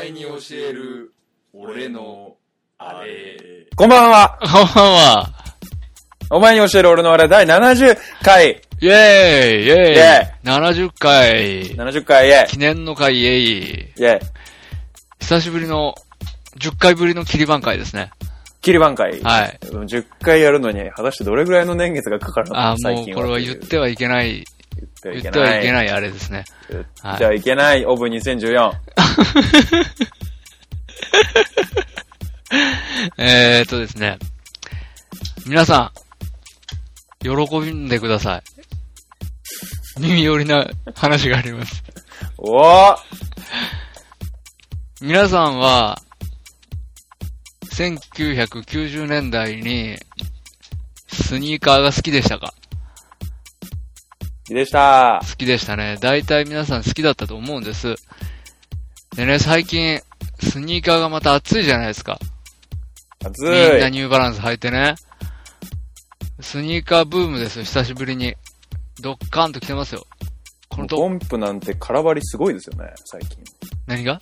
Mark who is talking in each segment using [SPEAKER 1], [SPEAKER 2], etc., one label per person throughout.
[SPEAKER 1] える俺のあれ。
[SPEAKER 2] こんばんは。
[SPEAKER 3] こんばんは。
[SPEAKER 2] お前に教える俺のあれ第70回。
[SPEAKER 3] イェーイイェーイ
[SPEAKER 2] イェーイ
[SPEAKER 3] !70 回
[SPEAKER 2] 70回、イェ
[SPEAKER 3] 記念の回イェイ
[SPEAKER 2] イ。イェイ。
[SPEAKER 3] 久しぶりの、10回ぶりの切り番会ですね。
[SPEAKER 2] 切り番回。
[SPEAKER 3] はい。
[SPEAKER 2] 10回やるのに、果たしてどれぐらいの年月がかかるのか
[SPEAKER 3] あー、もうこれは言ってはいけない、
[SPEAKER 2] 言
[SPEAKER 3] 言
[SPEAKER 2] っ
[SPEAKER 3] っててはいけ
[SPEAKER 2] い。
[SPEAKER 3] ないあれですね。
[SPEAKER 2] 言って
[SPEAKER 3] はい
[SPEAKER 2] はいけない、オブ2014。
[SPEAKER 3] えーっとですね。皆さん、喜んでください。耳寄りな話があります。
[SPEAKER 2] おー
[SPEAKER 3] 皆さんは、1990年代に、スニーカーが好きでしたか
[SPEAKER 2] でした。
[SPEAKER 3] 好きでしたね。大体皆さん好きだったと思うんです。でね、最近、スニーカーがまた暑いじゃないですか。
[SPEAKER 2] 暑。
[SPEAKER 3] みんないニューバランス履いてね。スニーカーブームですよ、久しぶりに。ドッカーンと来てますよ。この
[SPEAKER 2] ポ
[SPEAKER 3] と、
[SPEAKER 2] ンプなんて空張りすごいですよね、最近。
[SPEAKER 3] 何が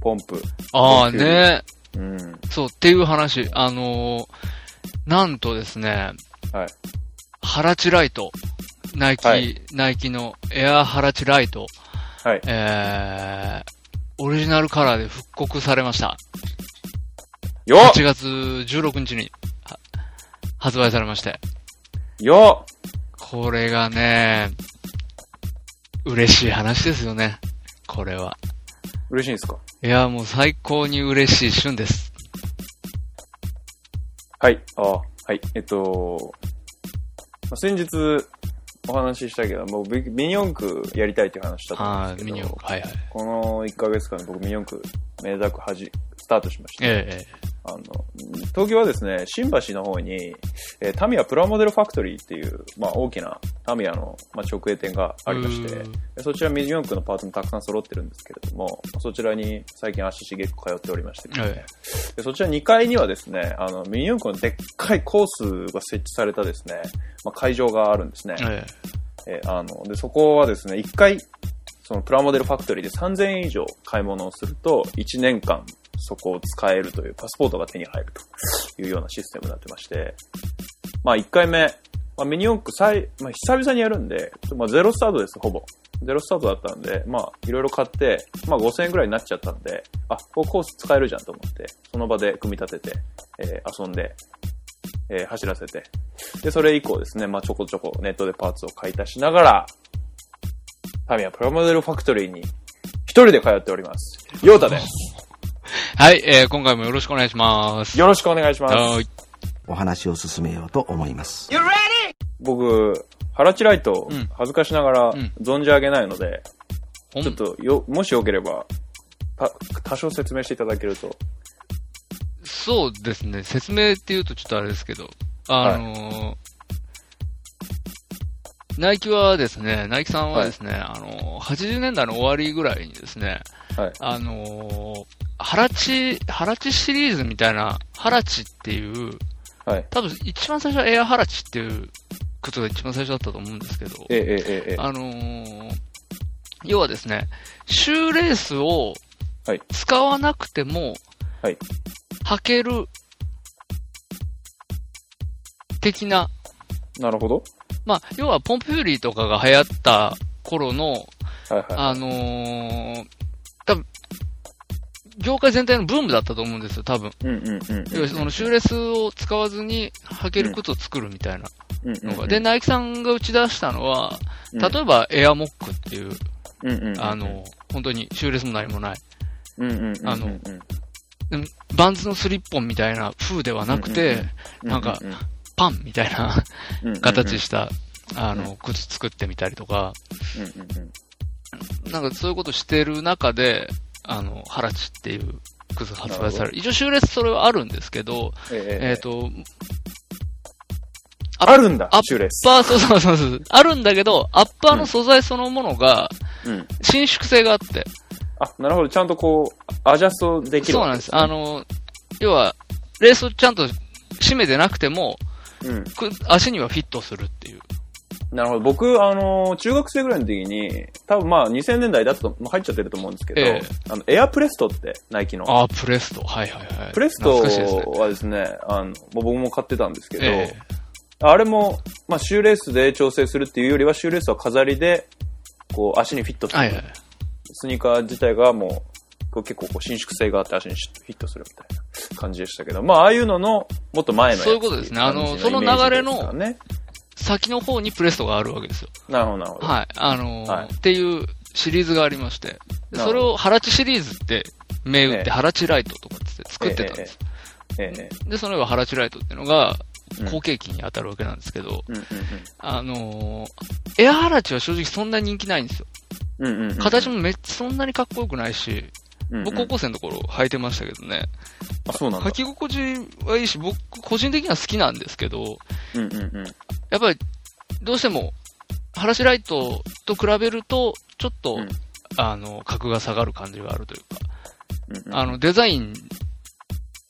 [SPEAKER 2] ポンプ。
[SPEAKER 3] ああ
[SPEAKER 2] 高級
[SPEAKER 3] ね、
[SPEAKER 2] うん。
[SPEAKER 3] そう、っていう話。あのーなんとですね、
[SPEAKER 2] はい。
[SPEAKER 3] ハラチライト。ナイキ、
[SPEAKER 2] はい
[SPEAKER 3] ナイキのエアハラチライト。
[SPEAKER 2] はい。
[SPEAKER 3] えー、オリジナルカラーで復刻されました。
[SPEAKER 2] よ
[SPEAKER 3] 8月16日には発売されまして。
[SPEAKER 2] よ
[SPEAKER 3] これがね、嬉しい話ですよね。これは。
[SPEAKER 2] 嬉しいんですか
[SPEAKER 3] いや、もう最高に嬉しい旬です。
[SPEAKER 2] はい。あーはい。えっと、まあ先日お話ししたけど、もうミミニ四駆やりたいっていう話だった
[SPEAKER 3] あ
[SPEAKER 2] んで
[SPEAKER 3] あ、
[SPEAKER 2] す
[SPEAKER 3] ミ
[SPEAKER 2] け
[SPEAKER 3] ニ
[SPEAKER 2] ど、
[SPEAKER 3] オン。はいはい。
[SPEAKER 2] この1ヶ月間で僕ミニ四駆めでたくはじ、スタートしました。
[SPEAKER 3] え
[SPEAKER 2] あの、東京はですね、新橋の方に、えータミヤプラモデルファクトリーっていう、まあ大きなタミヤの、まあ、直営店が
[SPEAKER 3] え。
[SPEAKER 2] ありまして、
[SPEAKER 3] うーん
[SPEAKER 2] でそちらミニ四駆のパーツもたくさん揃ってるんですけれども、そちらに最近足しげく通っておりまして、
[SPEAKER 3] え
[SPEAKER 2] でそちら2階にはですね、あの、ミニ四駆のでっかいコースが設置されたですね、まあ、会場があるんですね
[SPEAKER 3] え。え
[SPEAKER 2] えあの、で、そこはですね、1回、そのプラモデルファクトリーで3000円以上買い物をすると、1年間そこを使えるというパスポートが手に入るというようなシステムになってまして、まあ1回目、まあ、ミニ四駆最、まあ久々にやるんで、まあゼロスタートです、ほぼ。ゼロスタートだったんで、まあいろいろ買って、まあ5000円くらいになっちゃったんで、あ、こうコース使えるじゃんと思って、その場で組み立てて、えー遊んで、えー走らせて、で、それ以降ですね、まあ、ちょこちょこネットでパーツを買い足しながら、タミヤプラモデルファクトリーに一人で通っております。ヨータです。
[SPEAKER 3] はい、えー今回もよろしくお願いします。
[SPEAKER 2] よろしくお願いします。
[SPEAKER 3] はい
[SPEAKER 4] お話を進めようと思います。
[SPEAKER 2] 僕、ハラチライト
[SPEAKER 3] うん、
[SPEAKER 2] 恥ずかしながら
[SPEAKER 3] うん
[SPEAKER 2] 存じ上げないので、
[SPEAKER 3] ほん
[SPEAKER 2] ちょっとよ、もしよければ、た多少説明していただけると。
[SPEAKER 3] そうですね、説明って言うとちょっとあれですけど、あのーナイキはですね、ナイキさんはですね、あのー80年代の終わりぐらいにですね、
[SPEAKER 2] はい
[SPEAKER 3] あのーハラチ、ハラチシリーズみたいな、ハラチっていう、
[SPEAKER 2] はい。
[SPEAKER 3] 多分一番最初はエアハラチっていうことが一番最初だったと思うんですけど、
[SPEAKER 2] ええええええ。
[SPEAKER 3] あのー要はですね、シューレースを
[SPEAKER 2] はい
[SPEAKER 3] 使わなくても、
[SPEAKER 2] はい
[SPEAKER 3] 履ける、的な、
[SPEAKER 2] なるほど。
[SPEAKER 3] まあ、要はポンプフューリーとかが流行った頃の、
[SPEAKER 2] はいはい。
[SPEAKER 3] あのー多分、業界全体のブームだったと思うんですよ、多分。
[SPEAKER 2] うんうんうんうん。
[SPEAKER 3] 要はそのシューレスを使わずに履ける靴を作るみたいな
[SPEAKER 2] うんうん
[SPEAKER 3] の
[SPEAKER 2] う
[SPEAKER 3] が。
[SPEAKER 2] ん
[SPEAKER 3] で、、ナイキさんが打ち出したのは、
[SPEAKER 2] うん
[SPEAKER 3] 例えばエアモックっていう、
[SPEAKER 2] うんうんうん
[SPEAKER 3] あ、の、本当にシューレスも何もない。
[SPEAKER 2] うんうんうんうん
[SPEAKER 3] あのうんバンズのスリッポンみたいな風ではなく
[SPEAKER 2] うんうん
[SPEAKER 3] て、なんか、
[SPEAKER 2] う
[SPEAKER 3] パンみたいな
[SPEAKER 2] うんうん
[SPEAKER 3] 形した、あの、靴作ってみたりとか、
[SPEAKER 2] うんうんうん
[SPEAKER 3] なんかそういうことしてる中で、あの、ハラチっていう靴が発売される。一応シューレスそれはあるんですけど、
[SPEAKER 2] ええええ
[SPEAKER 3] えっ、と、
[SPEAKER 2] あるんだ
[SPEAKER 3] アッ、
[SPEAKER 2] シューレス。
[SPEAKER 3] パー、そうそうそうそう、あるんだけど、アッパーの素材そのものが
[SPEAKER 2] うん。
[SPEAKER 3] 伸縮性があって、
[SPEAKER 2] あ、なるほど。ちゃんとこう、アジャストできる。
[SPEAKER 3] そうなんです。あの、要は、レースをちゃんと締めてなくても、
[SPEAKER 2] うん。
[SPEAKER 3] く足にはフィットするっていう。
[SPEAKER 2] なるほど。僕、あの、中学生ぐらいの時に、多分まあ2000年代だと、もう入っちゃってると思うんですけど、
[SPEAKER 3] ええ
[SPEAKER 2] あの、エアプレストって、ナイキの。
[SPEAKER 3] ああ、プレスト。はいはいはい。
[SPEAKER 2] プレスト
[SPEAKER 3] 懐かしいですね。
[SPEAKER 2] はですね、あの、僕も買ってたんですけど、
[SPEAKER 3] ええ
[SPEAKER 2] あれも、まあ、シューレースで調整するっていうよりは、シューレースは飾りで、こう、足にフィットする。
[SPEAKER 3] はいはい。
[SPEAKER 2] スニーカー自体がもう、こう結構こう伸縮性があって足にフィットするみたいな感じでしたけど、まあ、ああいうのの、もっと前のやつ
[SPEAKER 3] そういうことですねあの
[SPEAKER 2] 感じイメージ
[SPEAKER 3] その流れ
[SPEAKER 2] ですからね
[SPEAKER 3] 先の方にプレストがあるわけですよ。
[SPEAKER 2] なるほど、なるほど。
[SPEAKER 3] はい。あのー
[SPEAKER 2] はい
[SPEAKER 3] っていうシリーズがありまして、
[SPEAKER 2] なるほ
[SPEAKER 3] で
[SPEAKER 2] ど
[SPEAKER 3] それをハラチシリーズって銘打っ
[SPEAKER 2] ええ
[SPEAKER 3] て、ハラチライトとかっつって作ってたんです。
[SPEAKER 2] ええええ
[SPEAKER 3] で、そのハラチライトっていうのが
[SPEAKER 2] うん、
[SPEAKER 3] 後継機に当たるわけなんですけど、
[SPEAKER 2] うん
[SPEAKER 3] あのーエアハラチは正直そんな人気ないんですよ。
[SPEAKER 2] うんうんうんうん
[SPEAKER 3] 形もめっちゃそんなにかっこよくないし、
[SPEAKER 2] うんうん
[SPEAKER 3] 僕高校生の頃履いてましたけどね、
[SPEAKER 2] あ、そうなんだ
[SPEAKER 3] 履。き心地はいいし、僕個人的には好きなんですけど、
[SPEAKER 2] うんうんうん。
[SPEAKER 3] やっぱりどうしても、ハラシライトと比べると、ちょっと、
[SPEAKER 2] うん
[SPEAKER 3] あの、格が下がる感じがあるというか、
[SPEAKER 2] うんうん
[SPEAKER 3] あの、デザイン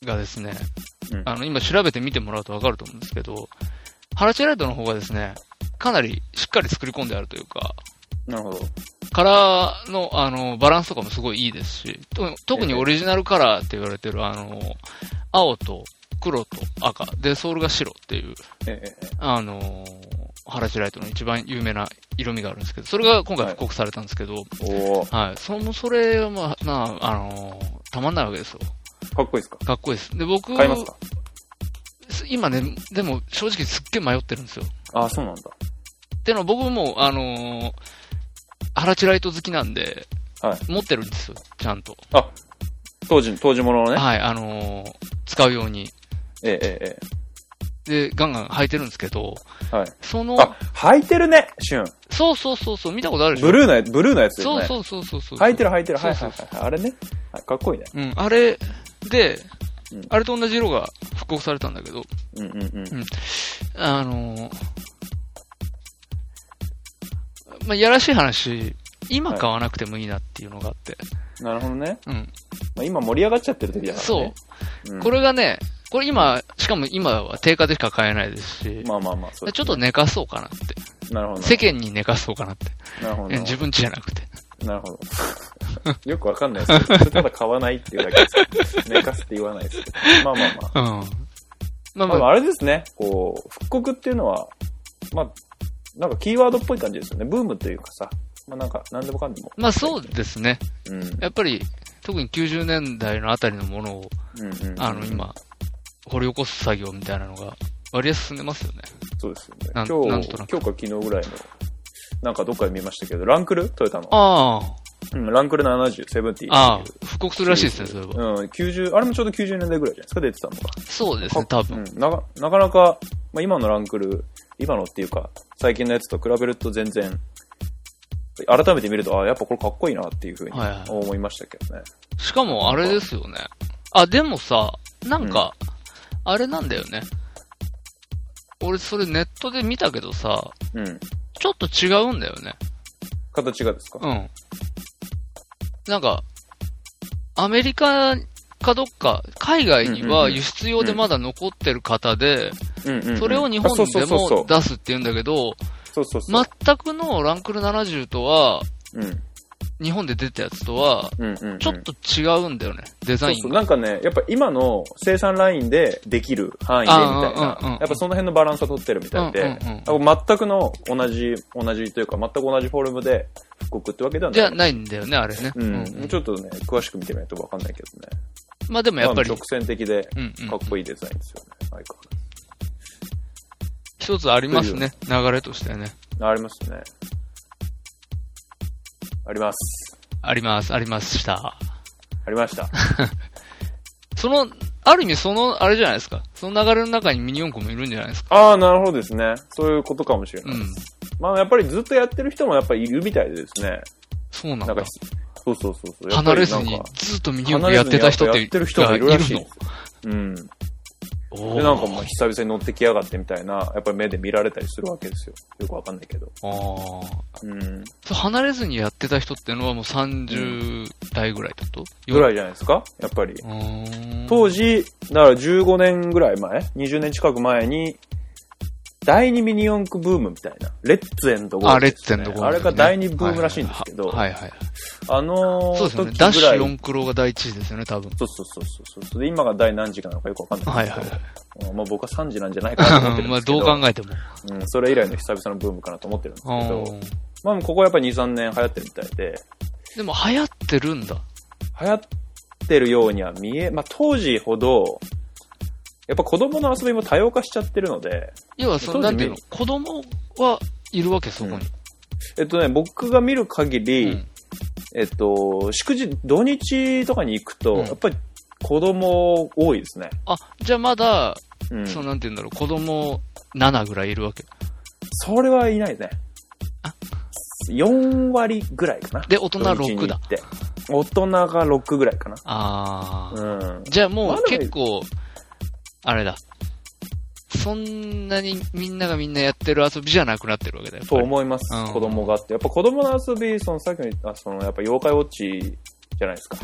[SPEAKER 3] がですね、
[SPEAKER 2] うん
[SPEAKER 3] あの、今調べてみてもらうとわかると思うんですけど、ハラチライトの方がですね、かなりしっかり作り込んであるというか、
[SPEAKER 2] なるほど。
[SPEAKER 3] カラーの、あの、バランスとかもすごいいいですし、と特にオリジナルカラーって言われてる、あの、青と黒と赤、で、ソールが白っていう、
[SPEAKER 2] えええ
[SPEAKER 3] あのー、ハラチライトの一番有名な色味があるんですけど、それが今回復刻されたんですけど、はい、
[SPEAKER 2] えおおか
[SPEAKER 3] その、それはまあ、まあ、あのーたまんないわけですよ。
[SPEAKER 2] っこいいですか
[SPEAKER 3] かっこいいです。で、僕、
[SPEAKER 2] 買いますか
[SPEAKER 3] 今ね、でも正直すっげえ迷ってるんですよ。
[SPEAKER 2] あ、そうなんだ。
[SPEAKER 3] ってのは僕も、あのーハラチライト好きなんで、
[SPEAKER 2] はい
[SPEAKER 3] 持ってるんですよ、ちゃんと。
[SPEAKER 2] 当時、当時もののね。
[SPEAKER 3] はい、あのー使うように。
[SPEAKER 2] ええええ
[SPEAKER 3] で、ガンガン履いてるんですけど、
[SPEAKER 2] ええはい。
[SPEAKER 3] その、
[SPEAKER 2] あ、履いてるね、シュン。
[SPEAKER 3] そうそうそう、そう見たことあるでしょ
[SPEAKER 2] ブルーのやつ、ブルーのやつです
[SPEAKER 3] そ
[SPEAKER 2] ね。
[SPEAKER 3] うそうそうそうそう。
[SPEAKER 2] 履いてる履いてる。
[SPEAKER 3] そ
[SPEAKER 2] は
[SPEAKER 3] う
[SPEAKER 2] い
[SPEAKER 3] そ
[SPEAKER 2] は
[SPEAKER 3] う
[SPEAKER 2] い
[SPEAKER 3] そ
[SPEAKER 2] はい。あれね。はいかっこいいね。
[SPEAKER 3] うん、あれで、
[SPEAKER 2] うん
[SPEAKER 3] あれと同じ色が復刻されたんだけど、
[SPEAKER 2] うんうんうん。
[SPEAKER 3] あのーまあ、やらしい話、今買わなくてもいいなっていうのがあって、
[SPEAKER 2] なるほどね。
[SPEAKER 3] うん、
[SPEAKER 2] まあ、今盛り上がっちゃってる時だからね。
[SPEAKER 3] そうう、
[SPEAKER 2] ん
[SPEAKER 3] これがね、これ今、しかも今は定価でしか買えないですし、
[SPEAKER 2] まあまあまあ、そうですね
[SPEAKER 3] ちょっと寝かそうかなって、
[SPEAKER 2] なるほど。
[SPEAKER 3] 世間に寝かそうかなって、
[SPEAKER 2] なるほど
[SPEAKER 3] うん。自分家じゃなくて、
[SPEAKER 2] なるほ ど。よくわかんないですけど、それただ買わないっていうだけです。寝かすって言わないですけど。 まあまあまあ。
[SPEAKER 3] うん。まあ
[SPEAKER 2] まあ、で
[SPEAKER 3] ま
[SPEAKER 2] も
[SPEAKER 3] あ、
[SPEAKER 2] あれですね、こう、復刻っていうのは、まあ、なんかキーワードっぽい感じですよね。ブームというかさ、まあなんか、なんでもかんでも。
[SPEAKER 3] まあそうですね。
[SPEAKER 2] うん。うん
[SPEAKER 3] やっぱり、特に90年代のあたりのものを、
[SPEAKER 2] うん、うん。
[SPEAKER 3] あの、。今、掘り起こす作業みたいなのが、割合進んでますよね。
[SPEAKER 2] そうですよね。今
[SPEAKER 3] なん
[SPEAKER 2] 日、
[SPEAKER 3] な
[SPEAKER 2] 今
[SPEAKER 3] ん
[SPEAKER 2] 日
[SPEAKER 3] とな
[SPEAKER 2] か
[SPEAKER 3] く
[SPEAKER 2] 昨日ぐらいの、なんかどっかで見ましたけど、ランクルトヨタの。
[SPEAKER 3] ああ、
[SPEAKER 2] うん、ランクル70、セブンティ
[SPEAKER 3] ああ、復刻するらしいですね、それは。
[SPEAKER 2] うん、90、あれもちょうど90年代ぐらいじゃないですか、出てたのが。
[SPEAKER 3] そうですね、多分。
[SPEAKER 2] うん、なかなかなか、まあ、今のランクル、今のっていうか、最近のやつと比べると全然、改めて見ると、あやっぱこれかっこいいなっていうふうに
[SPEAKER 3] はいはい
[SPEAKER 2] 思いましたけどね。
[SPEAKER 3] しかも、あれですよね。あ、でもさ、なんか、あれなんだよね。俺、それネットで見たけどさ、
[SPEAKER 2] うん。
[SPEAKER 3] ちょっと違うんだよね。
[SPEAKER 2] 形がですか、
[SPEAKER 3] うん。なんか、アメリカかどっか、海外には輸出用でまだ残ってる方で、
[SPEAKER 2] うん、うんうん
[SPEAKER 3] それを日
[SPEAKER 2] あそう
[SPEAKER 3] 本
[SPEAKER 2] そ
[SPEAKER 3] で
[SPEAKER 2] うそうそ
[SPEAKER 3] も
[SPEAKER 2] う
[SPEAKER 3] 出すって言うんだけど、
[SPEAKER 2] そうそうそう。
[SPEAKER 3] 全くのランクル70とは、
[SPEAKER 2] うん。
[SPEAKER 3] 日本で出たやつとは、
[SPEAKER 2] うんうんうん。
[SPEAKER 3] ちょっと違うんだよね、デ
[SPEAKER 2] そ
[SPEAKER 3] ザ
[SPEAKER 2] う
[SPEAKER 3] イ
[SPEAKER 2] そ
[SPEAKER 3] ン
[SPEAKER 2] う。
[SPEAKER 3] が。
[SPEAKER 2] なんかね、やっぱ今の生産ラインでできる範囲でみたい
[SPEAKER 3] あうんうんうん
[SPEAKER 2] な、やっぱその辺のバランスを取ってるみたいで、
[SPEAKER 3] うんうんうん
[SPEAKER 2] だから全くの同じ、同じというか、全く同じフォルムで復刻ってわけではない。
[SPEAKER 3] じゃないんだよね、あれね。
[SPEAKER 2] うん、
[SPEAKER 3] うん
[SPEAKER 2] ちょっとね、詳しく見てみないとわかんないけどね。
[SPEAKER 3] まあでもやっぱり
[SPEAKER 2] まあ、直線的で、
[SPEAKER 3] うんうん
[SPEAKER 2] かっこいいデザインですよね。相
[SPEAKER 3] 一つありますね、流れとしてね。
[SPEAKER 2] 変わらずありますね。あります。
[SPEAKER 3] あります、ありました。
[SPEAKER 2] ありま した。
[SPEAKER 3] その、ある意味その、あれじゃないですか。その流れの中にミニ四駆もいるんじゃないですか。
[SPEAKER 2] ああ、なるほどですね。そういうことかもしれ
[SPEAKER 3] う
[SPEAKER 2] ない。
[SPEAKER 3] ん。
[SPEAKER 2] まあ、やっぱりずっとやってる人もやっぱりいるみたいでですね。
[SPEAKER 3] そうなん
[SPEAKER 2] なんか
[SPEAKER 3] だ。、
[SPEAKER 2] そうそうそうそう。やっぱ
[SPEAKER 3] 離
[SPEAKER 2] り
[SPEAKER 3] れず
[SPEAKER 2] なん
[SPEAKER 3] に
[SPEAKER 2] か、
[SPEAKER 3] ずっとミニ四
[SPEAKER 2] 離れ
[SPEAKER 3] 駆や
[SPEAKER 2] ず
[SPEAKER 3] っ
[SPEAKER 2] に
[SPEAKER 3] てた人っ
[SPEAKER 2] や
[SPEAKER 3] て
[SPEAKER 2] ってる人もいるらしいです
[SPEAKER 3] が
[SPEAKER 2] よ。うん。で、
[SPEAKER 3] いるの。
[SPEAKER 2] なんか
[SPEAKER 3] お
[SPEAKER 2] もう
[SPEAKER 3] ー
[SPEAKER 2] 久々に乗ってきやがってみたいな、やっぱり目で見られたりするわけですよ。よくわかんないけど。
[SPEAKER 3] あー
[SPEAKER 2] うん。
[SPEAKER 3] そう離れずにやってた人ってのはもう30代ぐらいってこと
[SPEAKER 2] ぐらいじゃないですかやっぱり。
[SPEAKER 3] うーん
[SPEAKER 2] 当時、だから15年ぐらい前、20年近く前に、第二ミニ四駆ブームみたいな。レッツエンドゴー
[SPEAKER 3] あ、
[SPEAKER 2] ル
[SPEAKER 3] レ
[SPEAKER 2] で
[SPEAKER 3] ッ
[SPEAKER 2] す
[SPEAKER 3] ツ
[SPEAKER 2] ね、
[SPEAKER 3] ェンドゴー
[SPEAKER 2] あれが第二ブームらしいんですけど、
[SPEAKER 3] はいはいはい。
[SPEAKER 2] あのー
[SPEAKER 3] そうですよね。
[SPEAKER 2] 時ぐら
[SPEAKER 3] ダ
[SPEAKER 2] い
[SPEAKER 3] ッシュ4クロが第一位ですよね、多分。
[SPEAKER 2] そうそうそうそうそう。で、今が第何時かなのかよくわかんない
[SPEAKER 3] は
[SPEAKER 2] ん
[SPEAKER 3] い
[SPEAKER 2] です
[SPEAKER 3] は
[SPEAKER 2] け
[SPEAKER 3] い
[SPEAKER 2] ど、
[SPEAKER 3] はい。
[SPEAKER 2] うんまあ僕は3時なんじゃないかなと思ってるん
[SPEAKER 3] ま
[SPEAKER 2] で
[SPEAKER 3] あ、
[SPEAKER 2] すけど
[SPEAKER 3] どう考えても。
[SPEAKER 2] うん、それ以来の久々のブームかなと思ってるんですけ
[SPEAKER 3] う
[SPEAKER 2] ど
[SPEAKER 3] ん、
[SPEAKER 2] まあここはやっぱ2、3年流行ってるみたいで、
[SPEAKER 3] でも、流行ってるんだ。
[SPEAKER 2] 流行ってるようには見え、まあ当時ほど、やっぱ子供の遊びも多様化しちゃってるので、
[SPEAKER 3] 要は、そ
[SPEAKER 2] 当時
[SPEAKER 3] の、なんていうの、子供はいるわけ、そこに。
[SPEAKER 2] えっとね、僕が見る限り、
[SPEAKER 3] うん
[SPEAKER 2] えっと、祝日、土日とかに行くと、
[SPEAKER 3] うん
[SPEAKER 2] やっぱり子供多いですね。
[SPEAKER 3] あ、じゃあまだ、
[SPEAKER 2] うん。
[SPEAKER 3] その、なんていうんだろう、子供7ぐらいいるわけ。
[SPEAKER 2] それはいないね
[SPEAKER 3] あ。
[SPEAKER 2] 4割ぐらいかな。
[SPEAKER 3] で、大人
[SPEAKER 2] 土日に
[SPEAKER 3] 6
[SPEAKER 2] 行
[SPEAKER 3] だ
[SPEAKER 2] っ。て。大人が6ぐらいかな。
[SPEAKER 3] あー。
[SPEAKER 2] うん。
[SPEAKER 3] じゃあも
[SPEAKER 2] ま
[SPEAKER 3] う
[SPEAKER 2] だ
[SPEAKER 3] 結構、あれだ。そんなにみんながみんなやってる遊びじゃなくなってるわけだよ。
[SPEAKER 2] と
[SPEAKER 3] やっぱ
[SPEAKER 2] 思います、
[SPEAKER 3] うん
[SPEAKER 2] 子供があって。やっぱ子供の遊び、そのさっきの言った、そのやっぱ妖怪ウォッチじゃないですか。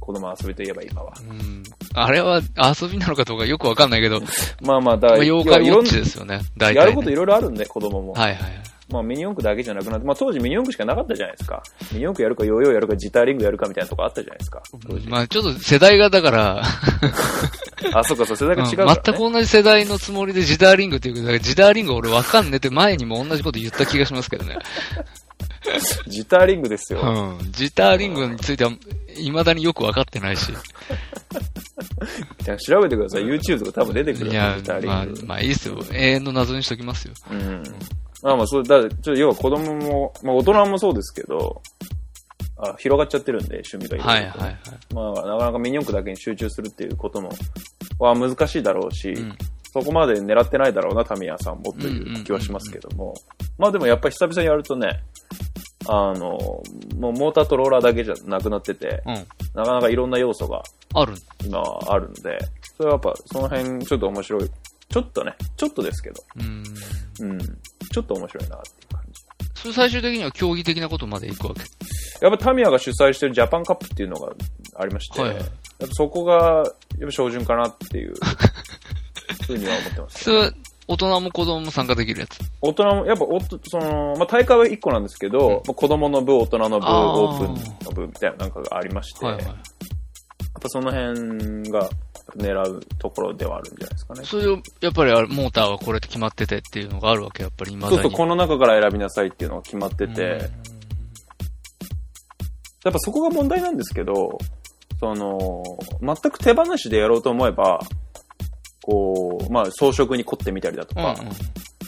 [SPEAKER 2] 子供の遊びといえば今は。
[SPEAKER 3] りうん。あれは遊びなのかどうかよくわかんないけど、
[SPEAKER 2] まあまあ、だ
[SPEAKER 3] ま
[SPEAKER 2] から
[SPEAKER 3] あ妖怪
[SPEAKER 2] い
[SPEAKER 3] ウ
[SPEAKER 2] や
[SPEAKER 3] ォ
[SPEAKER 2] いろ
[SPEAKER 3] ッ
[SPEAKER 2] ん
[SPEAKER 3] チですよね。大体、ね。
[SPEAKER 2] やることいろいろあるんで、子供も。
[SPEAKER 3] はいはいはい。
[SPEAKER 2] まあミニ四駆だけじゃなくなって、まあ当時ミニ四駆しかなかったじゃないですか。ミニ四駆やるか、ヨーヨーやるか、ジターリングやるかみたいなとこあったじゃないですか。当時。
[SPEAKER 3] まあちょっと世代がだから、
[SPEAKER 2] あ、そうか、そう、世代が
[SPEAKER 3] うん
[SPEAKER 2] 違う
[SPEAKER 3] 全
[SPEAKER 2] から、ね。
[SPEAKER 3] く同じ世代のつもりでジダーリングっていうけど、ジダーリング俺わかんねえって前にも同じこと言った気がしますけどね。
[SPEAKER 2] ジターリングですよ。
[SPEAKER 3] うん。ジダーリングについては未だによくわかってないし。
[SPEAKER 2] じゃあ調べてください。YouTube とか多分出てくる
[SPEAKER 3] い
[SPEAKER 2] よ
[SPEAKER 3] や
[SPEAKER 2] ジター、
[SPEAKER 3] まあ
[SPEAKER 2] リング。、
[SPEAKER 3] まあいいっすよ。永遠の謎にしときますよ。
[SPEAKER 2] うん。まあまあ、そう、だからちょっと要は子供も、まあ大人もそうですけど、あ広がっちゃってるんで、趣味がろろ
[SPEAKER 3] はいはいはい。
[SPEAKER 2] まあ、なかなかミニ四駆だけに集中するっていうことも、は難しいだろうし、
[SPEAKER 3] うん。
[SPEAKER 2] そこまで狙ってないだろうな、タミヤさんもという気はしますけども。まあでもやっぱり久々にやるとね、あの、もうモーターとローラーだけじゃなくなってて、
[SPEAKER 3] うん。
[SPEAKER 2] なかなかいろんな要素が
[SPEAKER 3] ある。
[SPEAKER 2] 今はあるんで、それはやっぱその辺ちょっと面白い。ちょっとね、ちょっとですけど、
[SPEAKER 3] うん。
[SPEAKER 2] うん、ちょっと面白いなっていう感じ。
[SPEAKER 3] それ最終的には競技的なことまで行くわけ。
[SPEAKER 2] やっぱタミヤが主催してるジャパンカップっていうのがありまして、
[SPEAKER 3] はいはい
[SPEAKER 2] やっぱそこがやっぱ照準かなっていうふうには思ってます。
[SPEAKER 3] それは大人も子供も参加できるやつ。
[SPEAKER 2] 大人も、やっぱおと、その、まあ、大会は1個なんですけど、まあ子供の部、大人の部、
[SPEAKER 3] あー
[SPEAKER 2] オープンの部みたいななんかがありまして、
[SPEAKER 3] はい
[SPEAKER 2] やっ
[SPEAKER 3] は
[SPEAKER 2] ぱその辺が狙うところではあるんじゃないですかね
[SPEAKER 3] い。。それを、やっぱりあれモーターはこれって決まっててっていうのがあるわけ、やっぱり未だ
[SPEAKER 2] そ
[SPEAKER 3] に。
[SPEAKER 2] うそう、この中から選びなさいっていうのが決まってて、
[SPEAKER 3] うん
[SPEAKER 2] やっぱそこが問題なんですけど、その、全く手放しでやろうと思えば、こう、まあ、装飾に凝ってみたりだとか、
[SPEAKER 3] うんうん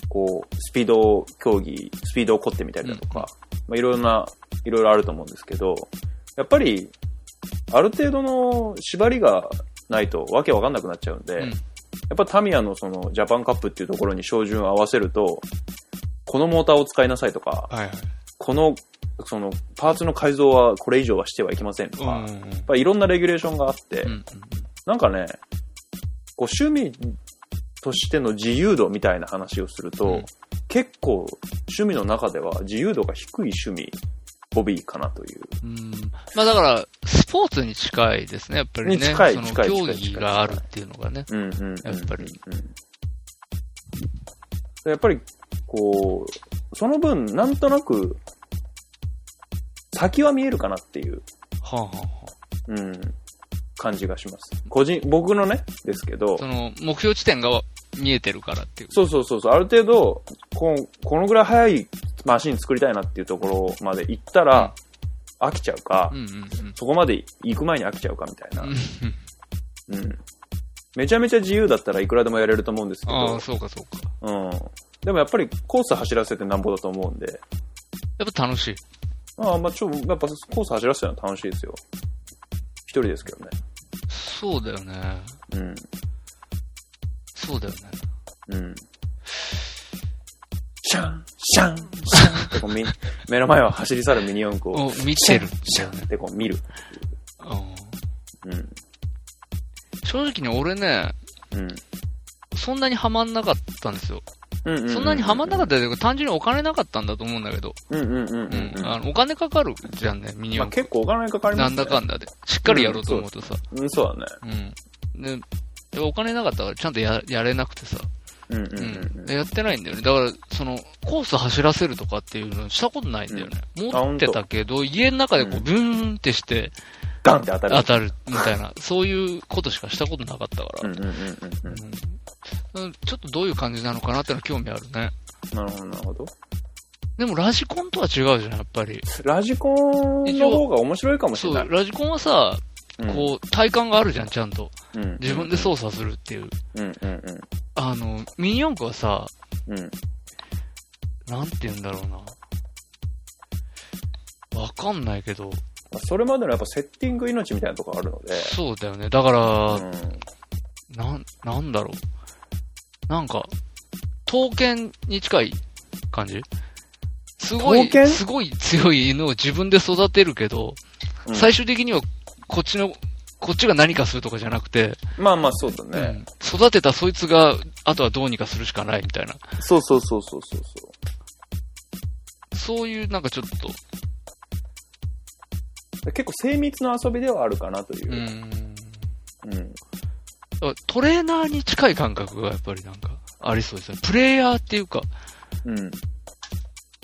[SPEAKER 2] こう、スピード競技、スピードを凝ってみたりだとか、まあ、いろんな、いろいろあると思うんですけど、やっぱり、ある程度の縛りがないとわけわかんなくなっちゃうんで、
[SPEAKER 3] うん
[SPEAKER 2] やっぱタミヤのそのジャパンカップっていうところに照準を合わせると、このモーターを使いなさいとか、
[SPEAKER 3] はいはい。
[SPEAKER 2] この、その、パーツの改造はこれ以上はしてはいけませんと
[SPEAKER 3] う
[SPEAKER 2] か、
[SPEAKER 3] ん
[SPEAKER 2] やっ
[SPEAKER 3] うんうん。
[SPEAKER 2] ぱいろんなレギュレーションがあって、
[SPEAKER 3] うんうん
[SPEAKER 2] なんかね、こう趣味としての自由度みたいな話をすると、
[SPEAKER 3] うん
[SPEAKER 2] 結構趣味の中では自由度が低い趣味、ホビーかなという。
[SPEAKER 3] うんまあだから、スポーツに近いですね、やっぱりね。
[SPEAKER 2] に近い
[SPEAKER 3] その
[SPEAKER 2] 近い
[SPEAKER 3] 競
[SPEAKER 2] 近い
[SPEAKER 3] 技があるっていうのがね。
[SPEAKER 2] うんうんうんうん
[SPEAKER 3] やっぱり
[SPEAKER 2] うんやっぱり、こう、その分、なんとなく、先は見えるかなっていう、
[SPEAKER 3] はあはあはあ
[SPEAKER 2] うん、感じがします。個人、僕のね、ですけど、
[SPEAKER 3] その、目標地点が見えてるからっていう。
[SPEAKER 2] そうそうそうそう、ある程度こん、このぐらい速いマシン作りたいなっていうところまで行ったら、飽きちゃうか、
[SPEAKER 3] うんうんうん。
[SPEAKER 2] そこまで行く前に飽きちゃうかみたいな。
[SPEAKER 3] う
[SPEAKER 2] うんん。めちゃめちゃ自由だったらいくらでもやれると思うんですけ
[SPEAKER 3] あ
[SPEAKER 2] ど
[SPEAKER 3] あ、、そうかそうか。
[SPEAKER 2] うん。でもやっぱりコース走らせてなんぼだと思うんで、
[SPEAKER 3] やっぱ楽しい。
[SPEAKER 2] まあまあちょ、やっぱコース走らせてるのは楽しいですよ。一人ですけどね。
[SPEAKER 3] そうだよね。
[SPEAKER 2] うん。
[SPEAKER 3] そうだよね。
[SPEAKER 2] うんシャン、シャン、シャンってこうみ目の前を走り去るミニ四駆を
[SPEAKER 3] を見てる。
[SPEAKER 2] シャンってこう見る。
[SPEAKER 3] うん
[SPEAKER 2] うん。
[SPEAKER 3] 正直に俺ね、
[SPEAKER 2] うん。
[SPEAKER 3] そんなにハマんなかったんですよ。
[SPEAKER 2] うんうう
[SPEAKER 3] そんなにハマんなかったというか、単純にお金なかったんだと思うんだけど、
[SPEAKER 2] うんうんうんうん
[SPEAKER 3] うん
[SPEAKER 2] うん。
[SPEAKER 3] あのお金かかるじゃんね、ミニ
[SPEAKER 2] まあ
[SPEAKER 3] オン。
[SPEAKER 2] 結構お金かかり
[SPEAKER 3] な
[SPEAKER 2] ま
[SPEAKER 3] ん
[SPEAKER 2] す
[SPEAKER 3] だ
[SPEAKER 2] ね。
[SPEAKER 3] かんだで。しっかりやろうと思うとさ。
[SPEAKER 2] うん、そうだね。
[SPEAKER 3] うん。で、やっぱお金なかったからちゃんとややれなくてさ。
[SPEAKER 2] うんうんう
[SPEAKER 3] うんん。。やってないんだよね。だから、その、コース走らせるとかっていうのしたことないんだよね。
[SPEAKER 2] あ
[SPEAKER 3] 持ってたけど、家の中でこ
[SPEAKER 2] う
[SPEAKER 3] う、
[SPEAKER 2] ん
[SPEAKER 3] ブーンってして
[SPEAKER 2] ガンって当たる。
[SPEAKER 3] 当たるみたいな、そういうことしかしたことなかったか
[SPEAKER 2] う
[SPEAKER 3] ら
[SPEAKER 2] ん。うんうんうんうん。
[SPEAKER 3] うんちょっとどういう感じなのかなってのは興味あるね。
[SPEAKER 2] なるほど、なるほど。
[SPEAKER 3] でもラジコンとは違うじゃん、やっぱり。
[SPEAKER 2] ラジコンの方が面白いかもし
[SPEAKER 3] そ、。
[SPEAKER 2] れないう
[SPEAKER 3] ラジコンはさ、こう、体感があるじゃん、ちゃんと。
[SPEAKER 2] うん、うん
[SPEAKER 3] 自分で操作するっていう。
[SPEAKER 2] うんうんうん。
[SPEAKER 3] あの、ミニ四駆はさ、
[SPEAKER 2] うん。
[SPEAKER 3] なんて言うんだろうな。わかんないけど、
[SPEAKER 2] まあそれまでのやっぱセッティング命みたいなとこあるので。
[SPEAKER 3] そうだよね。だから、
[SPEAKER 2] うん
[SPEAKER 3] なん、なんだろう。なんか、刀剣に近い感じすごい
[SPEAKER 2] 刀、剣
[SPEAKER 3] すごい強い犬を自分で育てるけど、
[SPEAKER 2] うん
[SPEAKER 3] 最終的にはこっちの、こっちが何かするとかじゃなくて、
[SPEAKER 2] まあまあそうだ
[SPEAKER 3] う
[SPEAKER 2] ね。
[SPEAKER 3] ん育てたそいつが、あとはどうにかするしかないみたいな。
[SPEAKER 2] そうそうそうそうそうそう。
[SPEAKER 3] そういうなんかちょっと、
[SPEAKER 2] 結構精密な遊びではあるかなというう。
[SPEAKER 3] ん。
[SPEAKER 2] うん。
[SPEAKER 3] トレーナーに近い感覚がやっぱりなんか、ありそうですね。プレイヤーっていうか、
[SPEAKER 2] うん。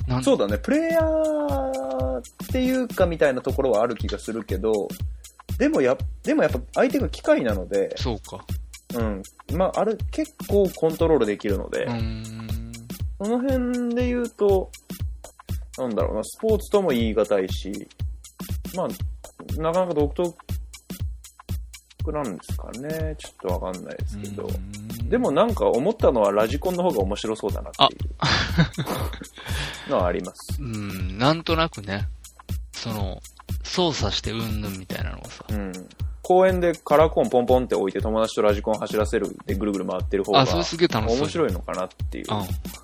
[SPEAKER 3] なん
[SPEAKER 2] そうだね。プレイヤーっていうかみたいなところはある気がするけど、でもや、でもやっぱ相手が機械なので、
[SPEAKER 3] そうか。
[SPEAKER 2] うん。まあ、あれ結構コントロールできるので、
[SPEAKER 3] うん。
[SPEAKER 2] その辺で言うと、なんだろうな、スポーツとも言い難いし、まあ、なかなか独特なんですかね。ちょっとわかんないですけど。
[SPEAKER 3] うん
[SPEAKER 2] でもなんか思ったのはラジコンの方が面白そうだなっていうのはあります。
[SPEAKER 3] うん、なんとなくね、その、操作してうんぬんみたいなのがさ。
[SPEAKER 2] うん。公園でカラーコーンポンポンって置いて友達とラジコン走らせるでぐるぐる回ってる方が
[SPEAKER 3] あ、それすげえ楽しそう。
[SPEAKER 2] 面
[SPEAKER 3] い。
[SPEAKER 2] 白いのかなっていう
[SPEAKER 3] う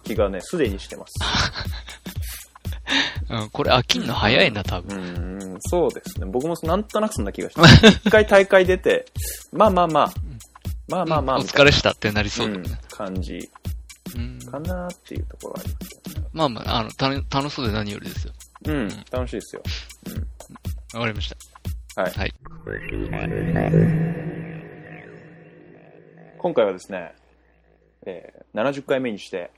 [SPEAKER 2] 気がね、すでにしてます。
[SPEAKER 3] ん。うん、これ飽きんの早いな、多分。
[SPEAKER 2] うん、そうですね。僕もなんとなくそんな気がし ます。一回大会出て、まあまあまあ、まあまあまあ、
[SPEAKER 3] うんお
[SPEAKER 2] みた
[SPEAKER 3] 疲
[SPEAKER 2] い
[SPEAKER 3] れしたってなり
[SPEAKER 2] な
[SPEAKER 3] そうだ
[SPEAKER 2] う
[SPEAKER 3] ね。
[SPEAKER 2] ん感じ
[SPEAKER 3] うん。
[SPEAKER 2] かなっていうところはありますけどね。
[SPEAKER 3] まあまあ、あの、たの楽しそうで何よりですよ。
[SPEAKER 2] うん、楽しいですよ。
[SPEAKER 3] わかりました。
[SPEAKER 2] はい。
[SPEAKER 3] はい。
[SPEAKER 2] 今回はですね、えー、70回目にして、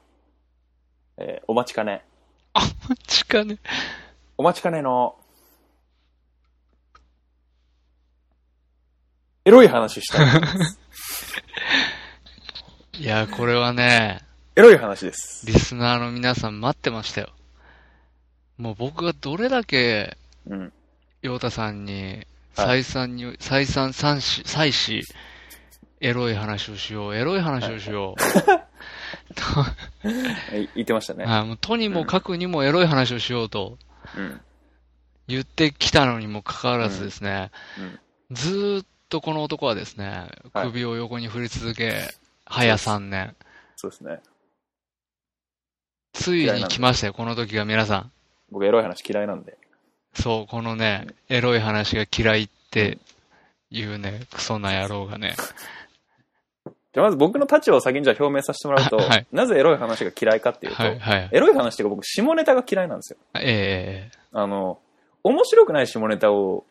[SPEAKER 2] えー、お待ちかね、
[SPEAKER 3] あ、マジかね。
[SPEAKER 2] お待ちかねの、エロい話したい。
[SPEAKER 3] いや、これはね、
[SPEAKER 2] エロい話です。
[SPEAKER 3] リスナーの皆さん待ってましたよ。もう僕がどれだけ、
[SPEAKER 2] うん。
[SPEAKER 3] 陽太さんに、
[SPEAKER 2] は
[SPEAKER 3] 再三に、再三三子、再子、エロい話をしよう、エロい話をしよ
[SPEAKER 2] はい言ってました
[SPEAKER 3] う。
[SPEAKER 2] ね。
[SPEAKER 3] あもうとにもかくにもエロい話をしようと
[SPEAKER 2] うん。
[SPEAKER 3] 言ってきたのにもかかわらずですね、
[SPEAKER 2] うん
[SPEAKER 3] ずーっとこの男はですね、
[SPEAKER 2] はい
[SPEAKER 3] 首を横に振り続け、早3年。
[SPEAKER 2] そうですね。
[SPEAKER 3] ついに来ましたよ、この時が皆さん。
[SPEAKER 2] 僕エロい話嫌いなんで。
[SPEAKER 3] そう、このね、エロい話が嫌いっていうね、クソな野郎がね。
[SPEAKER 2] じゃあまず僕の立場を先にじゃあ表明させてもらうと、
[SPEAKER 3] あはい
[SPEAKER 2] なぜエロい話が嫌いかっていうと、
[SPEAKER 3] はい、はい。
[SPEAKER 2] エロい話っていうか僕下ネタが嫌いなんですよ。
[SPEAKER 3] ええ
[SPEAKER 2] あの、面白くない下ネタを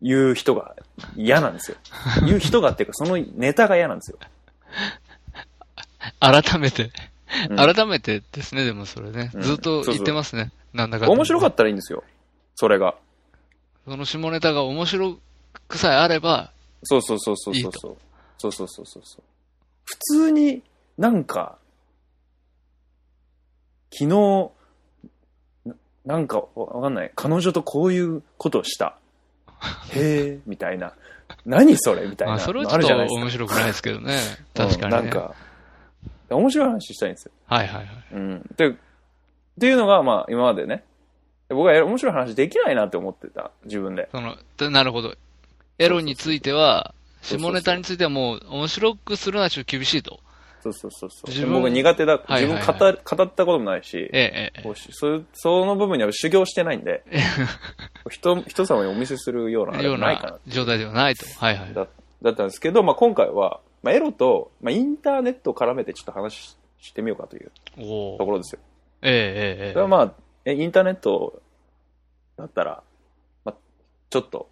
[SPEAKER 2] 言う人が嫌なん ですよ。言う人がっていうかそのネタが嫌なんですよ。
[SPEAKER 3] 改めて、
[SPEAKER 2] うん
[SPEAKER 3] 改めてですね、でもそれね。
[SPEAKER 2] うん
[SPEAKER 3] ずっと言ってますね。なんだかんだ。
[SPEAKER 2] 面白か
[SPEAKER 3] っ
[SPEAKER 2] ったらいいんですよ。それが。
[SPEAKER 3] た。その下ネタが面白くさえあれば、
[SPEAKER 2] そうそうそうそう
[SPEAKER 3] いい
[SPEAKER 2] そう
[SPEAKER 3] と
[SPEAKER 2] そう。そうそうそうそうそう。普通になんか、昨日、ななんかわわかんない。彼女とこういうことを した。へえ、みたいな。何それみたい
[SPEAKER 3] ま
[SPEAKER 2] な。
[SPEAKER 3] あそれは
[SPEAKER 2] の
[SPEAKER 3] ちょ
[SPEAKER 2] あ
[SPEAKER 3] っ
[SPEAKER 2] るじゃないです
[SPEAKER 3] と
[SPEAKER 2] か
[SPEAKER 3] 面白くないですけどね。確かにね。
[SPEAKER 2] うんなんか、面白い話したいんですよ。
[SPEAKER 3] はいはいはい。
[SPEAKER 2] うん。で、っていうのが、まあ今までね。僕は面白い話できないなって思ってた。自分で。
[SPEAKER 3] その、でなるほど。エロについては、下ネタについてはもう面白くするのはちょっと厳しいと。
[SPEAKER 2] そうそうそうそう。
[SPEAKER 3] 自分
[SPEAKER 2] 僕苦手だ。
[SPEAKER 3] はい
[SPEAKER 2] 自
[SPEAKER 3] はい
[SPEAKER 2] 分
[SPEAKER 3] はい
[SPEAKER 2] 語,、語ったこともないし、
[SPEAKER 3] ええええ
[SPEAKER 2] こうしそうその部分には修行してないん で、人人様にお見せするようなあれ
[SPEAKER 3] よ
[SPEAKER 2] は
[SPEAKER 3] う
[SPEAKER 2] ないかな
[SPEAKER 3] な状態ではないと。はいはい。
[SPEAKER 2] だだったんですけど、まあ、今回は、まあ、エロと、まあ、インターネットを絡めてちょっと話ししてみようかという
[SPEAKER 3] お
[SPEAKER 2] と
[SPEAKER 3] お。
[SPEAKER 2] ころですよ。
[SPEAKER 3] ええ
[SPEAKER 2] それ
[SPEAKER 3] ええ
[SPEAKER 2] は
[SPEAKER 3] え
[SPEAKER 2] まあ、えインターネットだったら、まあ、ちょっと、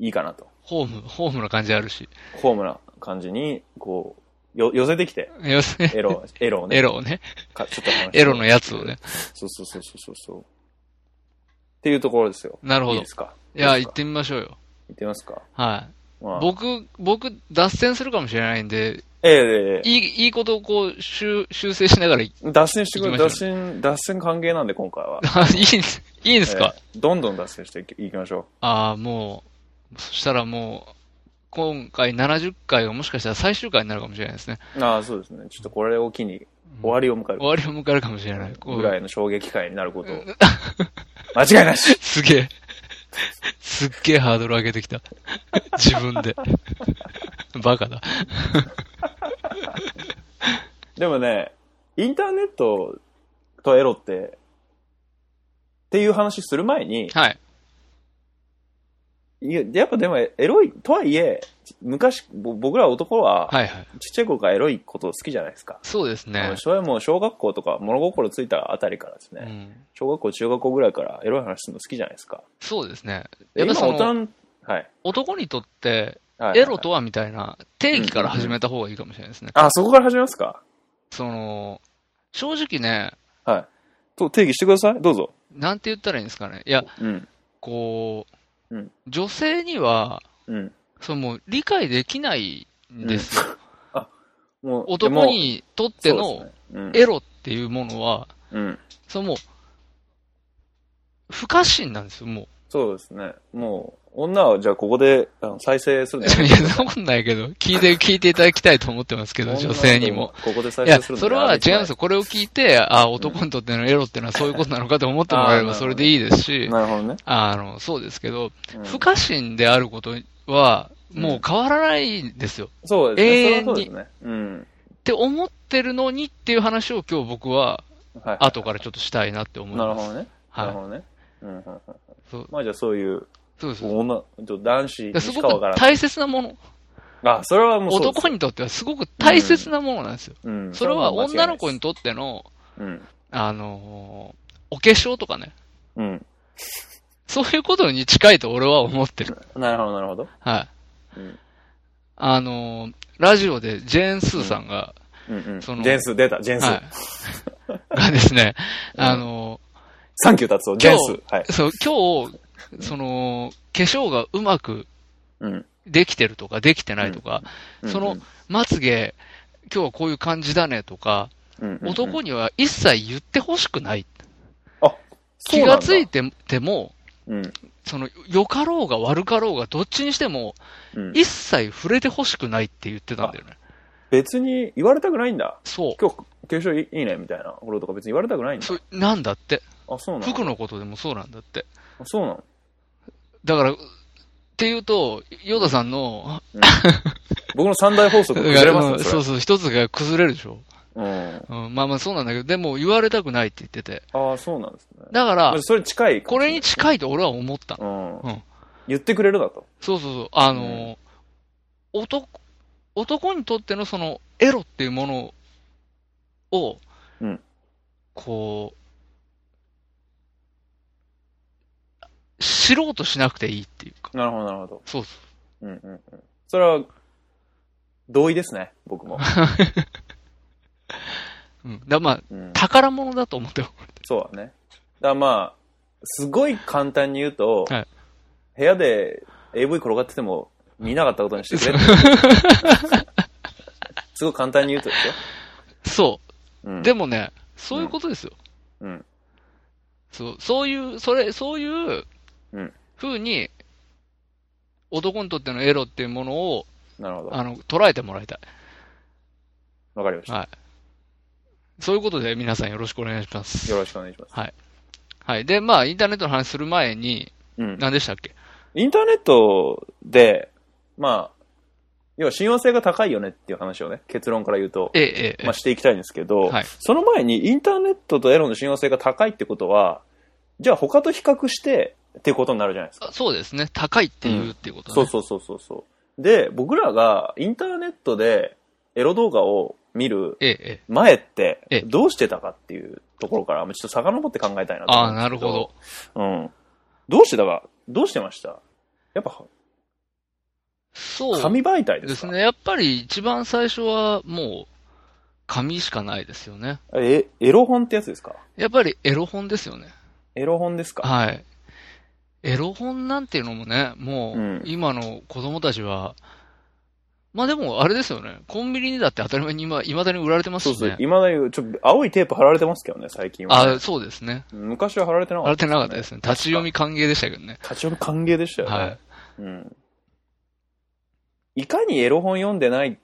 [SPEAKER 2] いいかなと。
[SPEAKER 3] ホーム、ホームな感じあるし。
[SPEAKER 2] ホームな感じに、こう、よ、寄せてきて。
[SPEAKER 3] 要するに、
[SPEAKER 2] エ ロ、エロをね。
[SPEAKER 3] エロをね。
[SPEAKER 2] かちょっと話して
[SPEAKER 3] エロのやつをね。
[SPEAKER 2] そうそうそうそうそうそう。っていうところですよ。
[SPEAKER 3] なるほ
[SPEAKER 2] いい
[SPEAKER 3] ど。い
[SPEAKER 2] ですか
[SPEAKER 3] や、
[SPEAKER 2] いいです
[SPEAKER 3] 行っ
[SPEAKER 2] か
[SPEAKER 3] てみましょうよ。
[SPEAKER 2] 行ってみますか。
[SPEAKER 3] はい。
[SPEAKER 2] まあ、
[SPEAKER 3] 僕、僕、脱線するかもしれないんで、
[SPEAKER 2] ええええ
[SPEAKER 3] いい、いいことをこう、修、修正しながら、い
[SPEAKER 2] 脱線してく
[SPEAKER 3] 行
[SPEAKER 2] れ、
[SPEAKER 3] きま
[SPEAKER 2] 脱
[SPEAKER 3] し
[SPEAKER 2] 線、脱線歓迎なんで今回は。
[SPEAKER 3] いんです、いいんですか、
[SPEAKER 2] ええどんどん脱線していきいきましょ
[SPEAKER 3] ああ、もう、そしたらもう、今回70回がもしかしたら最終回になるかもしれないですね。
[SPEAKER 2] う。ああ、そうですね。ちょっとこれを機に終わりを迎え
[SPEAKER 3] 終わりを迎えるかもしれない。こ
[SPEAKER 2] る
[SPEAKER 3] う
[SPEAKER 2] ぐらいの衝撃会になることを。 間違いなし
[SPEAKER 3] すげえ。すっげえハードル上げてきた。自分で。バカだ。
[SPEAKER 2] でもね、インターネットとエロって、っていう話する前に、
[SPEAKER 3] はい。
[SPEAKER 2] いややっぱでもエロい、とはいえ、昔、ぼ僕ら男は、
[SPEAKER 3] はいはい。
[SPEAKER 2] ちっちゃい頃からエロいこと好きじゃないですか。
[SPEAKER 3] そうですね。
[SPEAKER 2] それはもう小学校とか物心ついたあたりからです
[SPEAKER 3] う
[SPEAKER 2] ね、
[SPEAKER 3] ん、
[SPEAKER 2] 小学校、中学校ぐらいからエロい話するの好きじゃないですか。
[SPEAKER 3] そうですね。
[SPEAKER 2] で
[SPEAKER 3] や
[SPEAKER 2] 今
[SPEAKER 3] っぱそ
[SPEAKER 2] 大人、
[SPEAKER 3] の、
[SPEAKER 2] はいはい
[SPEAKER 3] 男にとって、
[SPEAKER 2] はいはい。
[SPEAKER 3] エロとはみたいな定義から始めた方がいいかもしれないですね。
[SPEAKER 2] あ、そこから始めますか
[SPEAKER 3] その、正直ね、
[SPEAKER 2] はい。と定義してください。どうぞ。
[SPEAKER 3] なんて言ったらいいんですかね。いや、
[SPEAKER 2] うん。
[SPEAKER 3] こう、
[SPEAKER 2] うん
[SPEAKER 3] 女性には、
[SPEAKER 2] うん。
[SPEAKER 3] そのもう理解できないんですよ。
[SPEAKER 2] もう
[SPEAKER 3] 男にとっての、
[SPEAKER 2] でもそうですね
[SPEAKER 3] エロっていうものは、
[SPEAKER 2] うん。うん。
[SPEAKER 3] そのもう、不可侵なんですよ、も
[SPEAKER 2] そうですね。もう、女はじゃあここであの再生するの
[SPEAKER 3] う。い
[SPEAKER 2] やめ
[SPEAKER 3] や、
[SPEAKER 2] てくださ
[SPEAKER 3] そんなことないけど、聞いて、聞いていただきたいと思ってますけど、 女性にも。。
[SPEAKER 2] ここで再
[SPEAKER 3] いや、
[SPEAKER 2] 生するの
[SPEAKER 3] それは違うんです
[SPEAKER 2] よ。
[SPEAKER 3] よ。これを聞いて、あ男にとってのエロってのはそういうことなのかと思ってもらえれば
[SPEAKER 2] あーなるほど
[SPEAKER 3] それでいいですし、
[SPEAKER 2] なるほどね。
[SPEAKER 3] あの、そうですけど、
[SPEAKER 2] うん
[SPEAKER 3] 不可侵であることは、もう変わらないんですよ。
[SPEAKER 2] そうです
[SPEAKER 3] 永
[SPEAKER 2] ね。
[SPEAKER 3] 遠
[SPEAKER 2] それはそ
[SPEAKER 3] に
[SPEAKER 2] うですね。うん。
[SPEAKER 3] って思ってるのにっていう話を今日僕は、
[SPEAKER 2] はい。
[SPEAKER 3] 後からちょっとしたいなって思い
[SPEAKER 2] なる
[SPEAKER 3] ま
[SPEAKER 2] ほ
[SPEAKER 3] す。
[SPEAKER 2] どね。なる
[SPEAKER 3] はい。
[SPEAKER 2] ほどね。うんうんうん
[SPEAKER 3] そう
[SPEAKER 2] まあじゃあそういう、
[SPEAKER 3] そうです。だか
[SPEAKER 2] 女、ちょっと男子に
[SPEAKER 3] らす
[SPEAKER 2] し
[SPEAKER 3] ご
[SPEAKER 2] かわか
[SPEAKER 3] く
[SPEAKER 2] らない。
[SPEAKER 3] 大切なもの。
[SPEAKER 2] あ、それはもうそうです
[SPEAKER 3] 男にとってはすごく大切なものなんですよ。
[SPEAKER 2] うん
[SPEAKER 3] それは女の子に
[SPEAKER 2] と
[SPEAKER 3] とっての、
[SPEAKER 2] うん。
[SPEAKER 3] あのーお化粧とかね。
[SPEAKER 2] うん。
[SPEAKER 3] そういうことに近いと俺は思ってる。
[SPEAKER 2] なるほど、なるほど。
[SPEAKER 3] はい。
[SPEAKER 2] うん
[SPEAKER 3] あのーラジオでジェーン・スーさんが、
[SPEAKER 2] うんうん。ジ
[SPEAKER 3] その
[SPEAKER 2] ェンス出た、ジェンス。
[SPEAKER 3] はい。 がですね、あの
[SPEAKER 2] サンキュー達夫、ジェンス。はい。
[SPEAKER 3] ーそう、今日、その、化粧がうまく
[SPEAKER 2] うん。
[SPEAKER 3] できてるとか、できてないとか、その、まつげ、今日はこういう感じだねとか、男
[SPEAKER 2] に
[SPEAKER 3] には一切言ってほしくない。気
[SPEAKER 2] 気
[SPEAKER 3] がついてても、
[SPEAKER 2] うん。
[SPEAKER 3] その、良かろうが悪かろうが、どっちにしても、
[SPEAKER 2] うん
[SPEAKER 3] 一切触れてほしくないって言ってたんだよね。
[SPEAKER 2] 別に言われたくないんだ。
[SPEAKER 3] そ
[SPEAKER 2] 今日、化粧いいね、みたいなこととか別に言われたくないん
[SPEAKER 3] う。
[SPEAKER 2] だ。
[SPEAKER 3] そうなんだって。
[SPEAKER 2] あ、そうなの
[SPEAKER 3] 服のことでもそうなんだって。
[SPEAKER 2] あそうなの
[SPEAKER 3] だから、っていうと、ヨダさんの、
[SPEAKER 2] 僕の三大法則崩れますね、
[SPEAKER 3] そ
[SPEAKER 2] そうれ。
[SPEAKER 3] そう、一つが崩れるでしょ。
[SPEAKER 2] うん。
[SPEAKER 3] うん、まあまあそうなんだけど、でも言われたくないって言ってて。
[SPEAKER 2] ああ、そうなんですね。
[SPEAKER 3] だから
[SPEAKER 2] まあ、それ近いか
[SPEAKER 3] こ
[SPEAKER 2] もし
[SPEAKER 3] れ
[SPEAKER 2] ない
[SPEAKER 3] に近いと俺は思ったの。
[SPEAKER 2] う
[SPEAKER 3] うん
[SPEAKER 2] ん。言ってくれるだと。
[SPEAKER 3] そうそうそう。あの、男、男にとってのその、エロっていうものを、
[SPEAKER 2] うん
[SPEAKER 3] こう、知ろうとしなくていいっていうか。
[SPEAKER 2] なるほど、なるほど。
[SPEAKER 3] そうそ
[SPEAKER 2] うんうんうん。それは、同意ですね、僕 も。
[SPEAKER 3] う。うん。だまあ、
[SPEAKER 2] うん、
[SPEAKER 3] 宝物だと思ってよ。
[SPEAKER 2] そうだね。だからまあ、すごい簡単に言うと、
[SPEAKER 3] はい
[SPEAKER 2] 部屋で AV 転がってても見なかったことにしてくれって。 すごい簡単に言うとですよ。
[SPEAKER 3] そうう。
[SPEAKER 2] ん、
[SPEAKER 3] でもね、そういうことですよ。
[SPEAKER 2] うん。
[SPEAKER 3] そう、そういう、それ、そういう
[SPEAKER 2] うん、
[SPEAKER 3] 風に、男にとってのエロっていうものを、
[SPEAKER 2] なるほど。
[SPEAKER 3] あの、捉えてもらいたい。
[SPEAKER 2] わかりました。
[SPEAKER 3] はい。そういうことで皆さんよろしくお願いします。
[SPEAKER 2] よろしくお願いします。
[SPEAKER 3] はい。で、まあ、インターネットの話する前に、
[SPEAKER 2] うん。
[SPEAKER 3] 何でしたっけ
[SPEAKER 2] インターネットで、まあ、要は信用性が高いよねっていう話をね、結論から言うと、
[SPEAKER 3] ええ、えええ
[SPEAKER 2] まあ、していきたいんですけど、
[SPEAKER 3] はい
[SPEAKER 2] その前にインターネットとエロの信用性が高いってことは、じゃあ他と比較してってことになるじゃないですか
[SPEAKER 3] えあそうですね。高いっていうっていうことね。
[SPEAKER 2] そうそうそうそうそう。で、僕らがインターネットでエロ動画を見る
[SPEAKER 3] ええ、ええ。
[SPEAKER 2] 前っ
[SPEAKER 3] ええ
[SPEAKER 2] てどうしてたかっていうところから、ちょっと遡って考えたいなと
[SPEAKER 3] あ
[SPEAKER 2] 思
[SPEAKER 3] あ、
[SPEAKER 2] うん
[SPEAKER 3] なる
[SPEAKER 2] ですけ
[SPEAKER 3] ほ
[SPEAKER 2] う
[SPEAKER 3] ど。。
[SPEAKER 2] ん。どうしてたか、どうしてましたやっぱ、
[SPEAKER 3] そう。
[SPEAKER 2] 紙媒体で
[SPEAKER 3] ですす
[SPEAKER 2] か
[SPEAKER 3] ね。やっぱり一番最初はもう、紙しかないですよね。
[SPEAKER 2] え、エロ本ってやつですか
[SPEAKER 3] やっぱりエロ本ですよね。
[SPEAKER 2] エロ本ですか
[SPEAKER 3] はい。エロ本なんていうのもね、も
[SPEAKER 2] うん
[SPEAKER 3] う、今の子供たちは、まあでも、あれですよね。コンビニにだって当たり前に今、未だに売られてます
[SPEAKER 2] そう
[SPEAKER 3] し
[SPEAKER 2] そう、
[SPEAKER 3] ね。
[SPEAKER 2] いまだに、ちょっと青いテープ貼られてますけどね、最近はね、
[SPEAKER 3] あ、そうですね。
[SPEAKER 2] 昔は貼られてな
[SPEAKER 3] 売
[SPEAKER 2] からっ
[SPEAKER 3] れ
[SPEAKER 2] た、
[SPEAKER 3] てなかったですね。立ち読み。歓迎でしたけどね。
[SPEAKER 2] 立ち読み歓迎でしたよね。
[SPEAKER 3] はい。
[SPEAKER 2] うん。いかにエロ本読んでない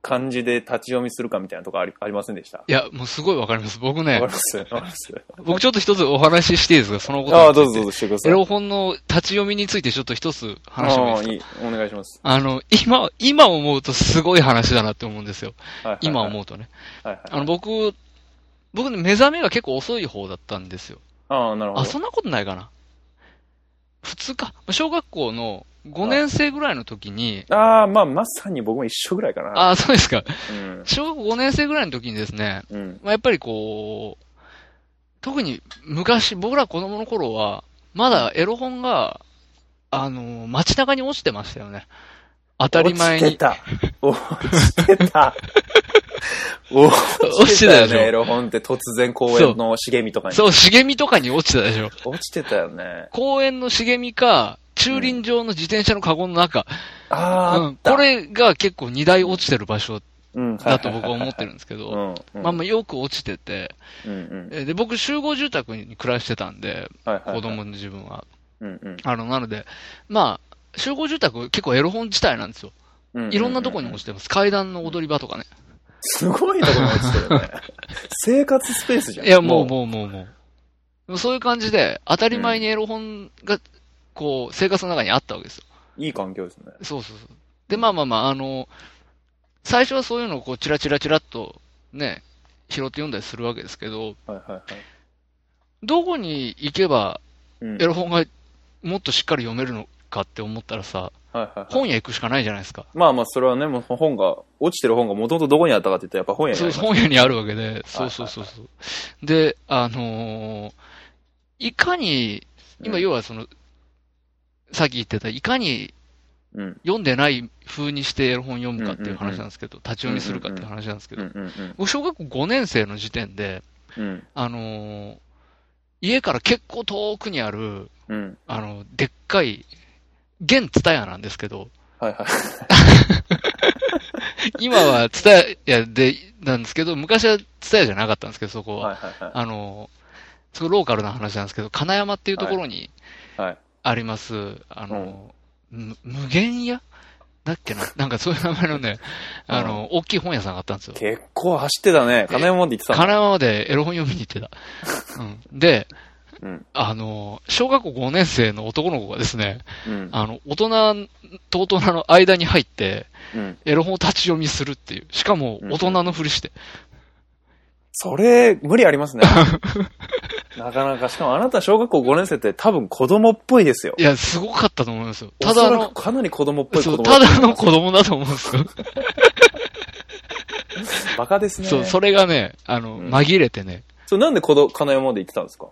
[SPEAKER 2] 感じで立ち読みするかみたいなとこありありませんでした。
[SPEAKER 3] いや、もうすごいわかります。僕
[SPEAKER 2] わか
[SPEAKER 3] ね
[SPEAKER 2] り、 ますわかります
[SPEAKER 3] 僕ちょっと一つお話ししていいですかそのことについ
[SPEAKER 2] あ
[SPEAKER 3] て。
[SPEAKER 2] あ、どうぞどうぞしてくださ
[SPEAKER 3] エ
[SPEAKER 2] い。
[SPEAKER 3] ロ本の立ち読みについてちょっと一つ話してもいいですか
[SPEAKER 2] ああいいお願いします。
[SPEAKER 3] あの、今、今思うとすごい話だなって思うんですよ。
[SPEAKER 2] はいはいはい、
[SPEAKER 3] 今思うとね。
[SPEAKER 2] はいはい
[SPEAKER 3] あの、僕、僕ね、目覚めが結構遅い方だったんですよ。
[SPEAKER 2] ああ、なるほど。
[SPEAKER 3] あ、そんなことないかな。普通か。小学校の5年生ぐらいの時に、
[SPEAKER 2] ああ、まあ、まさに僕も一緒ぐらいかな。
[SPEAKER 3] あ、そうですか。
[SPEAKER 2] うん。
[SPEAKER 3] 小学校5年生ぐらいの時にですね、
[SPEAKER 2] うん。
[SPEAKER 3] まあ、やっぱりこう、特に昔、僕ら子供の頃は、まだエロ本が、あの、街中に落ちてましたよね。当たり前
[SPEAKER 2] 落ちて
[SPEAKER 3] に。
[SPEAKER 2] た。落ちて た。落
[SPEAKER 3] 落
[SPEAKER 2] ち
[SPEAKER 3] ち
[SPEAKER 2] て
[SPEAKER 3] て
[SPEAKER 2] た
[SPEAKER 3] た
[SPEAKER 2] よ
[SPEAKER 3] でしょ
[SPEAKER 2] ね、エロ本って突然公園の茂みとかに。
[SPEAKER 3] そう、茂みとかに落ちてたでしょ。
[SPEAKER 2] 落ちてたよね。
[SPEAKER 3] 公園の茂みか、駐輪場の自転車のカゴの中。
[SPEAKER 2] ああ、
[SPEAKER 3] う
[SPEAKER 2] あ
[SPEAKER 3] ん、
[SPEAKER 2] った
[SPEAKER 3] こ、れが結構荷台落ちてる場所
[SPEAKER 2] うん、
[SPEAKER 3] だと僕は思って
[SPEAKER 2] る。
[SPEAKER 3] るんです け
[SPEAKER 2] う
[SPEAKER 3] ど、
[SPEAKER 2] ん、うん。
[SPEAKER 3] まあまあよく落ちてて、
[SPEAKER 2] うん、うん。
[SPEAKER 3] えで、僕集合住宅に暮らしてたんで、
[SPEAKER 2] はいはいはい
[SPEAKER 3] 子供の自分は。
[SPEAKER 2] うんうん
[SPEAKER 3] あの、なので、まあ、集合住宅結構エロ本地帯なんですよ。
[SPEAKER 2] うんうん。
[SPEAKER 3] いろんなとこに落ちてます。階段の踊り場とかね。
[SPEAKER 2] すごいとこに落ちてる ね。生活スペースじゃん。
[SPEAKER 3] いや、もうもうもうもう。でもそういう感じで、当たり前にエロ本が、こう、生活の中にあったわけですよ
[SPEAKER 2] う。いい環境ですね。
[SPEAKER 3] そうそうそう。で、まあまあまあ、あの、最初はそういうのをこう、チラチラチラっとね、拾って読んだりするわけですけど、
[SPEAKER 2] はいはいはい。
[SPEAKER 3] どこに行けば
[SPEAKER 2] うん
[SPEAKER 3] エロ本がもっとしっかり読めるのかって思ったらさ、
[SPEAKER 2] はいはいはい。
[SPEAKER 3] 本屋行くしかないじゃないですか。
[SPEAKER 2] まあまあ、それはね、もう本が、落ちてる本がもともとどこにあったかって言ったらやっぱ本屋にあ
[SPEAKER 3] そう
[SPEAKER 2] ります
[SPEAKER 3] 本屋にあるわけで、そうそうそうそう。で、あのーいかに、今
[SPEAKER 2] うん
[SPEAKER 3] 要はその、さっき言ってた、いかに
[SPEAKER 2] うん。
[SPEAKER 3] 読んでない風にしてエロ本読むかっていう話なんですけど、立ち読みするかっていう話なんですけ
[SPEAKER 2] うん
[SPEAKER 3] ど、
[SPEAKER 2] うんうん。
[SPEAKER 3] 僕小学校5年生の時点で、
[SPEAKER 2] うん。
[SPEAKER 3] あのー家から結構遠くにある、
[SPEAKER 2] うん。
[SPEAKER 3] あの、でっかい、現ツタヤなんですけど、
[SPEAKER 2] はいはい。
[SPEAKER 3] 今はツタヤで、なんですけど、昔はツタヤじゃなかったんですけど、そこは。
[SPEAKER 2] はいはいは
[SPEAKER 3] あのーすごいローカルな話なんですけど、金山っていうところに
[SPEAKER 2] い。はい。
[SPEAKER 3] あります、あのーむ無限屋だっけななんかそういう名前のね、
[SPEAKER 2] うん
[SPEAKER 3] あのー大きい本屋さんがあったんですよ。
[SPEAKER 2] 結構走ってたね。金山まで行ってた
[SPEAKER 3] 金山までエロ本読みに 行ってた。うん、で、
[SPEAKER 2] うん
[SPEAKER 3] あの、小学校5年生の男の子がですね、
[SPEAKER 2] もんうん。
[SPEAKER 3] あの、大人と大人の間に入って、
[SPEAKER 2] うん。
[SPEAKER 3] エロ本を立ち読みするっていう。しかも、大人のふりして。
[SPEAKER 2] それ、無理あります ね。なかなか、しかもあなた小学校5年生って多分子供っぽいですよ。
[SPEAKER 3] いや、すごかったと思いますよ。た
[SPEAKER 2] おそ
[SPEAKER 3] だ
[SPEAKER 2] ら
[SPEAKER 3] の
[SPEAKER 2] く、かなり子供っぽい
[SPEAKER 3] そ
[SPEAKER 2] 子
[SPEAKER 3] う、
[SPEAKER 2] 供
[SPEAKER 3] た
[SPEAKER 2] と思います
[SPEAKER 3] だの子供だと思うんですよ。
[SPEAKER 2] バカですね。
[SPEAKER 3] そう、それがね、あの、
[SPEAKER 2] うん
[SPEAKER 3] 紛れてね。
[SPEAKER 2] そうなんで子供金山まで行ってたんですか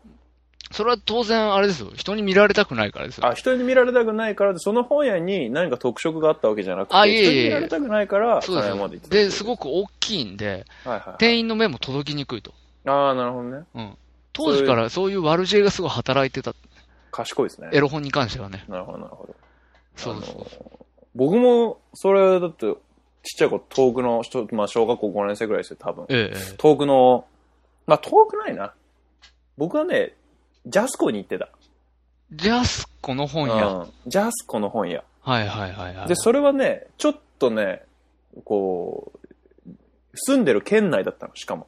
[SPEAKER 3] それは当然、あれですよ。人に見られたくないからですよ。
[SPEAKER 2] あ、人に見られたくないからで、その本屋に何か特色があったわけじゃなくて、
[SPEAKER 3] あいえいえ
[SPEAKER 2] 人に見られたくないから、
[SPEAKER 3] そう
[SPEAKER 2] 金
[SPEAKER 3] です
[SPEAKER 2] 山ま
[SPEAKER 3] よ
[SPEAKER 2] で行ってた。
[SPEAKER 3] で、すごく大きいんで、
[SPEAKER 2] はいはいはい。
[SPEAKER 3] 店員の目も届きにくいと。
[SPEAKER 2] ああ、なるほどね。
[SPEAKER 3] うん。当時からそういう悪知恵がすごい働いてた。
[SPEAKER 2] 賢いですね。
[SPEAKER 3] エロ本に関してはね。
[SPEAKER 2] なるほど、なるほど。
[SPEAKER 3] そうそう。
[SPEAKER 2] 僕も、それ、だって、ちっちゃい子、遠くの、人まあ、小学校5年生ぐらいですよ、多分。
[SPEAKER 3] ええええ。
[SPEAKER 2] 遠くの、まあ、遠くないな。僕はね、ジャスコに行ってた。
[SPEAKER 3] ジャスコの本屋。
[SPEAKER 2] うんジャスコの本屋。
[SPEAKER 3] はいはいはいはい。
[SPEAKER 2] で、それはね、ちょっとね、こう、住んでる県内だったの、しかも。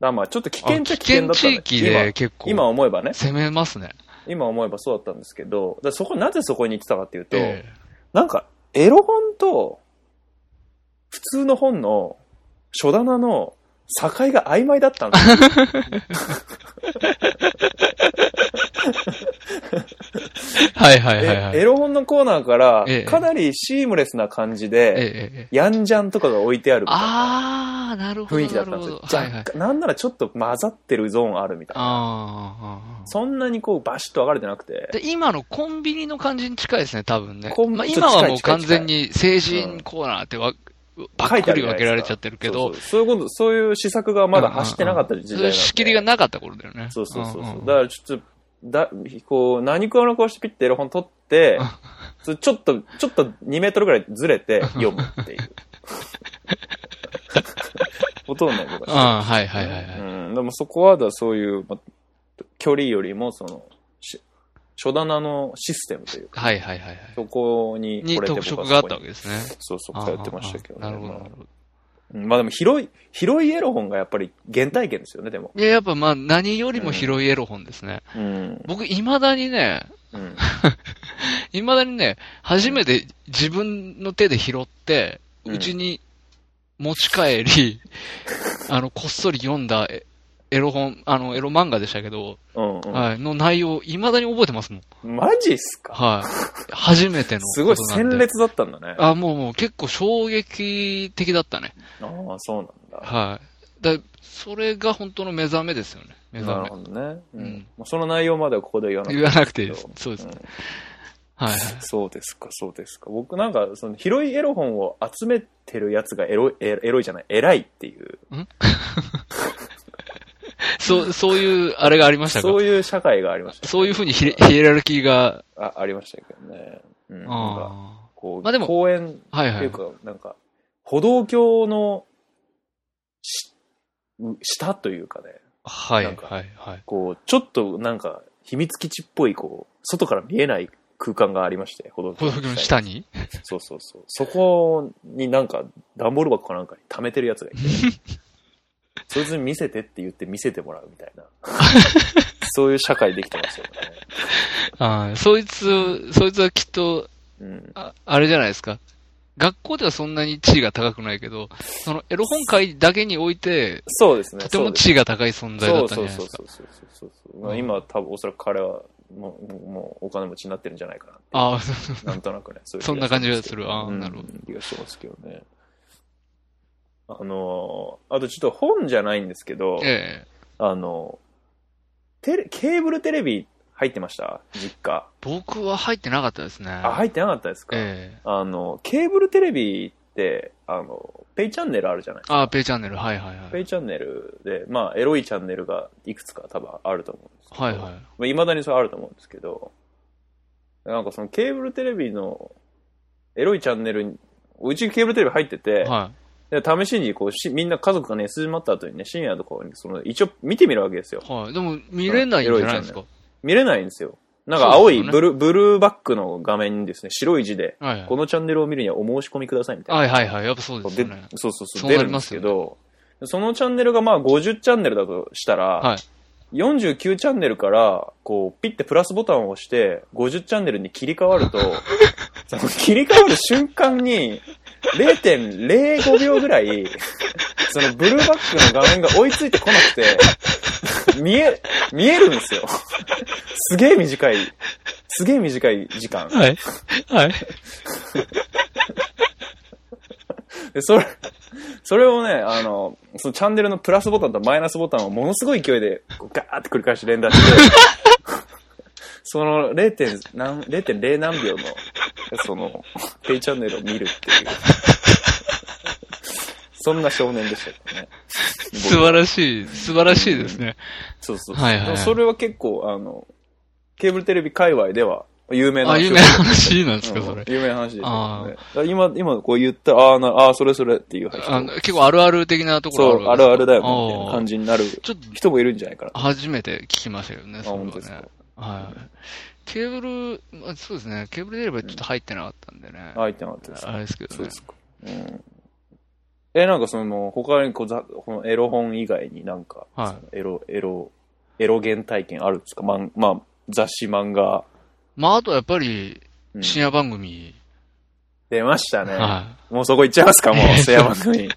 [SPEAKER 2] だからまあ、ちょっと危険っちゃ
[SPEAKER 3] あ
[SPEAKER 2] 危険だったん
[SPEAKER 3] 地
[SPEAKER 2] だ
[SPEAKER 3] 域で結構
[SPEAKER 2] 今今思えばね、
[SPEAKER 3] 攻めますね。
[SPEAKER 2] 今思えばそうだったんですけど、だからそこ、なぜそこに行ってたかっていうと、
[SPEAKER 3] え
[SPEAKER 2] なんか、エロ本と、普通の本の、書棚の境が曖昧だったんですよ。
[SPEAKER 3] えはい はいはいはい。
[SPEAKER 2] でエロ本のコーナーから
[SPEAKER 3] ええ、
[SPEAKER 2] かなりシームレスな感じ
[SPEAKER 3] ええ
[SPEAKER 2] で、
[SPEAKER 3] ええ
[SPEAKER 2] ヤンジャンとかが置いてあるみたいな。
[SPEAKER 3] あー、なるほ
[SPEAKER 2] 雰
[SPEAKER 3] ど。
[SPEAKER 2] 囲気だったんですよ。
[SPEAKER 3] なるほどはいはい。
[SPEAKER 2] 若干なんならちょっと混ざってるゾーンあるみたいな。
[SPEAKER 3] あーあ
[SPEAKER 2] そんなにこうバシッと分かれてなくて、
[SPEAKER 3] で今のコンビニの感じに近いですね、多分ね
[SPEAKER 2] コ。ン
[SPEAKER 3] まあ、
[SPEAKER 2] ちょ
[SPEAKER 3] 今はもう
[SPEAKER 2] 近い
[SPEAKER 3] 完
[SPEAKER 2] 近い
[SPEAKER 3] 全に成人コーナーってわ、ば
[SPEAKER 2] 書
[SPEAKER 3] っ
[SPEAKER 2] いて
[SPEAKER 3] く
[SPEAKER 2] あるじゃない
[SPEAKER 3] り分
[SPEAKER 2] ですか
[SPEAKER 3] けられちゃってるけ
[SPEAKER 2] そうそ
[SPEAKER 3] ど、
[SPEAKER 2] うそういうこと、そういう施策がまだ走ってなかった時代
[SPEAKER 3] そう
[SPEAKER 2] ないんで。
[SPEAKER 3] う仕切りがなかった頃だよね。
[SPEAKER 2] そうそうそうそう。
[SPEAKER 3] んん
[SPEAKER 2] だからちょっと、だ、こう、何食わぬ顔してピッてエロ本取って
[SPEAKER 3] うん、
[SPEAKER 2] それちょっと、ちょっと2メートルぐらいずれて読むって いう。 ほとんどのことがして
[SPEAKER 3] ああ、はいはいはいはい。
[SPEAKER 2] うん。でもそこは、だからそういう、ま、距離よりも、その、し書棚のシステムというか、
[SPEAKER 3] はいはいはいはい。
[SPEAKER 2] そこに
[SPEAKER 3] に
[SPEAKER 2] 惚れて
[SPEAKER 3] 特
[SPEAKER 2] 僕は
[SPEAKER 3] 色があ
[SPEAKER 2] そ
[SPEAKER 3] っ
[SPEAKER 2] こ
[SPEAKER 3] たわ
[SPEAKER 2] に
[SPEAKER 3] けですね。
[SPEAKER 2] そうそう、通ってましたけどね。
[SPEAKER 3] ああああなるほ
[SPEAKER 2] ま
[SPEAKER 3] ど
[SPEAKER 2] あ
[SPEAKER 3] なるほ
[SPEAKER 2] う
[SPEAKER 3] ど。
[SPEAKER 2] んまあでも広い、広いエロ本がやっぱり原体験ですよね、 でも。
[SPEAKER 3] いや、やっぱまあ何よりも広いエロ本ですね。
[SPEAKER 2] うん。
[SPEAKER 3] 僕、未だにね、
[SPEAKER 2] うん。
[SPEAKER 3] 未だにね、初めて自分の手で拾って、
[SPEAKER 2] うん
[SPEAKER 3] うち、に持ち帰 り、あの、こっそり読んだエエロ本、あの、エロ漫画でしたけど、
[SPEAKER 2] うん、うん。
[SPEAKER 3] はい、の内容、未だに覚えてますもん。
[SPEAKER 2] マジっすか
[SPEAKER 3] はい。初めての
[SPEAKER 2] すごい
[SPEAKER 3] ことな
[SPEAKER 2] 鮮
[SPEAKER 3] んで。
[SPEAKER 2] 烈だったんだね。あ
[SPEAKER 3] あ、もうもう結構衝撃的だったね。
[SPEAKER 2] あー、そうなんだ。
[SPEAKER 3] はい。だそれが本当の目覚めですよね。目
[SPEAKER 2] なる
[SPEAKER 3] 覚
[SPEAKER 2] ほどね。う
[SPEAKER 3] うん
[SPEAKER 2] ん。まあその内容まではここで言わな
[SPEAKER 3] め。
[SPEAKER 2] く
[SPEAKER 3] 言わなくていいです
[SPEAKER 2] うん。
[SPEAKER 3] そうですね。はいはい。
[SPEAKER 2] そうですか、そうですか。僕なんか、その、広いエロ本を集めてるやつがエロい、エロエロいじゃない、偉いっていう、
[SPEAKER 3] そう、そういう、あれがありましたか
[SPEAKER 2] そういう社会がありました。
[SPEAKER 3] そういうふうにヒレヒエラルキーが、
[SPEAKER 2] あ、ありましたけどね。うん。なんか、
[SPEAKER 3] あ
[SPEAKER 2] こう、
[SPEAKER 3] まあでも
[SPEAKER 2] 公園
[SPEAKER 3] あ。はい
[SPEAKER 2] っ
[SPEAKER 3] は
[SPEAKER 2] てい
[SPEAKER 3] い。
[SPEAKER 2] うか、なんか、歩道橋の、し、う下というかね、
[SPEAKER 3] はい
[SPEAKER 2] なんか
[SPEAKER 3] はいはい。
[SPEAKER 2] こう、ちょっとなんか、秘密基地っぽい、こう、外から見えない空間がありまして、歩道
[SPEAKER 3] 歩
[SPEAKER 2] 橋
[SPEAKER 3] 道橋の下に
[SPEAKER 2] そうそうそう。そこになんか、段ボール箱かなんかに溜めてるやつがいて、 そいつに見せてって言って見せてもらうみたいな。 そういう社会できてますよね。
[SPEAKER 3] ああ、そいつ、そいつはきっと、
[SPEAKER 2] うん。
[SPEAKER 3] ああれじゃないですか。学校ではそんなに地位が高くないけど、そのエロ本会だけにおいて、
[SPEAKER 2] そうですね。
[SPEAKER 3] とても地位が高い存在だったんじゃないですか。
[SPEAKER 2] そうそうそうそうそうそう、まあ、今多分おそらく彼はもうもうもうお金持ちになってるんじゃないかなって
[SPEAKER 3] ああ、そうそう
[SPEAKER 2] なんとなくねそういう
[SPEAKER 3] そんな感じがする
[SPEAKER 2] 気がしますけ
[SPEAKER 3] あーなるほど
[SPEAKER 2] うん気がしますけどねあのーあとちょっと本じゃないんですけど、
[SPEAKER 3] ええ。
[SPEAKER 2] あのテレケーブルテレビ入ってました実家
[SPEAKER 3] 僕は入ってなかったですね。
[SPEAKER 2] あ入ってなかったですか、
[SPEAKER 3] ええ。
[SPEAKER 2] あのケーブルテレビってあのペイチャンネルあるじゃないですか
[SPEAKER 3] ああ、ペイチャンネル、はいはいは
[SPEAKER 2] ペ
[SPEAKER 3] い。
[SPEAKER 2] イチャンネルで、まあ、エロいチャンネルがいくつか多分あると思うんですけど、
[SPEAKER 3] はいはい。
[SPEAKER 2] まあ、未だにそれあると思うんですけど、なんかそのケーブルテレビのエロいチャンネルに、うちケーブルテレビ入ってて、
[SPEAKER 3] は
[SPEAKER 2] で試しにこうし、みんな家族が寝静まった後にね、深夜のところに、その、一応見てみるわけですよ。
[SPEAKER 3] い。はい。でも、見れないんじゃないですか。
[SPEAKER 2] 見れないんですよ。なんか青い
[SPEAKER 3] そうです
[SPEAKER 2] ブル,、ブルーバックの画面にですね、白い字で、
[SPEAKER 3] はいはい
[SPEAKER 2] こ。のチャンネルを見るにはお申し込みくださいみたいな。
[SPEAKER 3] はいはいはい。やっぱそうです
[SPEAKER 2] で
[SPEAKER 3] よね。
[SPEAKER 2] そうそうそう、
[SPEAKER 3] そう
[SPEAKER 2] 出
[SPEAKER 3] な
[SPEAKER 2] る
[SPEAKER 3] り
[SPEAKER 2] ん
[SPEAKER 3] ま
[SPEAKER 2] です
[SPEAKER 3] す
[SPEAKER 2] け
[SPEAKER 3] よね
[SPEAKER 2] ど、そのチャンネルがまあ50チャンネルだとしたら、
[SPEAKER 3] はい。
[SPEAKER 2] 49チャンネルから、こう、ピッてプラスボタンを押して、50チャンネルに切り替わ ると、その切り替わる瞬間に、0.05秒ぐらい、そのブルーバックの画面が追いついてこなくて、見え、見えるんですよ。すげえ短い、すげえ短い時間。
[SPEAKER 3] はい。はい。
[SPEAKER 2] で、それ、 それをね、あの、そのチャンネルのプラスボタンとマイナスボタンをものすごい勢いで、こうガーって繰り返し連打して、 その 0. 点何、0.0何秒の、その、ペイチャンネルを見るっていう。そんな少年でしたけどね。
[SPEAKER 3] 素晴らしい、素晴らしいですね。
[SPEAKER 2] そうそうそう。
[SPEAKER 3] はいはいはい
[SPEAKER 2] でもそれは結構、あの、ケーブルテレビ界隈では有名な
[SPEAKER 3] あ、有名な話なんですか、それ。
[SPEAKER 2] うん有名な話です
[SPEAKER 3] あ
[SPEAKER 2] よ
[SPEAKER 3] ー
[SPEAKER 2] ね。だから今、今こう言ったら、あーなあー、それそれっていう話。
[SPEAKER 3] あの結構あるある的なとこ
[SPEAKER 2] そ
[SPEAKER 3] ろ
[SPEAKER 2] う、あるあるだよね、みたいな
[SPEAKER 3] あ
[SPEAKER 2] 感
[SPEAKER 3] あ
[SPEAKER 2] じになる
[SPEAKER 3] ちょっと
[SPEAKER 2] 人もいるんじゃないかな。あ、
[SPEAKER 3] 初めて聞きましたよね、それは
[SPEAKER 2] 本当ですか
[SPEAKER 3] ね。。はい。ケーブル、まあ、そうですね、ケーブルテレビはちょっと入ってなかったんでね。
[SPEAKER 2] 入ってなかったです
[SPEAKER 3] あ。れですけど
[SPEAKER 2] そう
[SPEAKER 3] ね
[SPEAKER 2] で。すか。うん。え、なんかその、他にこうざ、このエロ本以外になんか、
[SPEAKER 3] はい
[SPEAKER 2] そのエロ、エロ、エロ原体験あるんですかまん、まあ、雑誌、漫画。
[SPEAKER 3] まあ、あとやっぱり、
[SPEAKER 2] うん
[SPEAKER 3] 深夜番組。
[SPEAKER 2] 出ましたね。
[SPEAKER 3] は
[SPEAKER 2] もうそこ行っちゃいます かもう、深夜番組。
[SPEAKER 3] い。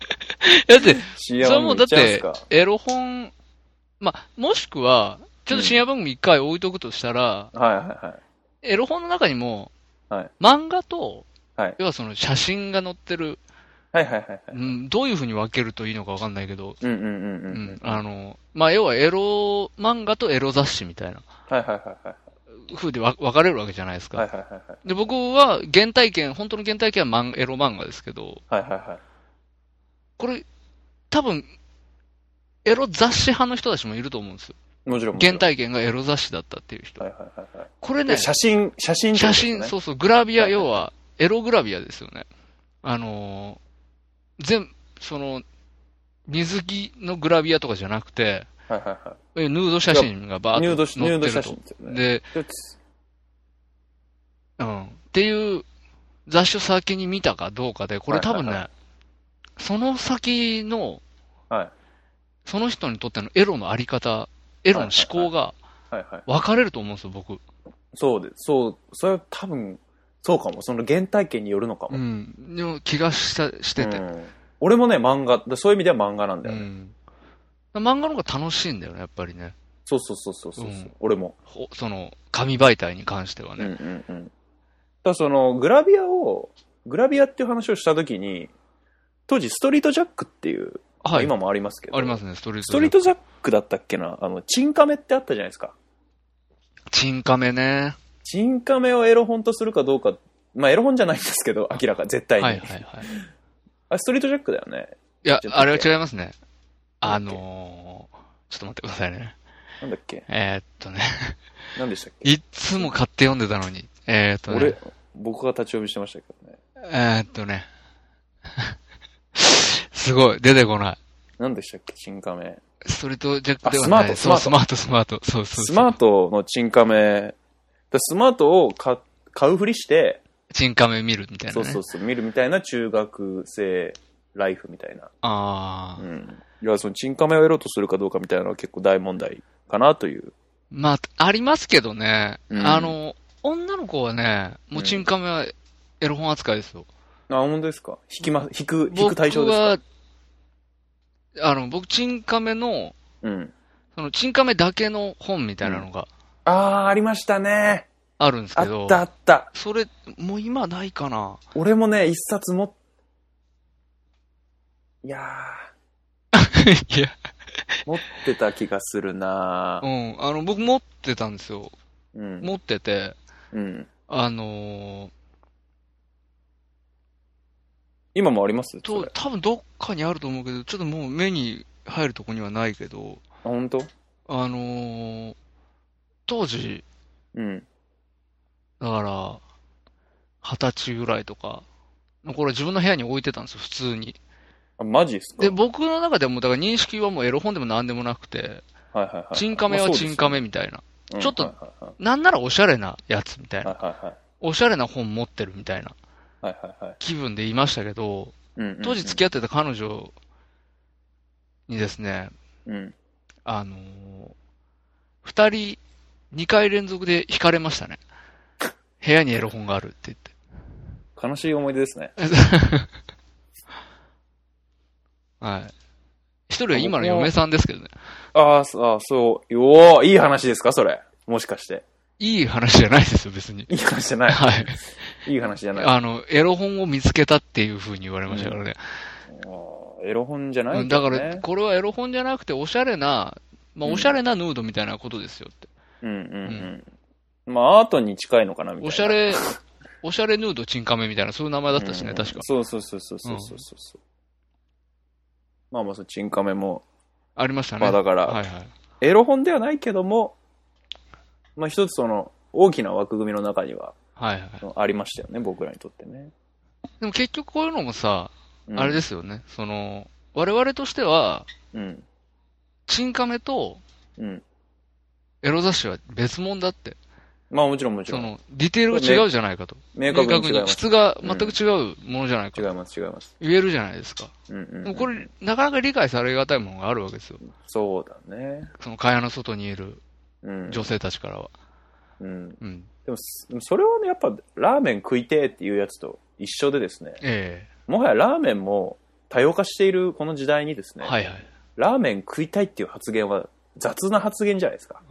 [SPEAKER 3] だって、
[SPEAKER 2] 深
[SPEAKER 3] それ
[SPEAKER 2] 夜
[SPEAKER 3] は
[SPEAKER 2] 番
[SPEAKER 3] もう
[SPEAKER 2] 組行っ
[SPEAKER 3] だっ
[SPEAKER 2] ちゃい
[SPEAKER 3] て
[SPEAKER 2] ますか、
[SPEAKER 3] エロ本、まあ、もしくは、ちょっと深夜番組一回置いとくとしたら、
[SPEAKER 2] はいはいはい。
[SPEAKER 3] エロ本の中にも、
[SPEAKER 2] はい
[SPEAKER 3] 漫画と、
[SPEAKER 2] はい
[SPEAKER 3] 要はその写真が載ってる
[SPEAKER 2] はいはいはいはい。
[SPEAKER 3] うん、どういうふうに分けるといいのか分かんないけど、
[SPEAKER 2] うんうんうんう
[SPEAKER 3] う
[SPEAKER 2] んん。、
[SPEAKER 3] あの、まあ、要はエロ漫画とエロ雑誌みたいな
[SPEAKER 2] はいはいはいはい。
[SPEAKER 3] 風でわ分かれるわけじゃないですか。
[SPEAKER 2] はいはいはいはい。
[SPEAKER 3] で、僕は原体験、本当の原体験は漫エロ漫画ですけど、
[SPEAKER 2] はいはいはい。
[SPEAKER 3] これ、多分、エロ雑誌派の人たちもいると思うんですよ。
[SPEAKER 2] もちろん。もちろん
[SPEAKER 3] 原体験がエロ雑誌だったっていう人。
[SPEAKER 2] はいはいはいはい。
[SPEAKER 3] これね
[SPEAKER 2] で、写真、写真ってこと
[SPEAKER 3] 写
[SPEAKER 2] ですね、
[SPEAKER 3] 真、そうそう、グラビア、
[SPEAKER 2] はいはい
[SPEAKER 3] 要は、エログラビアですよね。あのー、全、その、水着のグラビアとかじゃなくて、
[SPEAKER 2] はいはいは
[SPEAKER 3] えヌード写真がバー
[SPEAKER 2] い。
[SPEAKER 3] ッ
[SPEAKER 2] ニュード
[SPEAKER 3] と載っ
[SPEAKER 2] し、
[SPEAKER 3] て
[SPEAKER 2] ニュード
[SPEAKER 3] ると
[SPEAKER 2] 写真ですよね。
[SPEAKER 3] で、
[SPEAKER 2] で
[SPEAKER 3] うん。っていう雑誌を先に見たかどうかで、これ多分ね、
[SPEAKER 2] はいはい
[SPEAKER 3] その先の、
[SPEAKER 2] はい
[SPEAKER 3] その人にとってのエロのあり方、エロの思考が
[SPEAKER 2] はいはい。
[SPEAKER 3] 分かれると思うんですよ、僕。
[SPEAKER 2] そうで、そう、それは多分、そうかも。その原体験によるのかも。
[SPEAKER 3] うん。でも気がしたしてて。
[SPEAKER 2] うん俺もね、漫画、でそういう意味では漫画なんだ
[SPEAKER 3] う
[SPEAKER 2] よね。
[SPEAKER 3] ん。漫画の方が楽しいんだよね、やっぱりね。
[SPEAKER 2] そうそうそうそうそう、
[SPEAKER 3] うん
[SPEAKER 2] 俺も。
[SPEAKER 3] ほその、紙媒体に関しては
[SPEAKER 2] うんう
[SPEAKER 3] ね。
[SPEAKER 2] んうん。だからその、グラビアを、グラビアっていう話をしたときに、当時、ストリートジャックっていう、
[SPEAKER 3] はい。
[SPEAKER 2] 今もありますけど。
[SPEAKER 3] ありますね、ストリート。
[SPEAKER 2] ストリートジャックだったっけなあの、チンカメってあったじゃないですか。
[SPEAKER 3] チンカメね。
[SPEAKER 2] チンカメをエロ本とするかどうか、まあエロ本じゃないんですけど、明らか、絶対
[SPEAKER 3] はい
[SPEAKER 2] に。
[SPEAKER 3] はいはい。
[SPEAKER 2] あストリートジャックだよね。
[SPEAKER 3] いや
[SPEAKER 2] ちょっ、と
[SPEAKER 3] あれは違いますね。あのー、ちょっと待ってくださいね。
[SPEAKER 2] なんだっけ
[SPEAKER 3] えーっとね、
[SPEAKER 2] なんでしたっけ
[SPEAKER 3] いっつも買って読んでたのに。えーっとね
[SPEAKER 2] 俺、、僕が立ち読みしてましたけどね。
[SPEAKER 3] えーっとね、 すごい、出てこない。
[SPEAKER 2] なんでしたっけチンカメ。
[SPEAKER 3] ストリートジャックではない。
[SPEAKER 2] あスマート
[SPEAKER 3] そう、スマート、スマート。そうそうそう。
[SPEAKER 2] スマートのチンカメ。だスマートを買買うふりして、
[SPEAKER 3] チンカメ見るみたいな、
[SPEAKER 2] そ
[SPEAKER 3] ね。
[SPEAKER 2] うそうそう、見るみたいな中学生ライフみたいな。
[SPEAKER 3] ああ、
[SPEAKER 2] うん。いや、そのチンカメをエロとするかどうかみたいなのは結構大問題かなという。
[SPEAKER 3] まあ、ありますけどね。
[SPEAKER 2] うん
[SPEAKER 3] あの、女の子はね、もううんチンカメはエロ本扱いですよ。
[SPEAKER 2] あ、本当ですか引きま、引く、引
[SPEAKER 3] 僕
[SPEAKER 2] く対象ですか
[SPEAKER 3] は、あの、僕、チンカメの、
[SPEAKER 2] うん。
[SPEAKER 3] その、チンカメだけの本みたいなのが
[SPEAKER 2] ああ、ありましたね。
[SPEAKER 3] あるんです
[SPEAKER 2] あ
[SPEAKER 3] けど、
[SPEAKER 2] ったあった。
[SPEAKER 3] それ、もう今ないかな。
[SPEAKER 2] 俺もね、一冊も、いや
[SPEAKER 3] いや、
[SPEAKER 2] ー、持ってた気がするな
[SPEAKER 3] う、ん、あの、僕持ってたんですよ。
[SPEAKER 2] うん、
[SPEAKER 3] 持ってて、
[SPEAKER 2] うん。
[SPEAKER 3] あのー
[SPEAKER 2] 今もありますそ
[SPEAKER 3] と、
[SPEAKER 2] れ。
[SPEAKER 3] 多分どっかにあると思うけど、ちょっともう目に入るとこにはないけど、
[SPEAKER 2] あ、本当？
[SPEAKER 3] あのー当時、
[SPEAKER 2] うん。
[SPEAKER 3] だから、二十歳ぐらいとか、これ自分の部屋に置いてたんですよ、普通に。
[SPEAKER 2] あ、マジっすか
[SPEAKER 3] で、僕の中でも、だから認識はもうエロ本でも何でもなくて、
[SPEAKER 2] はいはいはい。
[SPEAKER 3] チンカメはチンカメみたいな。
[SPEAKER 2] まあ、
[SPEAKER 3] ちょっと
[SPEAKER 2] そうですよ
[SPEAKER 3] なんならおしゃれなやつみたい
[SPEAKER 2] うんは
[SPEAKER 3] な。
[SPEAKER 2] いはいはい。
[SPEAKER 3] おしゃれな本持ってるみたいな
[SPEAKER 2] はいはいはい。
[SPEAKER 3] 気分でいましたけど、
[SPEAKER 2] うんうんうん
[SPEAKER 3] 当時付き合ってた彼女にですね、
[SPEAKER 2] うん。
[SPEAKER 3] あのー二人、二回連続で惹かれましたね。部屋にエロ本があるって言って。
[SPEAKER 2] 悲しい思い出ですね。
[SPEAKER 3] はい。一人は今の嫁さんですけどね。
[SPEAKER 2] あーそあー、そう。おー、いい話ですかそれ。もしかして。
[SPEAKER 3] いい話じゃないですよ、別に。
[SPEAKER 2] いい話じゃない。
[SPEAKER 3] はい。
[SPEAKER 2] いい話じゃない。
[SPEAKER 3] あの、エロ本を見つけたっていう風に言われましたからね。
[SPEAKER 2] あーエロ本じゃない、
[SPEAKER 3] う
[SPEAKER 2] ね、
[SPEAKER 3] んだから、これはエロ本じゃなくて、おしゃれな、まあ、
[SPEAKER 2] うん
[SPEAKER 3] おしゃれなヌードみたいなことですよって。
[SPEAKER 2] うんうんうん。まあ、アートに近いのかなみたいな。
[SPEAKER 3] おしゃれ、おしゃれヌードチンカメみたいな、そういう名前だ
[SPEAKER 2] だ
[SPEAKER 3] ったしね、確か。
[SPEAKER 2] そうそうそうそうそうそうそうそう。まあまあ、そのチンカメも、
[SPEAKER 3] ありましたね。
[SPEAKER 2] まあだから、
[SPEAKER 3] はいはい。
[SPEAKER 2] エロ本ではないけども、まあ一つその、大きな枠組みの中には
[SPEAKER 3] はいはい。
[SPEAKER 2] ありましたよね、僕らにとってね。。
[SPEAKER 3] でも結局こういうのもさ、あれですすよね。その、我々としては、
[SPEAKER 2] うん。
[SPEAKER 3] チンカメと
[SPEAKER 2] うん。
[SPEAKER 3] エロ雑誌は別物だって。
[SPEAKER 2] まあもちろんもち
[SPEAKER 3] そ
[SPEAKER 2] ろん。
[SPEAKER 3] の、ディテールが違うじゃないかと。
[SPEAKER 2] 明確に違い
[SPEAKER 3] 明
[SPEAKER 2] ます。
[SPEAKER 3] 質が全く違うものじゃないか
[SPEAKER 2] 違い
[SPEAKER 3] と。
[SPEAKER 2] ます、違います。
[SPEAKER 3] 言えるじゃないですか。
[SPEAKER 2] うんうん、
[SPEAKER 3] でもこれ、なかなか理解されがたいものがあるわけですよ。
[SPEAKER 2] そうだね。
[SPEAKER 3] その会話の外にいる
[SPEAKER 2] うん。
[SPEAKER 3] 女性たちからは。
[SPEAKER 2] うん。
[SPEAKER 3] うん。
[SPEAKER 2] でも、すでもそれはね、やっぱ、ラーメン食いてえっていうやつと一緒でですね、
[SPEAKER 3] え
[SPEAKER 2] もはやラーメンも多様化しているこの時代にです
[SPEAKER 3] え
[SPEAKER 2] ね、
[SPEAKER 3] はいはい。
[SPEAKER 2] ラーメン食いたいっていう発言は雑な 発言じゃないですか。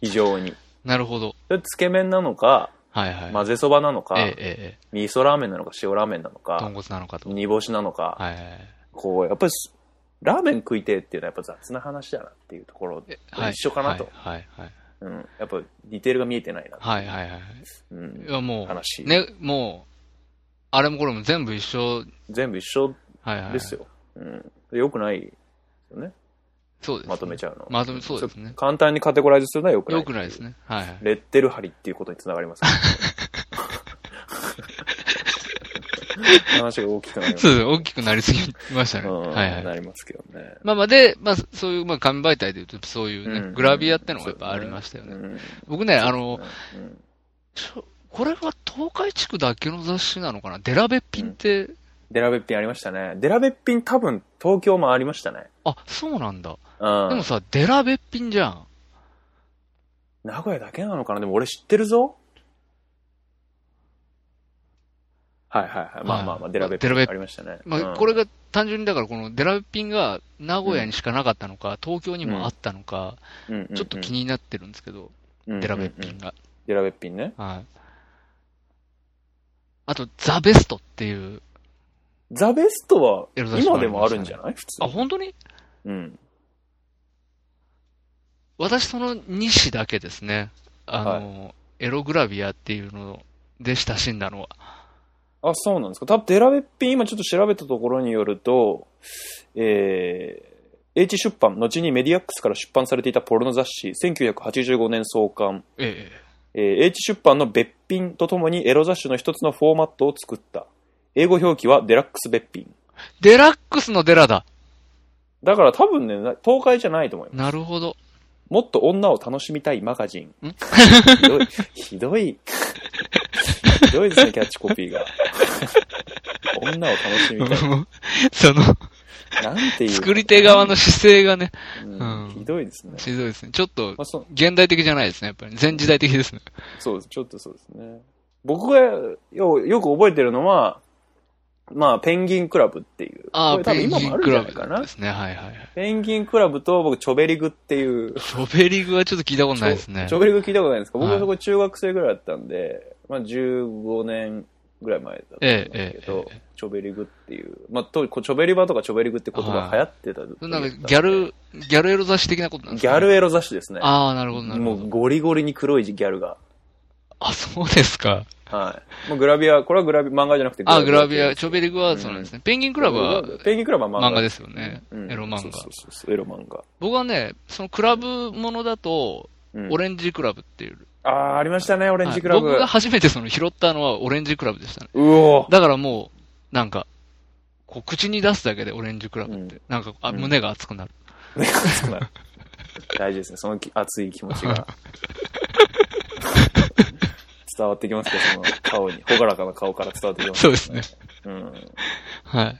[SPEAKER 2] 非常に。
[SPEAKER 3] なるほど。
[SPEAKER 2] それつけ麺なのか、
[SPEAKER 3] はいはい。
[SPEAKER 2] 混ぜそばなのか、
[SPEAKER 3] ええええ
[SPEAKER 2] 味噌ラーメンなのか、塩ラーメンなの
[SPEAKER 3] ええ、豚
[SPEAKER 2] か、
[SPEAKER 3] 骨なのかと。
[SPEAKER 2] 煮干しなのか、
[SPEAKER 3] はいはいはい。
[SPEAKER 2] こう、やっぱりす、ラーメン食いてえっていうのはやっぱ雑な話だなっていうところで、
[SPEAKER 3] はい
[SPEAKER 2] 一緒かなと、
[SPEAKER 3] はいはい
[SPEAKER 2] うん。やっぱ、ディテールが見えてないな、
[SPEAKER 3] はい。はいはいはい。
[SPEAKER 2] う
[SPEAKER 3] い
[SPEAKER 2] ん、
[SPEAKER 3] やも
[SPEAKER 2] 話、
[SPEAKER 3] う、ね、もう、あれもこれも全部一緒、
[SPEAKER 2] 全部一緒
[SPEAKER 3] はいはい。
[SPEAKER 2] です。よ。うん。で良くないですよね。
[SPEAKER 3] そうです、ね。
[SPEAKER 2] まとめちゃうの。
[SPEAKER 3] まとめ、そうですね。
[SPEAKER 2] 簡単にカテゴライズするのは良くない。
[SPEAKER 3] よくないです。ね。はいはい。
[SPEAKER 2] レッテル貼りっていうことにつながり ます、ね、話が大きくなります
[SPEAKER 3] そう。です大きくなりすぎましたね。
[SPEAKER 2] うん
[SPEAKER 3] はいは。
[SPEAKER 2] ないりますけどね。
[SPEAKER 3] まあまあで、まあそういう、まあ紙媒体で言うと、そういうね、
[SPEAKER 2] うん
[SPEAKER 3] グラビアってのがやっぱありましたよね。僕ね、あの、
[SPEAKER 2] うんうん
[SPEAKER 3] ちょこれは東海地区だけの雑誌なのかなデラベッピンって、
[SPEAKER 2] デラベッピンありましたね。デラベッピン多分東京もありましたね。
[SPEAKER 3] あ、そうなんだ。
[SPEAKER 2] うん。
[SPEAKER 3] でもさ、デラベッピンじゃん。
[SPEAKER 2] 名古屋だけなのかなでも俺知ってるぞ。はいはいはい。まあまあま
[SPEAKER 3] は
[SPEAKER 2] あ、
[SPEAKER 3] い
[SPEAKER 2] デラベッピ
[SPEAKER 3] デラベッ
[SPEAKER 2] ン
[SPEAKER 3] ピ
[SPEAKER 2] ありましたね。
[SPEAKER 3] ま
[SPEAKER 2] う
[SPEAKER 3] あ、
[SPEAKER 2] ん
[SPEAKER 3] これが単純にだからこのデラベッピンが名古屋にしかなかったのか、東京にもあったのか、ちょっと気
[SPEAKER 2] に、
[SPEAKER 3] になってるんですけど、
[SPEAKER 2] うんうんうん
[SPEAKER 3] デラベッピン。が。
[SPEAKER 2] デラベッピンね。
[SPEAKER 3] はい。あと、ザ・ベストっていう。
[SPEAKER 2] ザベストは
[SPEAKER 3] エロ雑誌
[SPEAKER 2] 今
[SPEAKER 3] もあり
[SPEAKER 2] で
[SPEAKER 3] ましたね
[SPEAKER 2] もあるんじゃない普通
[SPEAKER 3] あ、。本当に
[SPEAKER 2] うん。
[SPEAKER 3] 私その2誌だけですね。あの、エログラビアっていうので親しんだのは。
[SPEAKER 2] あ、そうなんですか。多分デラベッピン、今ちょっと調べたところによると、えー、H 出版、後にメディアックスから出版されていたポルノ雑誌、1985年創刊、
[SPEAKER 3] ええ。
[SPEAKER 2] えー H 出版の別品とともにエロ雑誌の一つのフォーマットを作った。英語表記はデラックス別品。
[SPEAKER 3] デラックスのデラだ。
[SPEAKER 2] だから多分ね、な東海じゃないと思います。
[SPEAKER 3] なる ほど。
[SPEAKER 2] もっと女を楽しみたいマガジン。
[SPEAKER 3] ん
[SPEAKER 2] ひどい、ひどい、ひどいですね、キャッチコピーが。女を楽しみたい。
[SPEAKER 3] その、
[SPEAKER 2] なんていう。
[SPEAKER 3] 作り手側の姿勢がね、
[SPEAKER 2] うん
[SPEAKER 3] うん
[SPEAKER 2] ひどいですね。
[SPEAKER 3] しどいですね。ちょっと
[SPEAKER 2] ま、あ、そ
[SPEAKER 3] 現代的じゃないですね、やっぱり。全時代的ですね。
[SPEAKER 2] そうです。ちょっとそうですね。僕がよよく覚えてるのは、まあ、ペンギンクラブっていう。こ
[SPEAKER 3] ああ、
[SPEAKER 2] れ多分
[SPEAKER 3] ペン
[SPEAKER 2] 今
[SPEAKER 3] ギ
[SPEAKER 2] もあ
[SPEAKER 3] ン
[SPEAKER 2] るん
[SPEAKER 3] ク
[SPEAKER 2] じゃ
[SPEAKER 3] ラ
[SPEAKER 2] な
[SPEAKER 3] ブ
[SPEAKER 2] いかな
[SPEAKER 3] で。すね。はいはいはい。
[SPEAKER 2] ペンギンクラブと僕、チョベリグっていう。
[SPEAKER 3] チョベリグはちょっと聞いたことないですね
[SPEAKER 2] チ。ョベリグ聞いたことないんですか僕
[SPEAKER 3] は
[SPEAKER 2] は
[SPEAKER 3] い
[SPEAKER 2] そこ中学生ぐらいだったんで、まあ、15年ぐらい前だったんですけど、
[SPEAKER 3] えええええ
[SPEAKER 2] チョベリグっていう。まあ、とこうチョベリバとかチョベリグって言葉が流行ってた時だったんで。
[SPEAKER 3] なんか、ギャル、ギャルエロ雑誌的なことなんです
[SPEAKER 2] ギ
[SPEAKER 3] か
[SPEAKER 2] ャルエロ雑誌ですね。
[SPEAKER 3] ああ、なるほど、なる
[SPEAKER 2] も
[SPEAKER 3] ほど
[SPEAKER 2] う。ゴリゴリに黒いギャルが。
[SPEAKER 3] あ、そうですか。
[SPEAKER 2] はい。もうグラビア、これはグラビ漫画じゃなくて
[SPEAKER 3] あ、グラビ
[SPEAKER 2] っ
[SPEAKER 3] ア、
[SPEAKER 2] て
[SPEAKER 3] チョベリグはそうなんですね。ペンギンクラブは
[SPEAKER 2] ペンギンクラブは漫画
[SPEAKER 3] 漫画ですよね。
[SPEAKER 2] うん
[SPEAKER 3] エロ漫
[SPEAKER 2] そう
[SPEAKER 3] 画
[SPEAKER 2] そう。そうそうエロ漫画。
[SPEAKER 3] 僕はね、そのクラブものだと、
[SPEAKER 2] うん
[SPEAKER 3] オレンジクラブっていう。
[SPEAKER 2] ああ、ありましたね、オレンジクラブ。
[SPEAKER 3] はい僕が初めてその拾ったのはオレンジクラブでしたね。
[SPEAKER 2] うお
[SPEAKER 3] だからもう、なんか、こう口に出すだけでオレンジクラブって、
[SPEAKER 2] うん
[SPEAKER 3] なんかあ
[SPEAKER 2] うん
[SPEAKER 3] 胸が熱くなる。
[SPEAKER 2] 目が熱くなる大事ですね、その気熱い気持ち が。伝わってきますけど、その顔に、朗らかな顔から伝わってきます
[SPEAKER 3] そうですね。
[SPEAKER 2] うん。
[SPEAKER 3] はい。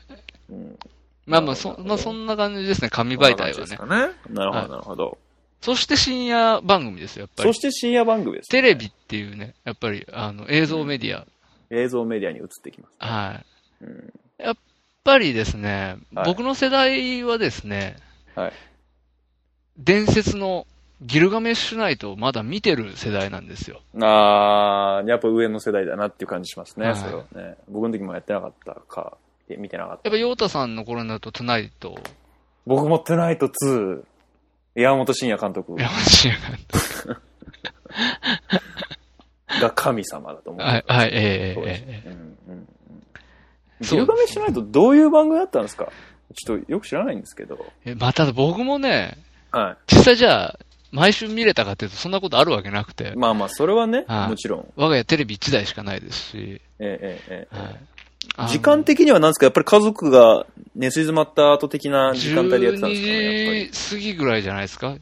[SPEAKER 2] うん。
[SPEAKER 3] まあま
[SPEAKER 2] なるほど
[SPEAKER 3] あ、そまあ、そんな感じですね、紙媒体
[SPEAKER 2] そんな感じです
[SPEAKER 3] はね。
[SPEAKER 2] かね。なるほ
[SPEAKER 3] はい
[SPEAKER 2] ど、なるほど。
[SPEAKER 3] そして深夜番組ですよ、やっぱり
[SPEAKER 2] そし。て深夜番組ですね。
[SPEAKER 3] テレビっていうね、やっぱり、あの、映像メディア。
[SPEAKER 2] 映像メディアに映ってきます。
[SPEAKER 3] はい。
[SPEAKER 2] うん。
[SPEAKER 3] やっぱりですね、
[SPEAKER 2] はい
[SPEAKER 3] 僕の世代はですね、
[SPEAKER 2] はい
[SPEAKER 3] 伝説のギルガメッシュナイトをまだ見てる世代なんですよ。
[SPEAKER 2] あー、やっぱ上の世代だなっていう感じしますね、
[SPEAKER 3] はい
[SPEAKER 2] それはね。僕の時もやってなかったか、で見てなかった
[SPEAKER 3] やっ。ぱ、ヨータさんの頃になると、トゥナイト、
[SPEAKER 2] 僕もトゥナイト2、山本慎也監督
[SPEAKER 3] 山 下が、
[SPEAKER 2] が神様だと思う。
[SPEAKER 3] はい、はい、ええ
[SPEAKER 2] そうです
[SPEAKER 3] ええええ
[SPEAKER 2] うんうんうんギ
[SPEAKER 3] そうですね
[SPEAKER 2] ルガメッシュナイトどういう番組だったんですかちょっとよく知らないんですけど。
[SPEAKER 3] えまあただ僕もね、
[SPEAKER 2] は
[SPEAKER 3] 実際じゃあ、毎週見れたかっていうと、そんなことあるわけなくて
[SPEAKER 2] い。、まあまあ、それはね、
[SPEAKER 3] はい
[SPEAKER 2] もちろん。
[SPEAKER 3] 我が家テレビ1台しかないですし、
[SPEAKER 2] ええええええ
[SPEAKER 3] はいあの
[SPEAKER 2] 時間的には何ですかやっぱり家族が寝静まった後的な時間帯でやってたんですかねやっぱり。
[SPEAKER 3] 12時過ぎぐらいじゃないですか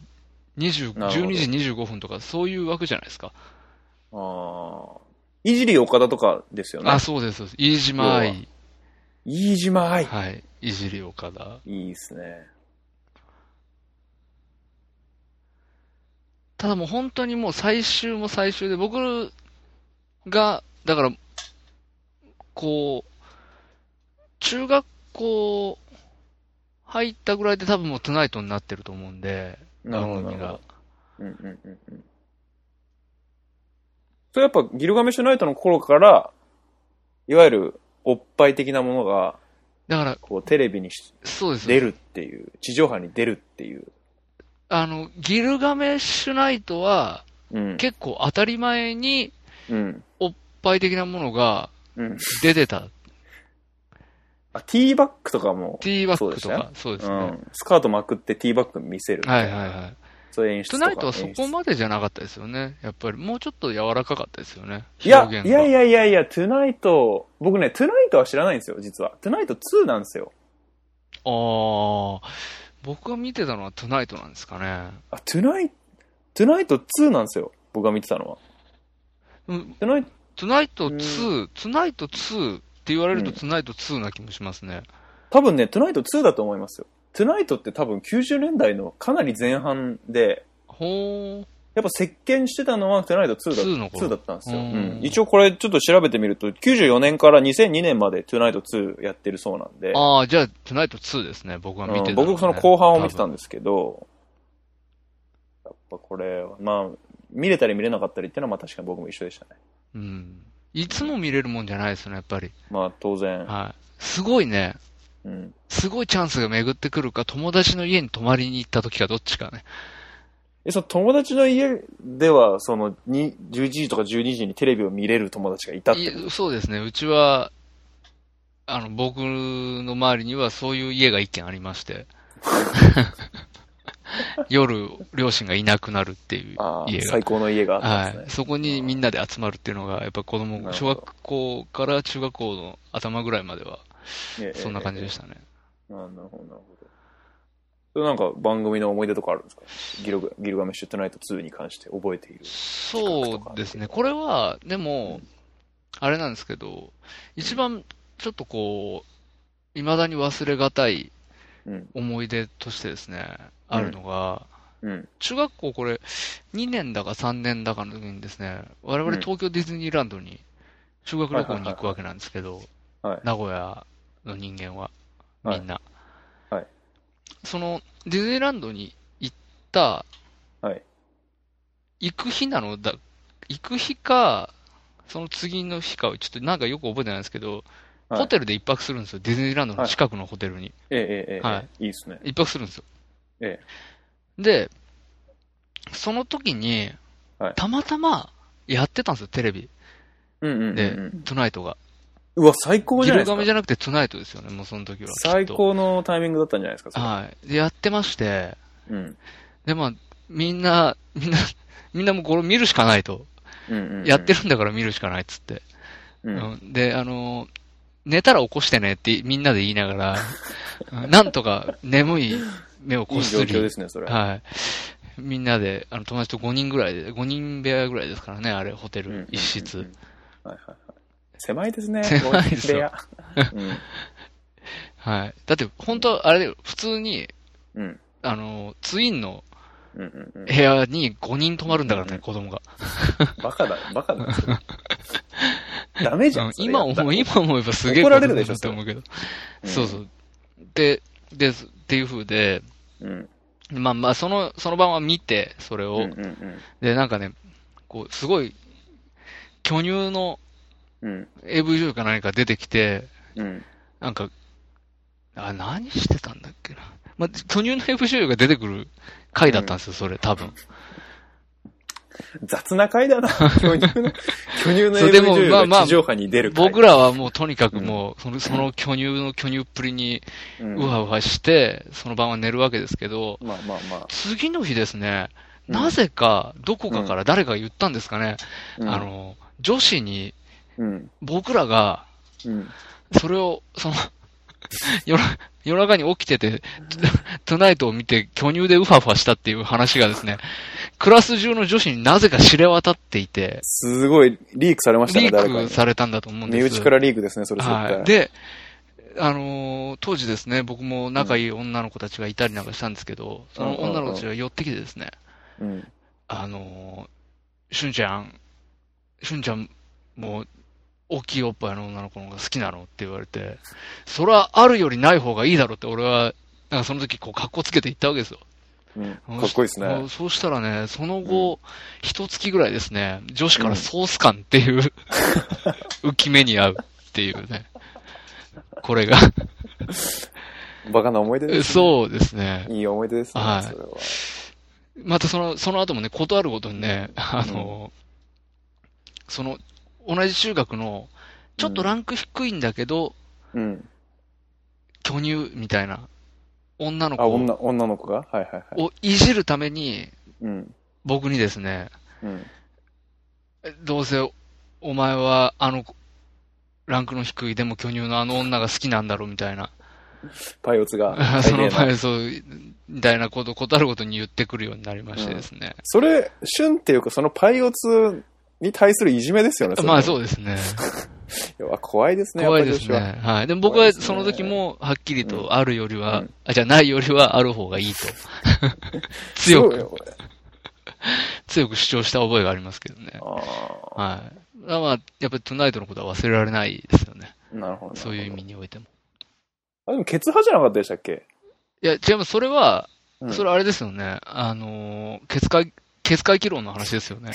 [SPEAKER 3] 20
[SPEAKER 2] なるほど
[SPEAKER 3] ?12 時25分とか、そういう枠じゃないですか。
[SPEAKER 2] ああ。いじり岡田とかですよね
[SPEAKER 3] あ、。そうです、そうです。飯島愛。
[SPEAKER 2] 飯島愛。
[SPEAKER 3] はい。いじり岡田。
[SPEAKER 2] いいですね。
[SPEAKER 3] ただもう本当にもう最終も最終で、僕が、だから、こう、中学校入ったぐらいで多分もうトゥナイトになってると思うんで、
[SPEAKER 2] なるほど
[SPEAKER 3] 番組
[SPEAKER 2] なる
[SPEAKER 3] が
[SPEAKER 2] ほ。うんうんうんうん。それやっぱギルガメッシュナイトの頃から、いわゆるおっぱい的なものが、
[SPEAKER 3] だから、
[SPEAKER 2] こうテレビにし
[SPEAKER 3] そうです
[SPEAKER 2] 出るっていう、地上波に出るっていう。
[SPEAKER 3] あの、ギルガメッシュナイトは、
[SPEAKER 2] うん。
[SPEAKER 3] 結構当たり前に、
[SPEAKER 2] うん。
[SPEAKER 3] 一般的なものが
[SPEAKER 2] うん。
[SPEAKER 3] 出てた。
[SPEAKER 2] あ、ティーバックとかも、
[SPEAKER 3] ティーバックとか、そうで
[SPEAKER 2] う
[SPEAKER 3] すね。
[SPEAKER 2] ん。スカートまくってティーバック見せる。
[SPEAKER 3] はいはいはい。
[SPEAKER 2] そういう演出と
[SPEAKER 3] トゥ
[SPEAKER 2] か。
[SPEAKER 3] ナイトはそこまでじゃなかったですよね。やっぱり、もうちょっと柔らかかったですよね。
[SPEAKER 2] いや、
[SPEAKER 3] 表現
[SPEAKER 2] い
[SPEAKER 3] が
[SPEAKER 2] やいやいやいや、トゥナイト、僕ね、トゥナイトは知らないんですよ、実は。トゥナイト2なんですよ。
[SPEAKER 3] あー僕が見てたのはトゥナイトなんですかね。
[SPEAKER 2] あ、トゥナイト、トゥナイト2なんですよ、僕が見てたのは。
[SPEAKER 3] うん
[SPEAKER 2] トゥナイト、
[SPEAKER 3] トゥナイト
[SPEAKER 2] うん
[SPEAKER 3] 2、トゥナイト2って言われると
[SPEAKER 2] うん
[SPEAKER 3] トゥナイト2な気もしますね。
[SPEAKER 2] 多分ね、トゥナイト2だと思いますよ。トゥナイトって多分90年代のかなり前半で、
[SPEAKER 3] ほ
[SPEAKER 2] やっぱ席巻してたのはトゥナイト2だ
[SPEAKER 3] 2の頃
[SPEAKER 2] 2だったんですよ。
[SPEAKER 3] う
[SPEAKER 2] うんん一応これちょっと調べてみると、94年から2002年までトゥナイト2やってるそうなんで
[SPEAKER 3] ー。、ああ、じゃあ、トゥナイト2ですね。僕が見てた、
[SPEAKER 2] うん僕その後半を見てたん
[SPEAKER 3] で
[SPEAKER 2] ですけど、やっぱこれ、まあ、見れたり見れなかったりっていうのはまあ確かに僕も一緒でしたね。
[SPEAKER 3] す。うん。いつも見れるもんじゃないですね、やっぱり。
[SPEAKER 2] まあ当然、
[SPEAKER 3] はい。すごいね。
[SPEAKER 2] うん。
[SPEAKER 3] すごいチャンスが巡ってくるか、友達の家に泊まりに行った時かどっちかね。
[SPEAKER 2] え、その友達の家では、その、に11時とか12時にテレビを見れる友達がいたってこと
[SPEAKER 3] いそうですね。うちは、あの、僕の周りにはそういう家が一軒あり まして。夜、両親がいなくなるっていう
[SPEAKER 2] ああ
[SPEAKER 3] 家、が
[SPEAKER 2] 最。高の家があったんですね。
[SPEAKER 3] はい。そこにみんなで集まるっていうのが、やっぱ子
[SPEAKER 2] な
[SPEAKER 3] 供、
[SPEAKER 2] るほど
[SPEAKER 3] 小学校から中学校の頭ぐらいまでは、
[SPEAKER 2] ええ
[SPEAKER 3] そんな感じでしたね。
[SPEAKER 2] ええああなるほど、なるほど。それなんか番組の思い出とかあるんですかギルガギルガメッシュトゥナイト2に関して覚えている。
[SPEAKER 3] そうですね。これは、でも、あれなんですけど、一番ちょっとこう、未だに忘れがたい
[SPEAKER 2] うん。
[SPEAKER 3] 思い出としてですね、あるのが、
[SPEAKER 2] うん。
[SPEAKER 3] 中学校これ、2年だか3年だかの時にですね、我々
[SPEAKER 2] うん
[SPEAKER 3] 東京ディズニーランドに修学旅行に行くわけなんですけど、
[SPEAKER 2] はい
[SPEAKER 3] 名古屋の人間は、みんな。
[SPEAKER 2] はいはい
[SPEAKER 3] その、ディズニーランドに行った、
[SPEAKER 2] はい
[SPEAKER 3] 行く日なのだ、行く日か、その次の日か、ちょっとなんかよく覚えてないんですけど、
[SPEAKER 2] はい
[SPEAKER 3] ホテルで一泊するんですよ、ディズニーランドの近くのホテルに。
[SPEAKER 2] ええええええ、、
[SPEAKER 3] はい
[SPEAKER 2] いですね。
[SPEAKER 3] 一泊するんですよ。
[SPEAKER 2] え
[SPEAKER 3] で、その時に
[SPEAKER 2] はい、
[SPEAKER 3] たまたまやってたんですよ、テレビ。
[SPEAKER 2] うんうんうん、う
[SPEAKER 3] で、
[SPEAKER 2] ん。
[SPEAKER 3] トゥナイトが。
[SPEAKER 2] うわ、最高
[SPEAKER 3] ギ
[SPEAKER 2] じゃな
[SPEAKER 3] ル
[SPEAKER 2] いです
[SPEAKER 3] ガ
[SPEAKER 2] か
[SPEAKER 3] メ。じゃなくてトゥナイトですよね、もうその時は。きっと
[SPEAKER 2] 最。高のタイミングだったんじゃないですか、それ
[SPEAKER 3] はい。で、やってまして、
[SPEAKER 2] うん。
[SPEAKER 3] で、まあ、みんな、 みんな、みんなもうこれ見るしかないと。
[SPEAKER 2] うんうんうん
[SPEAKER 3] やってるんだから見るしかないっつって。
[SPEAKER 2] うん
[SPEAKER 3] うんで、あの、寝たら起こしてねってみんなで言いながら、 うんなんとか眠い目を
[SPEAKER 2] い
[SPEAKER 3] こ
[SPEAKER 2] い
[SPEAKER 3] す
[SPEAKER 2] 状
[SPEAKER 3] り、
[SPEAKER 2] 況ですね、それ。
[SPEAKER 3] はい。みんなで、あの、友達と5人ぐらいで、5人部屋ぐらいですからね、あれ、ホテ
[SPEAKER 2] うんうん
[SPEAKER 3] ル
[SPEAKER 2] うん、
[SPEAKER 3] 一室。
[SPEAKER 2] はいはいはい。狭いですね、
[SPEAKER 3] 狭いですよ
[SPEAKER 2] こういう部屋。
[SPEAKER 3] はい。だって、本当はあれだよ、普通に、
[SPEAKER 2] うん。うん。
[SPEAKER 3] あの、ツインの
[SPEAKER 2] うんうんうん
[SPEAKER 3] 部。屋に5人泊まるんだから
[SPEAKER 2] うんう
[SPEAKER 3] ね、
[SPEAKER 2] ん
[SPEAKER 3] 子供が。
[SPEAKER 2] バカだ、バカだ。それダメじゃ
[SPEAKER 3] うん
[SPEAKER 2] ん。
[SPEAKER 3] 今思う、今思えばすげえ
[SPEAKER 2] 怒られるでしょ
[SPEAKER 3] ことになると思うけど。
[SPEAKER 2] そ
[SPEAKER 3] そ
[SPEAKER 2] れ
[SPEAKER 3] うそう。で、で、っていう風で、
[SPEAKER 2] うん。うん。
[SPEAKER 3] まあまあ、その、その晩は見て、それ
[SPEAKER 2] うん
[SPEAKER 3] を。
[SPEAKER 2] うん
[SPEAKER 3] で、なんかね、こう、すごい、巨乳の
[SPEAKER 2] うん。うん。
[SPEAKER 3] AV 女優か何か出てきて、
[SPEAKER 2] うん。
[SPEAKER 3] なんか、あ、何してたんだっけな。まあ、巨乳の AV 女優が出てくる回だったんですよ、それ、多分。
[SPEAKER 2] 雑な回だ な。巨乳の、巨乳の
[SPEAKER 3] そうで
[SPEAKER 2] AV
[SPEAKER 3] も
[SPEAKER 2] 女優
[SPEAKER 3] まあまあ
[SPEAKER 2] が地上波に出る回。
[SPEAKER 3] 僕らはもうとにかくもう、その、その巨乳の巨乳っぷりに、
[SPEAKER 2] うん
[SPEAKER 3] うわうわして、その晩は寝るわけですけど、
[SPEAKER 2] まあまあまあ。
[SPEAKER 3] 次の日ですね、
[SPEAKER 2] うん
[SPEAKER 3] なぜか、どこかから誰かが言ったんですかね、
[SPEAKER 2] うん
[SPEAKER 3] あ、の、女子に、
[SPEAKER 2] うん。
[SPEAKER 3] 僕らが、
[SPEAKER 2] うん。
[SPEAKER 3] それを、その、夜な、夜中に起きてて、トゥナイトを見て巨乳でウファウファしたっていう話がですね、クラス中の女子になぜか知れ渡っていて、
[SPEAKER 2] すごい、リークされました
[SPEAKER 3] リ
[SPEAKER 2] ね、誰か
[SPEAKER 3] ー
[SPEAKER 2] に
[SPEAKER 3] ク。されたんだと思うんで
[SPEAKER 2] 身
[SPEAKER 3] す
[SPEAKER 2] 内からリークですね、それ絶
[SPEAKER 3] は
[SPEAKER 2] 対
[SPEAKER 3] い。。で、あのー当時ですね、僕も仲いい女の子たちがいたりなんかしたんですけど、その女の子たちが寄ってきてですね、
[SPEAKER 2] うん。
[SPEAKER 3] あのー、しゅんちゃん、しゅんちゃんも大きいおっぱいの女の子の方が好きなのって言われて、それはあるよりない方がいいだろうって俺は、なんかその時こう格好つけて言ったわけですよ。
[SPEAKER 2] うん、かっこいいです
[SPEAKER 3] も
[SPEAKER 2] ね
[SPEAKER 3] う。そうしたらね、その後、一月ぐらいですね、女子からソース感っ ていう、浮き目に合うっていうね。これが。
[SPEAKER 2] バカな思い出です、ね。
[SPEAKER 3] そうですね。
[SPEAKER 2] いい思い出ですね、
[SPEAKER 3] はい
[SPEAKER 2] それは。
[SPEAKER 3] またその、その後もね、ことあるごとにね、あの、その、同じ中学の、ちょっとランク低いんだけど、
[SPEAKER 2] うん。
[SPEAKER 3] 巨乳みたいな、女の
[SPEAKER 2] あ、
[SPEAKER 3] 子
[SPEAKER 2] 女、女の子がはいはいはい。
[SPEAKER 3] をいじるために、
[SPEAKER 2] うん。
[SPEAKER 3] 僕にですね、
[SPEAKER 2] うん。
[SPEAKER 3] どうせお前はあのランクの低いでも巨乳のあの女が好きなんだろうみたいな、。
[SPEAKER 2] パイオツが
[SPEAKER 3] そ
[SPEAKER 2] 大
[SPEAKER 3] の
[SPEAKER 2] 変な
[SPEAKER 3] 前そう、みたいなこと、ことあるごとに言ってくるようになりましてですね。
[SPEAKER 2] それ、シュンっていうか、そのパイオツに対するいじめですよね、
[SPEAKER 3] まあ
[SPEAKER 2] う。
[SPEAKER 3] そうですね。
[SPEAKER 2] いや怖いですね、
[SPEAKER 3] 怖いです
[SPEAKER 2] やっぱり女
[SPEAKER 3] ね。はい。でも僕はその
[SPEAKER 2] 怖いです
[SPEAKER 3] 時
[SPEAKER 2] ね
[SPEAKER 3] も、はっきり
[SPEAKER 2] う
[SPEAKER 3] と、あるよりは、
[SPEAKER 2] うん
[SPEAKER 3] あ、じゃあないよりはある方がい いと。
[SPEAKER 2] 子は。
[SPEAKER 3] 強
[SPEAKER 2] そ
[SPEAKER 3] く、
[SPEAKER 2] うよ
[SPEAKER 3] 強く主張した覚えがありますけどね。
[SPEAKER 2] あ
[SPEAKER 3] はい。だからまあ、やっぱりトゥナイトのことは忘れられないですよね。
[SPEAKER 2] あ、なるほど。
[SPEAKER 3] そういう意味
[SPEAKER 2] なる
[SPEAKER 3] においても。
[SPEAKER 2] ほど。あ、でも、ケツ派じゃなかったでしたっけ
[SPEAKER 3] いや、違う、それは、
[SPEAKER 2] うん
[SPEAKER 3] それあれですよね。あのー、ケツカイ、ケツカイ議論の話です よね。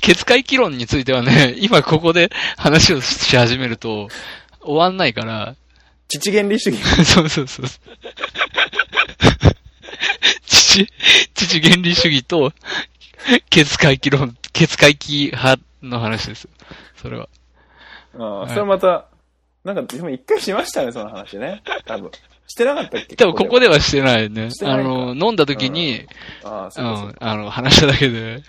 [SPEAKER 3] ケツカイ議論についてはね、今ここで話をし始めると終わんないから、
[SPEAKER 2] 父原理主義。
[SPEAKER 3] そうそうそう。父、父原理主義と、ケツカイ議論、ケツカイ議派の話ですよ。それは。
[SPEAKER 2] あ
[SPEAKER 3] は
[SPEAKER 2] あ、
[SPEAKER 3] い
[SPEAKER 2] それはまた、なんか、でも一回しましたね、その話ね。多分。してなかったっけ
[SPEAKER 3] 多分ここ
[SPEAKER 2] で。
[SPEAKER 3] ではしてないね
[SPEAKER 2] し。てない
[SPEAKER 3] あ
[SPEAKER 2] か
[SPEAKER 3] の、飲んだ時に、
[SPEAKER 2] ああ、そううかそうか
[SPEAKER 3] ん、あの、話しただけで。
[SPEAKER 2] うん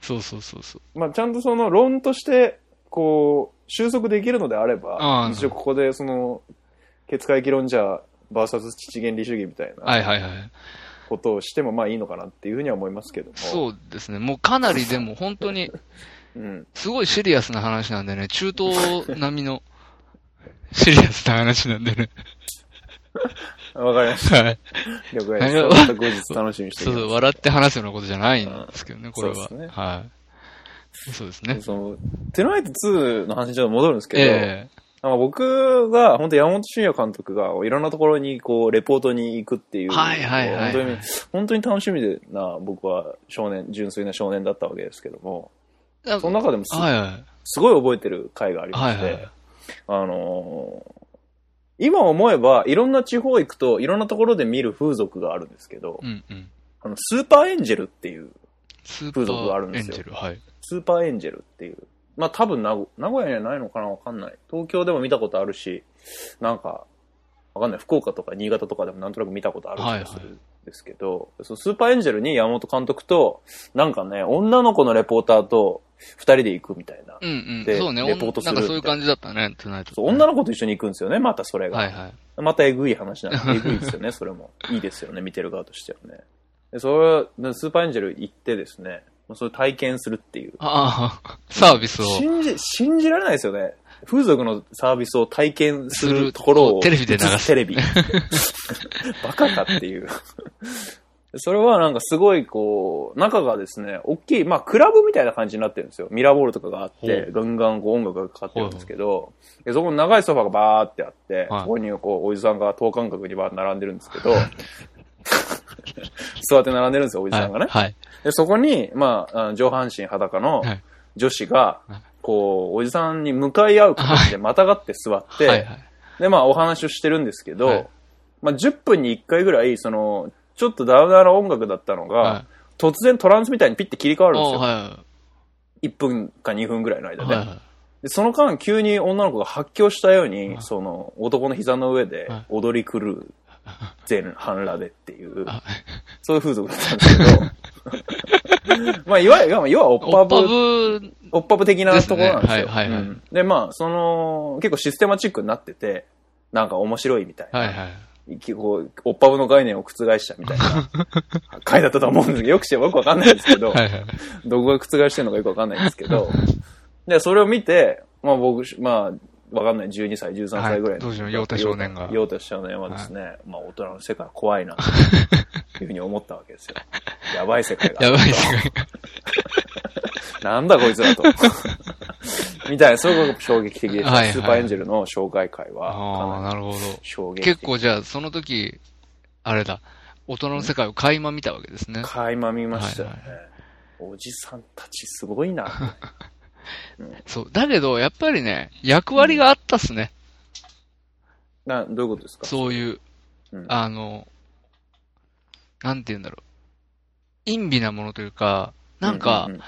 [SPEAKER 3] そうそうそうそう。
[SPEAKER 2] まあ、ちゃんとその論として、こう、収束できるのであれば
[SPEAKER 3] う、ん
[SPEAKER 2] 一応ここで、その、決会議論者、バーサス父原理主義みたい
[SPEAKER 3] は
[SPEAKER 2] ない
[SPEAKER 3] はいはい。
[SPEAKER 2] ことをしても、まあいいのかなっていうふうには思いますけども。
[SPEAKER 3] そうですね。もうかなりでも本当に、
[SPEAKER 2] う。うん。
[SPEAKER 3] すごいシリアスな話なんでね、中東並み のシリアスな話なんでね。
[SPEAKER 2] わかりまし
[SPEAKER 3] はい。
[SPEAKER 2] た。了解です。
[SPEAKER 3] はい
[SPEAKER 2] また後日楽しみにして
[SPEAKER 3] そ
[SPEAKER 2] おき
[SPEAKER 3] う
[SPEAKER 2] ま
[SPEAKER 3] そ
[SPEAKER 2] す
[SPEAKER 3] う、笑って話すようなことじゃないんですけどね、これ
[SPEAKER 2] そう
[SPEAKER 3] は。
[SPEAKER 2] ですね
[SPEAKER 3] はい。そうですね。
[SPEAKER 2] その、テノライト2の話にちょっと戻るんですけど、
[SPEAKER 3] え
[SPEAKER 2] なんか僕が、本当山本俊也監督が、いろんなところに、こう、レポートに行くってい
[SPEAKER 3] え
[SPEAKER 2] う、
[SPEAKER 3] はいはいはい
[SPEAKER 2] 本
[SPEAKER 3] は
[SPEAKER 2] 当に
[SPEAKER 3] い。、
[SPEAKER 2] 本当に楽しみでな、僕は少年、純粋な少年だったわけですけども、
[SPEAKER 3] なん
[SPEAKER 2] そ
[SPEAKER 3] か
[SPEAKER 2] の中でもす,、
[SPEAKER 3] はいはい。
[SPEAKER 2] すごい覚えてる回がありま
[SPEAKER 3] は
[SPEAKER 2] し
[SPEAKER 3] い
[SPEAKER 2] て、
[SPEAKER 3] はい。
[SPEAKER 2] あのー今思えば、いろんな地方行くと、いろんなところで見る風俗があるんですけど、
[SPEAKER 3] うんうん。
[SPEAKER 2] あのスーパーエンジェルっていう、
[SPEAKER 3] スーパ
[SPEAKER 2] 風俗があるん
[SPEAKER 3] ー
[SPEAKER 2] で
[SPEAKER 3] エン
[SPEAKER 2] す
[SPEAKER 3] ジ
[SPEAKER 2] よ
[SPEAKER 3] ェル。はい。
[SPEAKER 2] スーパーエンジェルっていう。まあ多分名古名古屋にはないのかなわかんない。東京でも見たことあるし、なんか、わかんない。福岡とか新潟とかでもなんとなく見たことある気がするんですけど、そのスーパーエンジェルに山本監督と、なんかね、女の子のレポーターと二人で行くみたいな。
[SPEAKER 3] うんうん。
[SPEAKER 2] で
[SPEAKER 3] そうね。
[SPEAKER 2] レポートす
[SPEAKER 3] な
[SPEAKER 2] る
[SPEAKER 3] んかそういう感じだったね、トゥナイト。
[SPEAKER 2] そう女の子と一緒に行くんですよね、またそれが。
[SPEAKER 3] はいはい。
[SPEAKER 2] またえぐい話なん で、えぐいですよね、それも。いいですよね、見てる側としてはね。で、それはでスーパーエンジェル行ってですね、もうそれ体験するっていう。
[SPEAKER 3] ああ、 サービスを。
[SPEAKER 2] 信じ、信じられないですよね。風俗のサービスを体験す
[SPEAKER 3] す
[SPEAKER 2] る
[SPEAKER 3] る
[SPEAKER 2] ところを。
[SPEAKER 3] テレビで流す
[SPEAKER 2] テレ ビ。バカかっていう。それはなんかすごいこう、中がですね、大きい、まあクラブみたいな感じになってるんですよ。ミラーボールとかがあっ
[SPEAKER 3] ほ
[SPEAKER 2] て、ガンガンこう音楽がかかってるんですけど、でそこに長いソファーがバーってあって、
[SPEAKER 3] はい
[SPEAKER 2] そこにこう、おじさんが等間隔にバーって並んでるんですけ ど、座って並んでるんですよ、おじさんがね。
[SPEAKER 3] はい。
[SPEAKER 2] で、そこに、まああの、上半身裸の
[SPEAKER 3] はい
[SPEAKER 2] 女子が
[SPEAKER 3] はい、
[SPEAKER 2] こう、おじさんに向かい合う形でまたがって座っ
[SPEAKER 3] はいはい
[SPEAKER 2] て、。で、まあ、お話をしてるんですけ
[SPEAKER 3] は
[SPEAKER 2] ど
[SPEAKER 3] い、
[SPEAKER 2] まあ、10分に1回ぐらい、その、ちょっとダウナーな音楽だったの
[SPEAKER 3] は
[SPEAKER 2] が
[SPEAKER 3] い、
[SPEAKER 2] 突然トランスみたいにピッて切り替わるんです
[SPEAKER 3] お
[SPEAKER 2] よ。
[SPEAKER 3] は
[SPEAKER 2] 1分か2分ぐらいの
[SPEAKER 3] いは
[SPEAKER 2] 間
[SPEAKER 3] い。
[SPEAKER 2] で。
[SPEAKER 3] は
[SPEAKER 2] でその間、急に女の子が発狂したように
[SPEAKER 3] は、い
[SPEAKER 2] その、男の膝の上で
[SPEAKER 3] はい
[SPEAKER 2] 踊り狂う、全半裸でっていう
[SPEAKER 3] い。。はい
[SPEAKER 2] そういう風俗だったん ですけど、まあ、いわゆる、要はオッ
[SPEAKER 3] オ
[SPEAKER 2] パ
[SPEAKER 3] ッパ
[SPEAKER 2] ブ
[SPEAKER 3] ブ、
[SPEAKER 2] オッパブ的なところなんですよ。
[SPEAKER 3] ですねはいはいはい
[SPEAKER 2] うんで、まあ、その、結構システマチックになってて、なんか面白いみたいな。
[SPEAKER 3] はいはい。
[SPEAKER 2] 結構、オッパブの概念を覆したみたい な回だったと思うんですけど、よくしてよくわかんないんですけど、
[SPEAKER 3] はいはい。
[SPEAKER 2] どこが覆してるのかよくわかんないんですけ ど、で、それを見て、まあ僕、まあ、わかんない、12歳、13歳ぐらいの。
[SPEAKER 3] はい当時の陽太少年が
[SPEAKER 2] 陽太少年はですね、まあ大人の世界は怖いな、というふうに思ったわけですよ。 やばい世界がある
[SPEAKER 3] や
[SPEAKER 2] と。
[SPEAKER 3] ばいですね。
[SPEAKER 2] なんだこいつらと。 みたいな、それが衝撃的でした。
[SPEAKER 3] はいはい
[SPEAKER 2] スーパーエンジェルの紹介会は、
[SPEAKER 3] ああ、なるほど。
[SPEAKER 2] 衝撃的。
[SPEAKER 3] 結構じゃあ、その時、あれだ、大人の世界を垣間見たわけですね。
[SPEAKER 2] 垣間見ましたよね。
[SPEAKER 3] はい
[SPEAKER 2] おじさんたちすごい な。
[SPEAKER 3] そう。だけど、やっぱりね、役割があったっすね。
[SPEAKER 2] などういうことですか
[SPEAKER 3] そういう、
[SPEAKER 2] うん
[SPEAKER 3] あの、なんて言うんだろう。陰微なものというか、なんか
[SPEAKER 2] う、ううん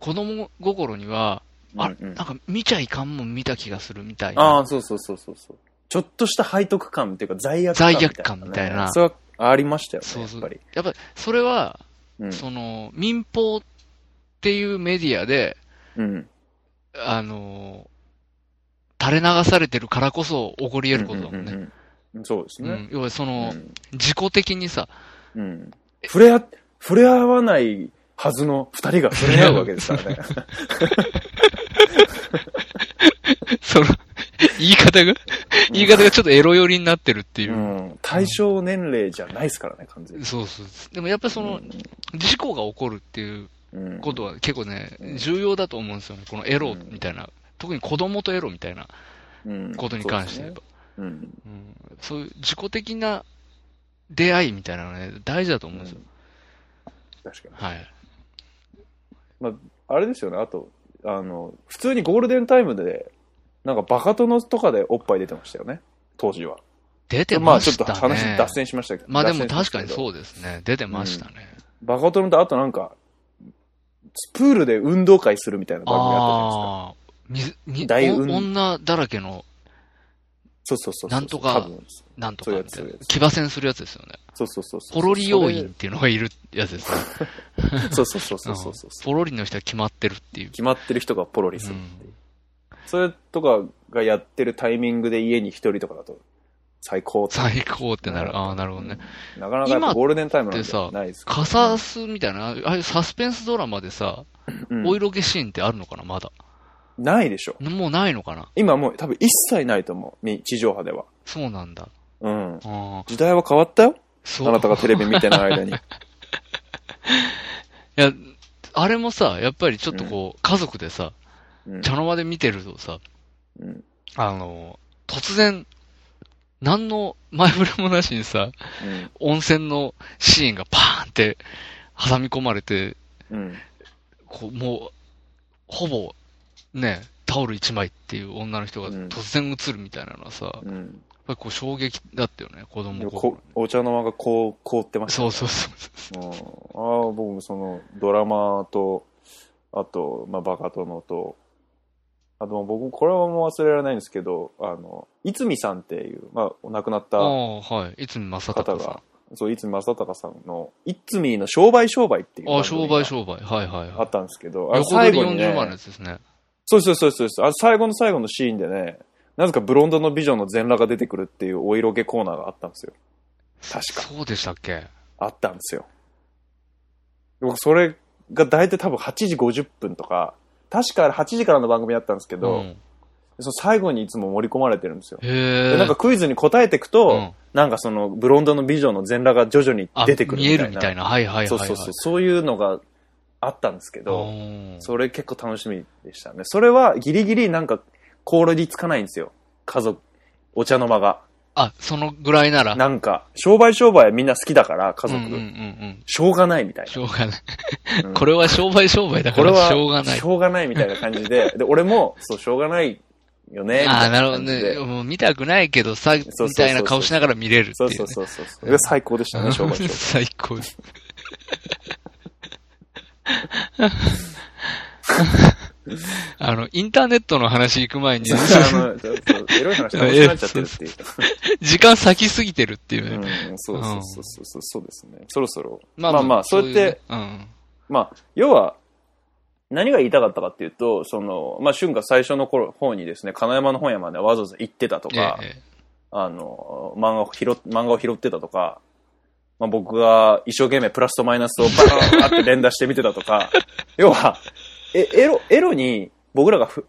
[SPEAKER 3] 子供心には、
[SPEAKER 2] うん
[SPEAKER 3] あれ、
[SPEAKER 2] うんうん
[SPEAKER 3] なんか見ちゃいかんもん見た気がするみた
[SPEAKER 2] あ
[SPEAKER 3] いな。
[SPEAKER 2] あ、そうそうそうそうそう。ちょっとした背徳感っていうか罪悪感みたいな、
[SPEAKER 3] 罪悪感みたいな
[SPEAKER 2] それはありましたよね、
[SPEAKER 3] そうそう
[SPEAKER 2] やっぱり。
[SPEAKER 3] やっぱり、それは、
[SPEAKER 2] うん。
[SPEAKER 3] その、民放っていうメディアで、
[SPEAKER 2] うん。
[SPEAKER 3] あの、垂れ流されてるからこそ起こり得ることだもん
[SPEAKER 2] う
[SPEAKER 3] ね。
[SPEAKER 2] ううんうんそうです
[SPEAKER 3] う
[SPEAKER 2] ね。
[SPEAKER 3] ん、要はその、
[SPEAKER 2] うん
[SPEAKER 3] 自己的にさ、
[SPEAKER 2] うん。触れ合、触れ合わないはずの二人が触れ合うわけですから ね。
[SPEAKER 3] その、言い方が、言い方がちょっとエロ寄りになってるっていうう。
[SPEAKER 2] ん。対象年齢じゃないですからね、完全に。
[SPEAKER 3] そうそう。でもやっぱりその、事故が起こるっていう
[SPEAKER 2] うん
[SPEAKER 3] ことは結構ね
[SPEAKER 2] う、ん
[SPEAKER 3] 重要だと思うんですよね。このエロみたいな。特に子供とエロみたいな
[SPEAKER 2] うん
[SPEAKER 3] ことに関して
[SPEAKER 2] そう
[SPEAKER 3] 言え
[SPEAKER 2] ですね
[SPEAKER 3] ば。
[SPEAKER 2] うん。
[SPEAKER 3] うんそういう自己的な出会いみたいなのね、大事だと思うんですよ。
[SPEAKER 2] 確かに。
[SPEAKER 3] はい。
[SPEAKER 2] あれですよね、あと、あの、普通にゴールデンタイムで、なんかバカ殿とかでおっぱい出てましたよね、当時は。
[SPEAKER 3] 出て
[SPEAKER 2] まあ
[SPEAKER 3] ま
[SPEAKER 2] ちょ
[SPEAKER 3] し
[SPEAKER 2] っと
[SPEAKER 3] たね。
[SPEAKER 2] 話脱線しましたけど。
[SPEAKER 3] まあでも
[SPEAKER 2] 脱線し
[SPEAKER 3] 確か
[SPEAKER 2] した
[SPEAKER 3] に
[SPEAKER 2] けど
[SPEAKER 3] そうですね。出てましたね。
[SPEAKER 2] バカ殿とあとなんか、プールで運動会するみたいな番組あったじゃないで
[SPEAKER 3] ああ、水、に、
[SPEAKER 2] 大運
[SPEAKER 3] お女だらけの、
[SPEAKER 2] すか。そうそうそうそう。
[SPEAKER 3] なんとか
[SPEAKER 2] 多分
[SPEAKER 3] なんとかって
[SPEAKER 2] そういうやつそういうやつ
[SPEAKER 3] 騎馬戦するやつですよね。
[SPEAKER 2] そうそうそうそう。
[SPEAKER 3] ポロリ要員っ
[SPEAKER 2] 員
[SPEAKER 3] ていうのがいるやつですね。
[SPEAKER 2] そうそうそうそうそうそう。
[SPEAKER 3] ポロリの人は決まってるっていう。
[SPEAKER 2] 決まってる人がポロリするっていう。それとかがやってるタイミングで家に一人とかだと、最高って
[SPEAKER 3] 最高ってなる。ああ、なるほどね。
[SPEAKER 2] なかなかやっぱゴールデンタイムなんて
[SPEAKER 3] 今ってさ
[SPEAKER 2] ないですから
[SPEAKER 3] カサスみたいな、ああいうサスペンスドラマでさ、
[SPEAKER 2] うん
[SPEAKER 3] お色気シーンってあるのかな、まだ。
[SPEAKER 2] ないでしょ。
[SPEAKER 3] もうないのかな。
[SPEAKER 2] 今もう多分一切ないと思う。に地上波では。
[SPEAKER 3] そうなんだ。
[SPEAKER 2] うん。
[SPEAKER 3] ああ、
[SPEAKER 2] 時代は変わったよ。あ
[SPEAKER 3] そう。
[SPEAKER 2] なたがテレビ見てない 間に。
[SPEAKER 3] いや、あれもさ、やっぱりちょっとこう、家族でさ、
[SPEAKER 2] うん
[SPEAKER 3] 茶の間で見てるとさ、
[SPEAKER 2] うん
[SPEAKER 3] あの、突然、何の前触れもなしにさ、
[SPEAKER 2] うん
[SPEAKER 3] 温泉のシーンがパーンって挟み込まれて、
[SPEAKER 2] うん。
[SPEAKER 3] こう、もう、ほぼ、ね、タオル一枚っていう女の人が
[SPEAKER 2] うん
[SPEAKER 3] 突然映るみたいなのはさ、やっ
[SPEAKER 2] うん。
[SPEAKER 3] ぱりこう衝撃だったよね、子
[SPEAKER 2] で
[SPEAKER 3] 供
[SPEAKER 2] も
[SPEAKER 3] 心
[SPEAKER 2] こお茶の間がこう凍ってました
[SPEAKER 3] そうそうそう。
[SPEAKER 2] うん、ああ僕もそのドラマとあと、まあ、バカ殿とあと僕これはもう忘れられないんですけどあの逸見さんっていう、まあ、お亡くなっ
[SPEAKER 3] あ
[SPEAKER 2] た
[SPEAKER 3] あ、はい。いつも正
[SPEAKER 2] 方
[SPEAKER 3] 隆さん
[SPEAKER 2] が。そう逸見正隆さんの「逸見の商売商売」っていう
[SPEAKER 3] あ
[SPEAKER 2] 番
[SPEAKER 3] あ、
[SPEAKER 2] 組
[SPEAKER 3] 商
[SPEAKER 2] が
[SPEAKER 3] 売商売。はいはい
[SPEAKER 2] あ
[SPEAKER 3] は
[SPEAKER 2] ったんですけどあ
[SPEAKER 3] い。
[SPEAKER 2] れ
[SPEAKER 3] 横取
[SPEAKER 2] 最
[SPEAKER 3] り
[SPEAKER 2] 後に、
[SPEAKER 3] 40万の
[SPEAKER 2] ね
[SPEAKER 3] や、つですね。
[SPEAKER 2] そうそうそうそうそうあれ最後の最後のシーンでねなぜかブロンドの美女の全裸が出てくるっていうお色気コーナーがあったんですよ確か
[SPEAKER 3] そうでしたっけ
[SPEAKER 2] あったんですよ。僕それが大体多分8時50分とか、確かあれ8時からの番組だったんですけど、
[SPEAKER 3] ん、へ
[SPEAKER 2] その最後にいつも盛り込まれてるんですよ。
[SPEAKER 3] え。
[SPEAKER 2] でなんかクイズに答えていくと、
[SPEAKER 3] うん
[SPEAKER 2] なんかそのブロンドの美女の全裸が徐々に
[SPEAKER 3] あ
[SPEAKER 2] 出てくるみたい
[SPEAKER 3] 見え
[SPEAKER 2] な。
[SPEAKER 3] るみたいな。はいはいはい、はい。
[SPEAKER 2] そうそうそう。そういうのがあったんですけ
[SPEAKER 3] お
[SPEAKER 2] ど、
[SPEAKER 3] ー
[SPEAKER 2] それ結構楽しみでしたね。それはギリギリなんかコールにつかないんですよ。家族、お茶の間が。
[SPEAKER 3] あ、そのぐらいなら。
[SPEAKER 2] なんか、商売商売はみんな好きだから、家
[SPEAKER 3] うん
[SPEAKER 2] 族。
[SPEAKER 3] うんう んうん。
[SPEAKER 2] しょうがないみたいな
[SPEAKER 3] し。ょうがない。
[SPEAKER 2] うん
[SPEAKER 3] これは商売商売だか
[SPEAKER 2] これ
[SPEAKER 3] ら
[SPEAKER 2] は、
[SPEAKER 3] しょうがない
[SPEAKER 2] し。ょうがないみたいな感じ で、で、俺も、そう、しょうがないよね、み
[SPEAKER 3] あ
[SPEAKER 2] た
[SPEAKER 3] あ、
[SPEAKER 2] い
[SPEAKER 3] なるほど
[SPEAKER 2] 感じで
[SPEAKER 3] ね。もう見たくないけどさ、み
[SPEAKER 2] そうそう
[SPEAKER 3] たいな顔しながら見れるってい
[SPEAKER 2] そうう
[SPEAKER 3] ね。
[SPEAKER 2] そうそうそう。それが最高でしたね、商売 商売。
[SPEAKER 3] 最高です。あの、インターネットの話行く前 に、
[SPEAKER 2] あの、そうそうエロい話楽しくなっちゃってるっていう。
[SPEAKER 3] 時間先過ぎてるっていうね。
[SPEAKER 2] うん、そうそうそうそうそう、そうですね。そろそろ。
[SPEAKER 3] ま
[SPEAKER 2] ま
[SPEAKER 3] あ
[SPEAKER 2] あ
[SPEAKER 3] ま
[SPEAKER 2] ま
[SPEAKER 3] あ
[SPEAKER 2] あ、そうやって、
[SPEAKER 3] そういうね
[SPEAKER 2] まあ、要は、何が言いたかったかっていうと、その、まあ、春が最初の頃、方にですね、金山の本屋までわざわざ行ってたと
[SPEAKER 3] うん。
[SPEAKER 2] か、
[SPEAKER 3] ええ
[SPEAKER 2] あの、漫画を拾っ、漫画を拾ってたとか、まあ、僕が一生懸命プラスとマイナスをバーンって連打して見てたとか、 要は、え、エロ、エロに僕らがふ、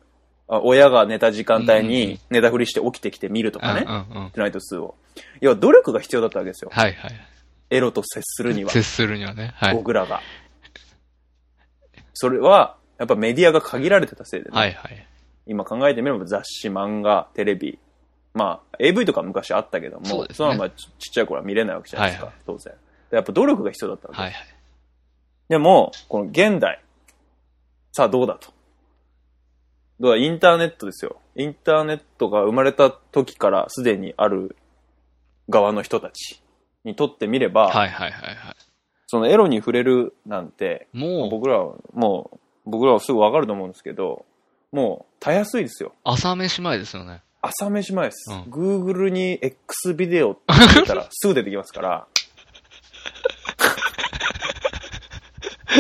[SPEAKER 2] あ親が寝た時間帯
[SPEAKER 3] うんうんうん
[SPEAKER 2] に寝たふりして起きてきて見るとかね、
[SPEAKER 3] うんうんうん。
[SPEAKER 2] トゥナイト2を。要は努力が必要だったわけですよ。
[SPEAKER 3] はいはい。
[SPEAKER 2] エロと接するには、
[SPEAKER 3] 接するにはね。はい。
[SPEAKER 2] 僕らが。それは、やっぱメディアが限られてたせいでね、
[SPEAKER 3] はいはい。
[SPEAKER 2] 今考えてみれば雑誌、漫画、テレビ、まあ、AV とか昔あったけども、
[SPEAKER 3] そ
[SPEAKER 2] そう
[SPEAKER 3] ですね
[SPEAKER 2] のままちちっちゃい頃は見れないわけじゃないですか、
[SPEAKER 3] はい
[SPEAKER 2] 当然。でやっぱ努力が必要だったわけ
[SPEAKER 3] はいはい。
[SPEAKER 2] でも、この現代、さあどうだと。どうだ、インターネットですよ。インターネットが生まれた時からすでにある側の人たちにとってみれば、
[SPEAKER 3] はいはいはいは
[SPEAKER 2] そのエロに触れるなんて、
[SPEAKER 3] い。もう、
[SPEAKER 2] 僕らはもう、僕らはすぐわかると思うんですけど、もう、たやすいですよ。
[SPEAKER 3] 朝飯前ですよね。
[SPEAKER 2] 朝飯前です。
[SPEAKER 3] うん
[SPEAKER 2] Google に X ビデオって入れたらすぐ出てきます から。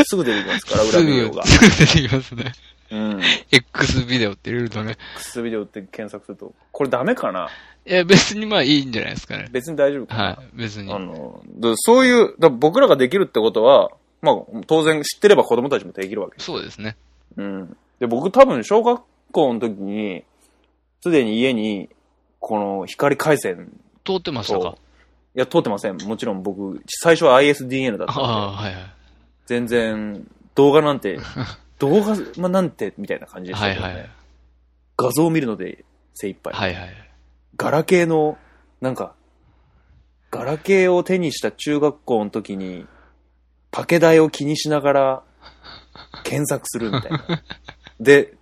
[SPEAKER 2] すぐ出てきますから、裏
[SPEAKER 3] す
[SPEAKER 2] ビデオ
[SPEAKER 3] ぐ
[SPEAKER 2] が、。
[SPEAKER 3] すぐ出てきますね。
[SPEAKER 2] うん。
[SPEAKER 3] X ビデオって入れるとね。
[SPEAKER 2] X ビデオって検索すると、これダメかない
[SPEAKER 3] や、別にまあいいんじゃないですかね。
[SPEAKER 2] 別に大丈夫かな、
[SPEAKER 3] はい、別に。
[SPEAKER 2] あの、だそういう、だ僕らができるってことは、まあ、当然知ってれば子供たちもできるわけ
[SPEAKER 3] そうですね。
[SPEAKER 2] うん。で、僕多分小学校の時に、すでに家に、この光回線
[SPEAKER 3] 通ってましたか
[SPEAKER 2] と、いや、通ってません。もちろん僕、最初は ISDN だったんで
[SPEAKER 3] ああ、はいはい。
[SPEAKER 2] 全然、動画なん て、動画、まあ、なんて、みたいな感じでした
[SPEAKER 3] は
[SPEAKER 2] け
[SPEAKER 3] い
[SPEAKER 2] どね。
[SPEAKER 3] はい。
[SPEAKER 2] 画像を見るので精一杯。
[SPEAKER 3] はいはい。
[SPEAKER 2] ガラケーの、なんか、ガラケーを手にした中学校の時に、パケ代を気にしながら、検索するみたいな。で、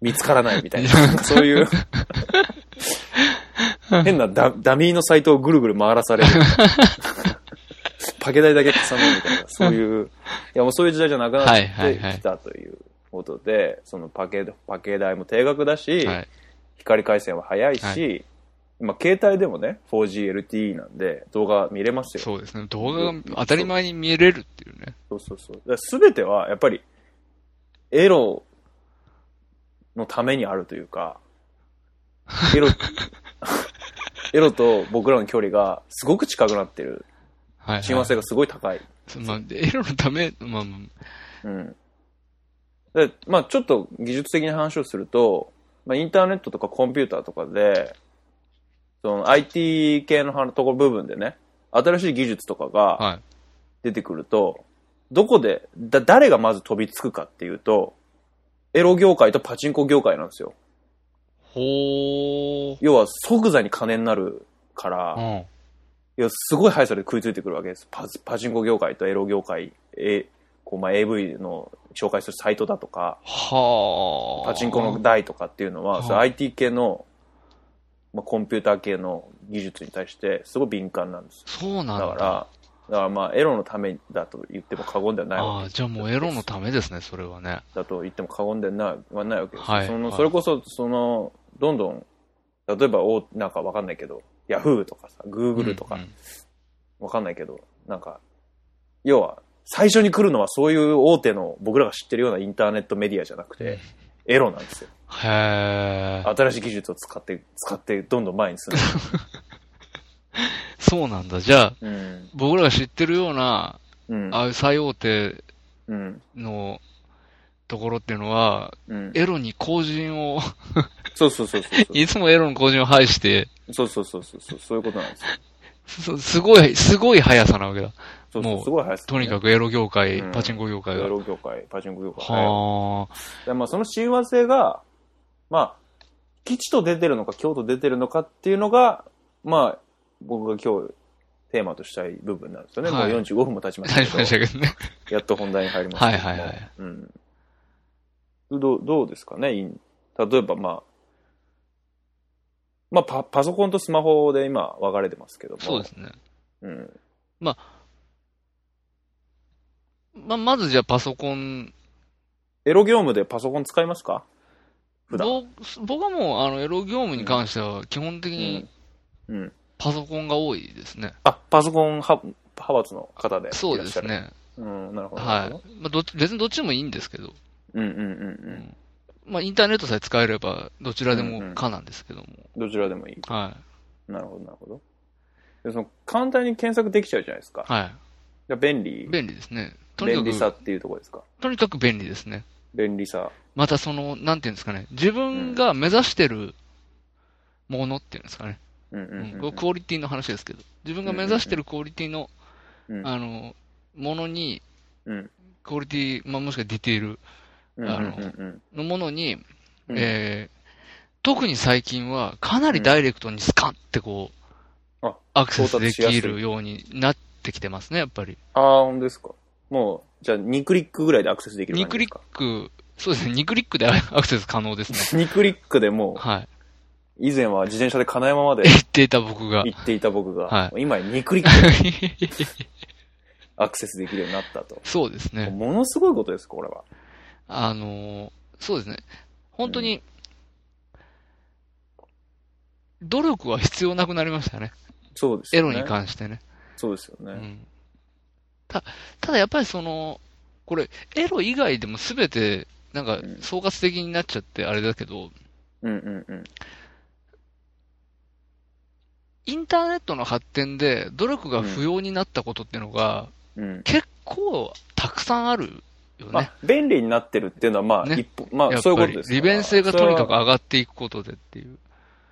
[SPEAKER 2] 見つからないみたいな。なんかそういう、変なダダミーのサイトをぐるぐる回らされる。パケ代だけ重ねるみたいな、そういう、いやもうそういう時代じゃなくなってきたということで、そのパケ、パケ代も定額だし、
[SPEAKER 3] はい。
[SPEAKER 2] 光回線は早いし、
[SPEAKER 3] は
[SPEAKER 2] 今携帯でもね 4GLTE なんで動画見れますよ
[SPEAKER 3] そうですね。動画が当たり前に見れるっていうね。
[SPEAKER 2] そうそうそうだから全てはやっぱりエロのためにあるという かエロエロと僕らの距離がすごく近くなってる
[SPEAKER 3] はい、はい。
[SPEAKER 2] 親和性がすごい高い、
[SPEAKER 3] まあ、エロのため、まあ、ま
[SPEAKER 2] うんでまあちょっと技術的な話をすると、まあ、インターネットとかコンピューターとかでその IT 系のところ部分でね新しい技術とか
[SPEAKER 3] あ、
[SPEAKER 2] が
[SPEAKER 3] はい。
[SPEAKER 2] 出てくると、どこでだ誰がまず飛びつくかっていうとエロ業界とパチンコ業界なんですよ
[SPEAKER 3] ほー。
[SPEAKER 2] 要は即座に金になるか
[SPEAKER 3] う
[SPEAKER 2] ら、
[SPEAKER 3] ん。
[SPEAKER 2] いやすごい速さで食いついてくるわけですパパチンコ業界とエロ業界、えこうまあ、AV の紹介するサイトだとか
[SPEAKER 3] はあ。
[SPEAKER 2] パチンコの台とかっていうのは、
[SPEAKER 3] あー
[SPEAKER 2] そう IT 系の、まあ、コンピューター系の技術に対してすごい敏感なんです。
[SPEAKER 3] そうな
[SPEAKER 2] だ
[SPEAKER 3] ん
[SPEAKER 2] か
[SPEAKER 3] だ。
[SPEAKER 2] ら、だからまあエロのためだと言っても過言ではない
[SPEAKER 3] あ
[SPEAKER 2] わ
[SPEAKER 3] あ、
[SPEAKER 2] け
[SPEAKER 3] じゃあもうエロのためですね、それはね。
[SPEAKER 2] だと言っても過言ではないはないわけです、
[SPEAKER 3] はい
[SPEAKER 2] その。
[SPEAKER 3] はい
[SPEAKER 2] それこそ、その、どんどん、例えば、おなんかわかんないけど、Yahoo とかさ、Google とか
[SPEAKER 3] うんう、ん
[SPEAKER 2] わかんないけど、なんか、要は、最初に来るのはそういう大手の僕らが知ってるようなインターネットメディアじゃなくて、エロなんですよ。
[SPEAKER 3] へえ。
[SPEAKER 2] 新しい技術を使って、使って、どんどん前に進
[SPEAKER 3] そうなんだ。じゃあ、
[SPEAKER 2] む。うん。
[SPEAKER 3] 僕らが知ってるような、
[SPEAKER 2] うん。
[SPEAKER 3] ああいう最大手
[SPEAKER 2] うん。
[SPEAKER 3] のところっていうのは、
[SPEAKER 2] うん。
[SPEAKER 3] エロに後陣を、
[SPEAKER 2] そうそうそうそうそう。
[SPEAKER 3] いつもエロの後陣を排して、
[SPEAKER 2] そうそうそうそうそう。そういうことなんですよ。
[SPEAKER 3] すすごい、すごい速さなわけだ。
[SPEAKER 2] そうそ
[SPEAKER 3] も
[SPEAKER 2] う。
[SPEAKER 3] う
[SPEAKER 2] すごい速さ、
[SPEAKER 3] とにか
[SPEAKER 2] く。
[SPEAKER 3] くエロ業界、
[SPEAKER 2] うん
[SPEAKER 3] パチンコ業界
[SPEAKER 2] エ
[SPEAKER 3] が。
[SPEAKER 2] ロ業界、パチンコ業界。
[SPEAKER 3] はあ。
[SPEAKER 2] でまあ、その親和性が、まあ、吉と出てるのか、京と出てるのかっていうのが、まあ、僕が今日、テーマとしたい部分なんですよね。
[SPEAKER 3] はい
[SPEAKER 2] もう45分も経ちました
[SPEAKER 3] 大
[SPEAKER 2] け
[SPEAKER 3] 丈 夫で
[SPEAKER 2] ど
[SPEAKER 3] し、たけどね。
[SPEAKER 2] やっと本題に入りましたけども
[SPEAKER 3] はいはいはい。
[SPEAKER 2] うん。どうどうですかねいん例えばまあ、まあパ、パソコンとスマホで今分かれてますけども。
[SPEAKER 3] そうですね。
[SPEAKER 2] うん。
[SPEAKER 3] まあ、まずじゃあパソコン。
[SPEAKER 2] エロ業務でパソコン使いますか普段。
[SPEAKER 3] ぼ僕はもう、あの、エロ業務に関しては、基本的
[SPEAKER 2] う
[SPEAKER 3] に
[SPEAKER 2] ん。うん。
[SPEAKER 3] パソコンが多いですね。
[SPEAKER 2] あ、パソコン派派閥の方でいらっしゃる。
[SPEAKER 3] そうですね。
[SPEAKER 2] うん、なるほど。
[SPEAKER 3] はい。まあ、どっち別にどっちでもいいんですけど、
[SPEAKER 2] うんうんうんうん。
[SPEAKER 3] まあ、インターネットさえ使えれば、どちらでも可なんですけども。
[SPEAKER 2] どちらでもいい。
[SPEAKER 3] は
[SPEAKER 2] なるほど、なるほど。でその簡単に検索できちゃうじゃないですか。
[SPEAKER 3] い。は
[SPEAKER 2] じゃあ便利
[SPEAKER 3] い。。便利ですね。とに
[SPEAKER 2] 便利
[SPEAKER 3] か
[SPEAKER 2] さ
[SPEAKER 3] く、
[SPEAKER 2] っていうところですか。
[SPEAKER 3] とにかく便利ですね。
[SPEAKER 2] 便利さ。
[SPEAKER 3] またその、なんていうんですかね。自分が目指してるものっていうんですかね。
[SPEAKER 2] うんうん
[SPEAKER 3] うん
[SPEAKER 2] うん
[SPEAKER 3] これクオリティの話ですけど、自分が目指してるクオリティの、
[SPEAKER 2] うん
[SPEAKER 3] あの、ものに、
[SPEAKER 2] うん
[SPEAKER 3] クオリティ、まあ、もしくはディテール
[SPEAKER 2] うんうんうんうん
[SPEAKER 3] のものに、
[SPEAKER 2] うん
[SPEAKER 3] えー特に最近はかなりダイレクトにスカンってこう、
[SPEAKER 2] あ
[SPEAKER 3] アクセスで
[SPEAKER 2] 到達
[SPEAKER 3] き
[SPEAKER 2] しやす
[SPEAKER 3] る
[SPEAKER 2] い
[SPEAKER 3] ようになってきてますね、やっぱり。
[SPEAKER 2] ああ、ほんですか。もう、じゃあ2クリックぐらいでアクセスできる
[SPEAKER 3] 2
[SPEAKER 2] 感じ
[SPEAKER 3] ク
[SPEAKER 2] で
[SPEAKER 3] リ
[SPEAKER 2] す
[SPEAKER 3] ッ
[SPEAKER 2] か
[SPEAKER 3] ク、そうですね、2クリックで アクセス可能ですね。
[SPEAKER 2] 2クリックでも
[SPEAKER 3] はい。
[SPEAKER 2] う、以前は自転車で金山まで
[SPEAKER 3] 言っていた僕が。
[SPEAKER 2] 行っていた僕が、
[SPEAKER 3] は
[SPEAKER 2] 今や2クリックでアクセスできるようになったと。
[SPEAKER 3] そうですね。
[SPEAKER 2] ものすごいことです、これは。
[SPEAKER 3] あのーそうですね。本当に、努力は必要なくなりましたね。
[SPEAKER 2] そうです
[SPEAKER 3] エ
[SPEAKER 2] よ
[SPEAKER 3] ロ
[SPEAKER 2] ね。
[SPEAKER 3] に関してね。
[SPEAKER 2] そうですよ
[SPEAKER 3] う
[SPEAKER 2] ね。
[SPEAKER 3] ん。た、ただやっぱりその、これ、エロ以外でも全て、なんか
[SPEAKER 2] ん、
[SPEAKER 3] 総括的になっちゃってあれだけど、
[SPEAKER 2] うんうんうん。
[SPEAKER 3] インターネットの発展で努力が不要になったことっていうのが、
[SPEAKER 2] うん
[SPEAKER 3] 結構たくさんあるよ
[SPEAKER 2] ま
[SPEAKER 3] ね
[SPEAKER 2] あ。、便利になってるっていうのは、まあ、
[SPEAKER 3] ね
[SPEAKER 2] 一歩、ま
[SPEAKER 3] や
[SPEAKER 2] あ、
[SPEAKER 3] っ
[SPEAKER 2] そういうこ
[SPEAKER 3] ぱ
[SPEAKER 2] と
[SPEAKER 3] り
[SPEAKER 2] で、すから
[SPEAKER 3] 利便性がとにか
[SPEAKER 2] そ
[SPEAKER 3] く
[SPEAKER 2] れは
[SPEAKER 3] 上がっていくことでっていう。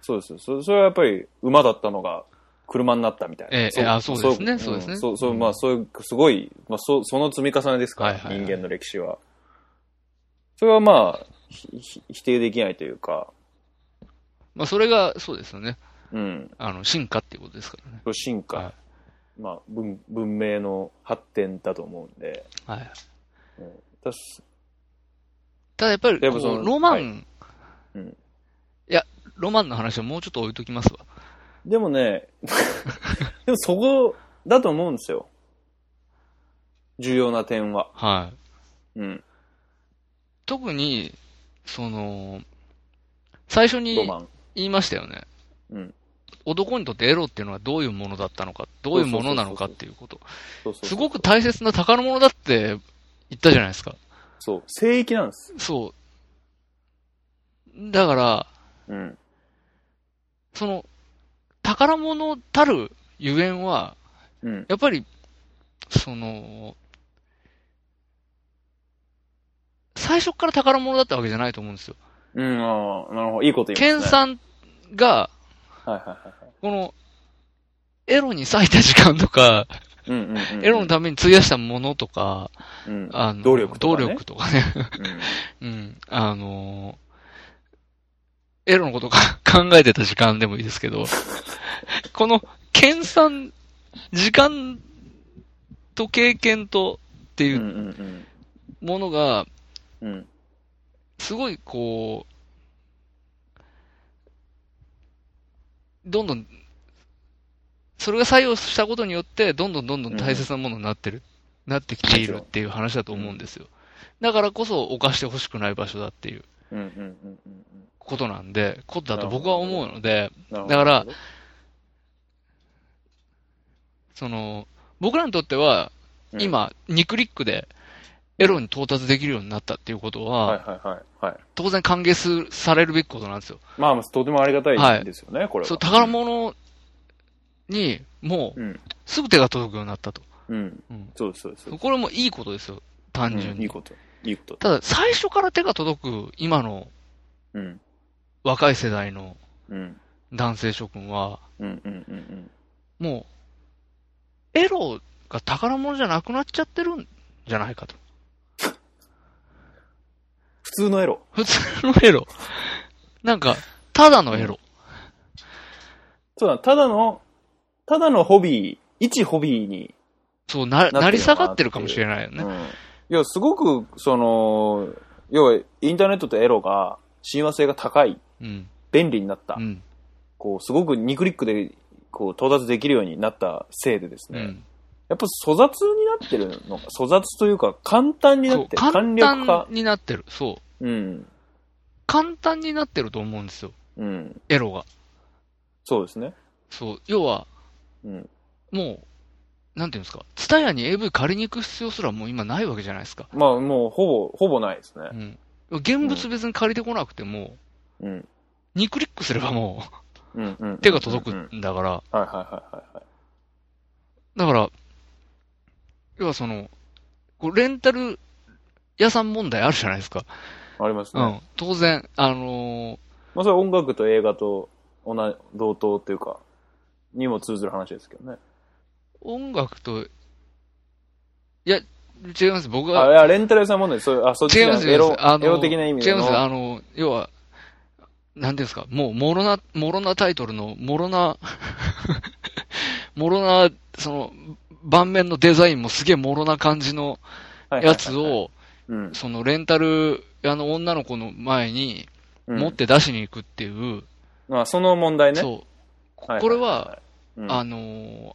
[SPEAKER 2] そうですよそ。それはやっぱり、馬だったのが、車になったみたいな。
[SPEAKER 3] ええええあそうですねそうですね
[SPEAKER 2] そう、そうう、
[SPEAKER 3] ん
[SPEAKER 2] まあ、そういう、すごい、まあ、そう、その積み重ねですから、
[SPEAKER 3] はいはいはい
[SPEAKER 2] 人間の歴史は。それはまあ、ひひ否定できないというか、
[SPEAKER 3] まあ、それが、そうですよね。
[SPEAKER 2] うん、
[SPEAKER 3] あの、進化っていうことですからね。
[SPEAKER 2] 進化、
[SPEAKER 3] は
[SPEAKER 2] まあ文、文明の発展だと思うんで、
[SPEAKER 3] はい。
[SPEAKER 2] うん、だし
[SPEAKER 3] ただやっぱり、こ
[SPEAKER 2] でもそうの
[SPEAKER 3] ロマン、
[SPEAKER 2] はい
[SPEAKER 3] い
[SPEAKER 2] うん
[SPEAKER 3] や、ロマンの話はもうちょっと置いときますわ。
[SPEAKER 2] でも ね、でもそこだと思うんですよ。重要な点は。
[SPEAKER 3] はい。
[SPEAKER 2] うん、
[SPEAKER 3] 特に、その、最初
[SPEAKER 2] ロ
[SPEAKER 3] に
[SPEAKER 2] マン。
[SPEAKER 3] 言いましたよね。
[SPEAKER 2] うん
[SPEAKER 3] 男にとってエロっていうのはどういうものだったのか、どういうものなのかっていうこと。
[SPEAKER 2] そうそうそう
[SPEAKER 3] すごく大切な宝物だって言ったじゃないですか。
[SPEAKER 2] そう、聖域なんです。
[SPEAKER 3] そう。だから、
[SPEAKER 2] うん。
[SPEAKER 3] その、宝物たるゆえんは、
[SPEAKER 2] うん。
[SPEAKER 3] やっぱり、その、最初から宝物だったわけじゃないと思うんですよ。
[SPEAKER 2] うん、ああ、なるほど。いいこと言い
[SPEAKER 3] ケ
[SPEAKER 2] ま
[SPEAKER 3] ン
[SPEAKER 2] すね。
[SPEAKER 3] さんが、
[SPEAKER 2] はいはいはいはい。
[SPEAKER 3] この、エロに割いた時間とか、
[SPEAKER 2] うんうんうんうん。
[SPEAKER 3] エロのために費やしたものとか、
[SPEAKER 2] うん、
[SPEAKER 3] あの、
[SPEAKER 2] 努力とか、ね。
[SPEAKER 3] 努力とかね。 うん。あの、エロのことか 考えてた時間でもいいですけ ど、この、研鑽、時間と経験とって
[SPEAKER 2] う
[SPEAKER 3] い
[SPEAKER 2] ん。う
[SPEAKER 3] うん
[SPEAKER 2] うん
[SPEAKER 3] ものが、
[SPEAKER 2] うん。うん。
[SPEAKER 3] すごいこう、どんどん、それが採用したことによって、どんどんどんどん大切なものになってる、なってきているっていう話だと思うんですよ。だからこそ、犯してほしくない場所だっていう
[SPEAKER 2] うんうんうんうんうん。
[SPEAKER 3] ことなんで、ことだと僕は思うので、
[SPEAKER 2] なるほど
[SPEAKER 3] だから、その、僕らにとっては、
[SPEAKER 2] うん、
[SPEAKER 3] 今、2クリックで、エロに到達できるようになったっていうこと
[SPEAKER 2] はい
[SPEAKER 3] は、
[SPEAKER 2] はいはい。はい。
[SPEAKER 3] 当然歓迎するされるべきことなんですよ。
[SPEAKER 2] まあ、とてもありがたいですよね、これは。
[SPEAKER 3] そう、宝。物に、もう、
[SPEAKER 2] うん。
[SPEAKER 3] すぐ手が届くようになったと。
[SPEAKER 2] うん。
[SPEAKER 3] うん。
[SPEAKER 2] そうです、そうです。
[SPEAKER 3] これもいいことですよ、単純
[SPEAKER 2] うんい
[SPEAKER 3] に。
[SPEAKER 2] いこと。いいこと。
[SPEAKER 3] ただ、最初から手が届く、今の
[SPEAKER 2] うん。
[SPEAKER 3] 若い世代の
[SPEAKER 2] うん。
[SPEAKER 3] 男性諸君は、
[SPEAKER 2] うんうんうんうん。
[SPEAKER 3] もう、エロが宝物じゃなくなっちゃってるんじゃないかと。
[SPEAKER 2] 普通のエロ。
[SPEAKER 3] 普通のエロ。なんか、ただのエロ。
[SPEAKER 2] そうだ、ただの、ただのホビー、一ホビーに。
[SPEAKER 3] そう、な、
[SPEAKER 2] ってるよな
[SPEAKER 3] 成り下がってるかもしれないよ
[SPEAKER 2] う
[SPEAKER 3] ね。
[SPEAKER 2] ん。いや、すごく、その、要は、インターネットとエロが、親和性が高い、
[SPEAKER 3] うん。
[SPEAKER 2] 便利になった。
[SPEAKER 3] うん。
[SPEAKER 2] こう、すごく2クリックで、こう、到達できるようになったせいでです
[SPEAKER 3] う
[SPEAKER 2] ね。
[SPEAKER 3] ん。
[SPEAKER 2] やっぱ、粗雑になってるのか、粗雑というか、簡単にな
[SPEAKER 3] そ
[SPEAKER 2] っ
[SPEAKER 3] う、
[SPEAKER 2] てる。簡
[SPEAKER 3] 簡
[SPEAKER 2] 略
[SPEAKER 3] 単
[SPEAKER 2] 化。
[SPEAKER 3] になってる。そう。
[SPEAKER 2] うん。
[SPEAKER 3] 簡単になってると思うんですよ。
[SPEAKER 2] うん。
[SPEAKER 3] エロが。
[SPEAKER 2] そうですね。
[SPEAKER 3] そう。要は、
[SPEAKER 2] うん。
[SPEAKER 3] もう、なんていうんですか、ツタヤに AV 借りに行く必要すらもう今ないわけじゃないですか。
[SPEAKER 2] まあ、もう、ほぼ、ほぼないですね
[SPEAKER 3] う。ん。現物別に借りてこなくても、
[SPEAKER 2] うん。
[SPEAKER 3] 2クリックすればもう、
[SPEAKER 2] うん。うん。
[SPEAKER 3] 手が届
[SPEAKER 2] うん
[SPEAKER 3] くんだから、
[SPEAKER 2] はいはいはいはいはい。
[SPEAKER 3] だから、要はその、こうレンタル屋さん問題あるじゃないですか。
[SPEAKER 2] あります
[SPEAKER 3] う
[SPEAKER 2] ね。
[SPEAKER 3] ん。当然、あのー
[SPEAKER 2] まあ、それは音楽と映画と同じ同等っていうか、にも通ずる話ですけどね。
[SPEAKER 3] 音楽と、いや、違います。僕
[SPEAKER 2] あ、
[SPEAKER 3] は、
[SPEAKER 2] いや、レンタル屋さんもね、そういう、あ、そっちじ
[SPEAKER 3] 違い
[SPEAKER 2] ゃな
[SPEAKER 3] ま
[SPEAKER 2] く
[SPEAKER 3] す、
[SPEAKER 2] て
[SPEAKER 3] 違
[SPEAKER 2] エ
[SPEAKER 3] いま
[SPEAKER 2] ロ
[SPEAKER 3] す。あ、の
[SPEAKER 2] エロ的な意味で
[SPEAKER 3] 違い
[SPEAKER 2] の。
[SPEAKER 3] ます。あの、要は、なんていうんですか、もう、もろな、もろなタイトルの、もろな、 もろな、その、盤面のデザインもすげえもろな感じの
[SPEAKER 2] はい
[SPEAKER 3] やつを、
[SPEAKER 2] うん、
[SPEAKER 3] そのレンタル屋の女の子の前に
[SPEAKER 2] うん
[SPEAKER 3] 持って出しに行くっていう、
[SPEAKER 2] まあ、その問題ね。
[SPEAKER 3] そう、
[SPEAKER 2] いいい
[SPEAKER 3] これは、
[SPEAKER 2] うん、
[SPEAKER 3] あのー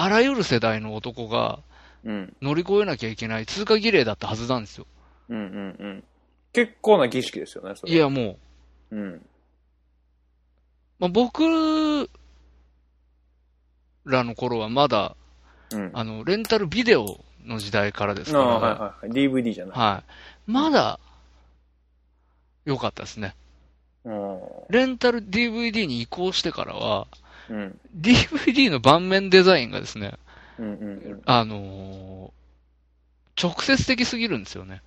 [SPEAKER 3] あらゆる世代の男が
[SPEAKER 2] うん、
[SPEAKER 3] 乗り越えなきゃいけない通過儀礼だったはずなんですよ。
[SPEAKER 2] うん、うん、うん。結構な儀式ですよね、それ。
[SPEAKER 3] い、や、も
[SPEAKER 2] う
[SPEAKER 3] う、
[SPEAKER 2] ん、
[SPEAKER 3] まあ、僕らの頃はまだ、
[SPEAKER 2] うん。
[SPEAKER 3] あの、レンタルビデオの時代からです
[SPEAKER 2] あ
[SPEAKER 3] か
[SPEAKER 2] あ
[SPEAKER 3] ら、
[SPEAKER 2] はいはいはい。DVD じゃない。
[SPEAKER 3] はい。まだ、良かったですね。
[SPEAKER 2] うん
[SPEAKER 3] レンタル DVD に移行してからは、
[SPEAKER 2] うん、
[SPEAKER 3] DVD の盤面デザインがですね、
[SPEAKER 2] うん、うん。
[SPEAKER 3] あのー直接的すぎるんですよね。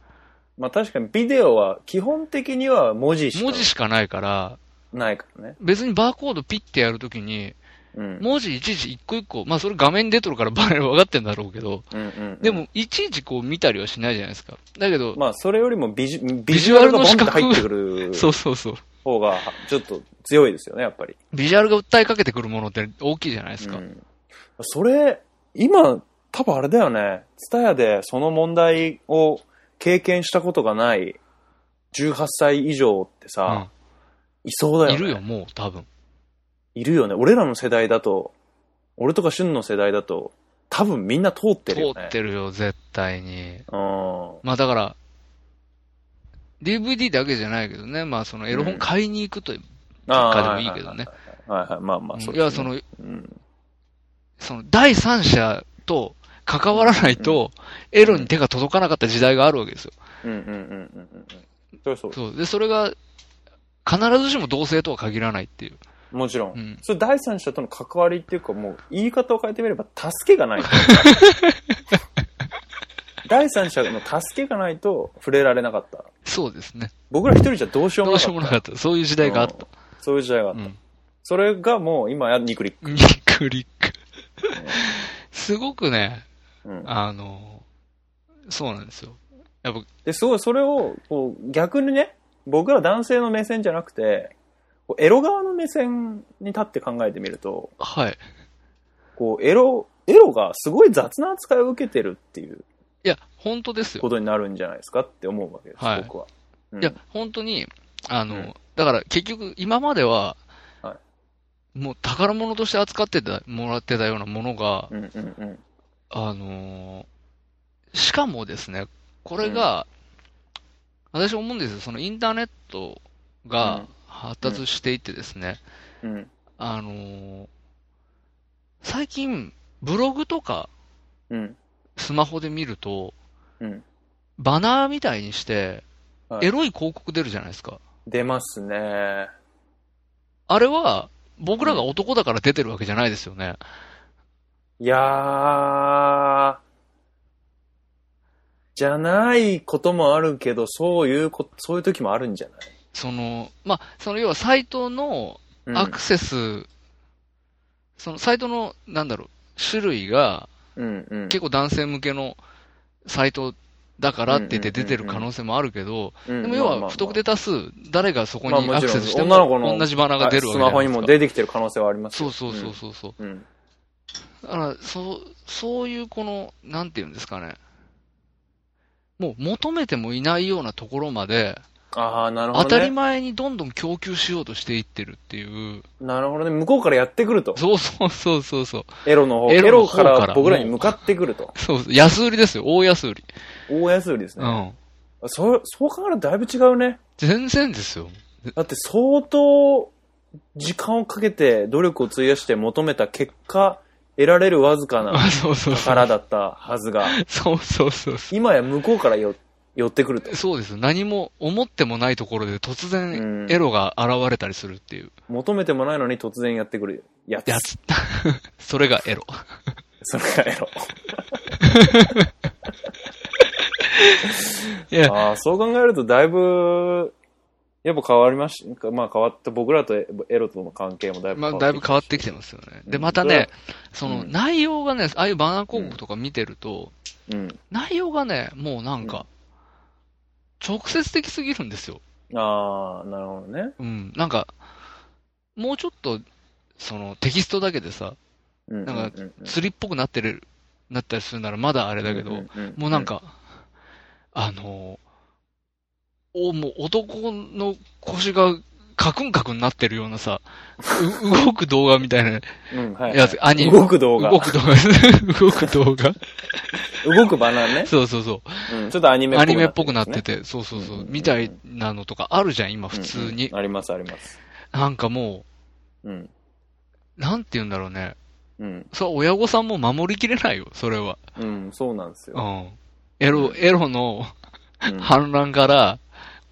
[SPEAKER 2] まあ確かにビデオは基本的には文字し
[SPEAKER 3] 文字
[SPEAKER 2] か
[SPEAKER 3] しかないから、
[SPEAKER 2] ないからね。
[SPEAKER 3] 別にバーコードピッてやるときに、
[SPEAKER 2] うん。
[SPEAKER 3] 文字いちいち一個一個、まあそれ画面に出とるからバレる分かってんだろうけど、
[SPEAKER 2] うんうんうん
[SPEAKER 3] で、もいちいちこう見たりはしないじゃないですか。だけど、
[SPEAKER 2] まあそれよりもビジビ
[SPEAKER 3] ジ
[SPEAKER 2] ジ
[SPEAKER 3] ュ
[SPEAKER 2] ュ
[SPEAKER 3] ア
[SPEAKER 2] ア
[SPEAKER 3] ル
[SPEAKER 2] ル
[SPEAKER 3] の
[SPEAKER 2] がボンって
[SPEAKER 3] 視覚
[SPEAKER 2] 入ってくる
[SPEAKER 3] そうそうそう。
[SPEAKER 2] 方がちょっと強いですよね、やっぱり。
[SPEAKER 3] ビジュアルが訴えかけてくるものって大きいじゃないですか。
[SPEAKER 2] うんそれ、今、多分あれだよね。ツタヤでその問題を経験したことがない18歳以上ってさ、いそうだよ
[SPEAKER 3] うん
[SPEAKER 2] ね。
[SPEAKER 3] いるよ、もう多分。
[SPEAKER 2] いるよね。俺らの世代だと、俺とか旬の世代だと、多分みんな通ってるよね。
[SPEAKER 3] 通ってるよ、絶対
[SPEAKER 2] う
[SPEAKER 3] に。
[SPEAKER 2] ん。
[SPEAKER 3] まあだから、DVD だけじゃないけどね、まあそのエロ本買いに行くというかでもいいけどね。
[SPEAKER 2] はいはい、まあまあ、そう
[SPEAKER 3] い
[SPEAKER 2] ですね
[SPEAKER 3] や、そ、
[SPEAKER 2] う
[SPEAKER 3] の、
[SPEAKER 2] ん
[SPEAKER 3] その第三者と関わらないと、エロに手が届かなかった時代があるわけですよ。
[SPEAKER 2] うんうんうんうんうん。それはそうで
[SPEAKER 3] そう。で、それが、必ずしも同性とは限らないっていう。
[SPEAKER 2] す。もちろん。
[SPEAKER 3] うん
[SPEAKER 2] それ第三者との関わりっていうか、もう言い方を変えてみれば、助けが ない。第三者の助けがないと触れられなかった。
[SPEAKER 3] そうですね。
[SPEAKER 2] 僕ら一人じゃどうしようも
[SPEAKER 3] どう
[SPEAKER 2] な
[SPEAKER 3] し
[SPEAKER 2] か
[SPEAKER 3] よ
[SPEAKER 2] っ
[SPEAKER 3] う
[SPEAKER 2] た。
[SPEAKER 3] もなかった。そういう時代があった。
[SPEAKER 2] うんそういう時代があっ
[SPEAKER 3] う
[SPEAKER 2] た。
[SPEAKER 3] ん。
[SPEAKER 2] それがもう今やニクリック。
[SPEAKER 3] ニクリック。すごくね、
[SPEAKER 2] うん
[SPEAKER 3] あの、そうなんですよ。やっぱ、
[SPEAKER 2] で、すごい、それを、こう、逆にね、僕ら男性の目線じゃなくて、こうエロ側の目線に立って考えてみると、
[SPEAKER 3] はい。
[SPEAKER 2] こう、エロ、エロがすごい雑な扱いを受けてるっていう
[SPEAKER 3] いや、本当ですよ
[SPEAKER 2] こ。とになるんじゃないですかって思うわけです、
[SPEAKER 3] はい
[SPEAKER 2] 僕は。うん
[SPEAKER 3] いや、本当に、あの、
[SPEAKER 2] うん
[SPEAKER 3] だから結局、今までは、
[SPEAKER 2] は
[SPEAKER 3] もう宝物として扱ってた、もらってたようなものが、
[SPEAKER 2] うんうんうん。
[SPEAKER 3] あのーしかもですね、これが、私思うんですよ、そのインターネット
[SPEAKER 2] う
[SPEAKER 3] が
[SPEAKER 2] ん
[SPEAKER 3] 発達していってですね、
[SPEAKER 2] うん。
[SPEAKER 3] あのー最近、ブログとか
[SPEAKER 2] うん。
[SPEAKER 3] スマホで見ると、
[SPEAKER 2] うん。
[SPEAKER 3] バナーみたいにして、
[SPEAKER 2] はい
[SPEAKER 3] エロい広告出るじゃないですか。
[SPEAKER 2] 出ますね。
[SPEAKER 3] あれは、僕らが男だから出てるわけじゃないですよね。
[SPEAKER 2] いやー、じゃないこともあるけど、そういうこ、そういう時もあるんじゃない
[SPEAKER 3] その、まあ、その要はサイトの
[SPEAKER 2] うん
[SPEAKER 3] アクセス、そのサイトの、なんだろう、種類が
[SPEAKER 2] うんうん。
[SPEAKER 3] 結構男性向けのサイトだからって言って出てる可能性もあるけど、
[SPEAKER 2] うん
[SPEAKER 3] でも要は不特定多数、誰がそこ
[SPEAKER 2] まあ
[SPEAKER 3] に
[SPEAKER 2] も
[SPEAKER 3] ア
[SPEAKER 2] ちろん
[SPEAKER 3] クセスして
[SPEAKER 2] 女の子
[SPEAKER 3] も
[SPEAKER 2] の
[SPEAKER 3] 同じバナーが出るわ
[SPEAKER 2] はいス
[SPEAKER 3] けじゃ
[SPEAKER 2] マ
[SPEAKER 3] な
[SPEAKER 2] ホ
[SPEAKER 3] い
[SPEAKER 2] に
[SPEAKER 3] です
[SPEAKER 2] も
[SPEAKER 3] か。
[SPEAKER 2] 出てきてる可能性はあります
[SPEAKER 3] そ
[SPEAKER 2] よ
[SPEAKER 3] うそうそうそうそう。
[SPEAKER 2] うん。うん
[SPEAKER 3] だから、そう、そういうこの、なんていうんですかね。もう求めてもいないようなところまで、
[SPEAKER 2] ああ、なるほ
[SPEAKER 3] 当
[SPEAKER 2] ど、ね。
[SPEAKER 3] たり前にどんどん供給しようとしていってるっていう。
[SPEAKER 2] なるほどね。向こうからやってくると。
[SPEAKER 3] そうそうそうそうそう。
[SPEAKER 2] エロの方。
[SPEAKER 3] エ
[SPEAKER 2] エ
[SPEAKER 3] ロの
[SPEAKER 2] ロ
[SPEAKER 3] 方
[SPEAKER 2] か
[SPEAKER 3] から
[SPEAKER 2] ら僕らに向かってくると。
[SPEAKER 3] そうそう安売りですよ。大安売り。
[SPEAKER 2] 大安売りです
[SPEAKER 3] う
[SPEAKER 2] ね。
[SPEAKER 3] ん。
[SPEAKER 2] そう、そう考えるとだいぶ違うね。
[SPEAKER 3] 全然ですよ。
[SPEAKER 2] だって相当時間をかけて努力を費やして求めた結果、得られるわずかな
[SPEAKER 3] あそうそうそう。
[SPEAKER 2] 宝だったはずが、
[SPEAKER 3] そうそうそうそ
[SPEAKER 2] 今や向こうからよ寄ってくると
[SPEAKER 3] う。。そうです。何も思ってもないところで突然
[SPEAKER 2] うん
[SPEAKER 3] エロが現れたりするっていう。
[SPEAKER 2] 求めてもないのに突然やってくるやつ。
[SPEAKER 3] やつ。 それがエロ。
[SPEAKER 2] それがエロ。
[SPEAKER 3] いや、
[SPEAKER 2] ああ、そう考えるとだいぶ、やっぱ変わりまし、まあ変わった、僕らとエロとの関係もだいぶ
[SPEAKER 3] まあ、
[SPEAKER 2] 変わってき
[SPEAKER 3] だいぶ変わってきてますよね。で、
[SPEAKER 2] うん
[SPEAKER 3] またね、その
[SPEAKER 2] うん
[SPEAKER 3] 内容がね、ああいうバナー広告とか見てると、
[SPEAKER 2] うん。
[SPEAKER 3] 内容がね、もうなんか、直接的すぎるんですよ。
[SPEAKER 2] ああ、なるほどね。
[SPEAKER 3] うん、なんか、もうちょっと、そのテキストだけでさ、
[SPEAKER 2] うん
[SPEAKER 3] なん
[SPEAKER 2] か、うん
[SPEAKER 3] 釣りっぽくなってる、なったりするならまだあれだけど、、もうなん、か、あの、お、もう男の腰がカクンカクンなってるようなさ、う動く動画みたいな
[SPEAKER 2] うん、はい、
[SPEAKER 3] やつ、アニメ。
[SPEAKER 2] 動く動画。
[SPEAKER 3] 動く動画。 動く動画。
[SPEAKER 2] 動くバナナね。
[SPEAKER 3] そうそうそ
[SPEAKER 2] うん、ちょっとアニ
[SPEAKER 3] う。
[SPEAKER 2] メっぽくなってるやつね、
[SPEAKER 3] アニメっぽくなってて、そうそう
[SPEAKER 2] うん
[SPEAKER 3] そ
[SPEAKER 2] うん
[SPEAKER 3] う
[SPEAKER 2] う。ん
[SPEAKER 3] みたいなのとかあるじゃん、今
[SPEAKER 2] うん
[SPEAKER 3] 普
[SPEAKER 2] うん
[SPEAKER 3] 通に。
[SPEAKER 2] あります、あります。
[SPEAKER 3] なんかも
[SPEAKER 2] うん。
[SPEAKER 3] う、なんて言うんだろうね。
[SPEAKER 2] うん。
[SPEAKER 3] そう、親御さんも守りきれないよ、それは。
[SPEAKER 2] うん、そうなんです
[SPEAKER 3] う
[SPEAKER 2] よ。
[SPEAKER 3] ん。エロ、エロの
[SPEAKER 2] うん
[SPEAKER 3] 反乱から、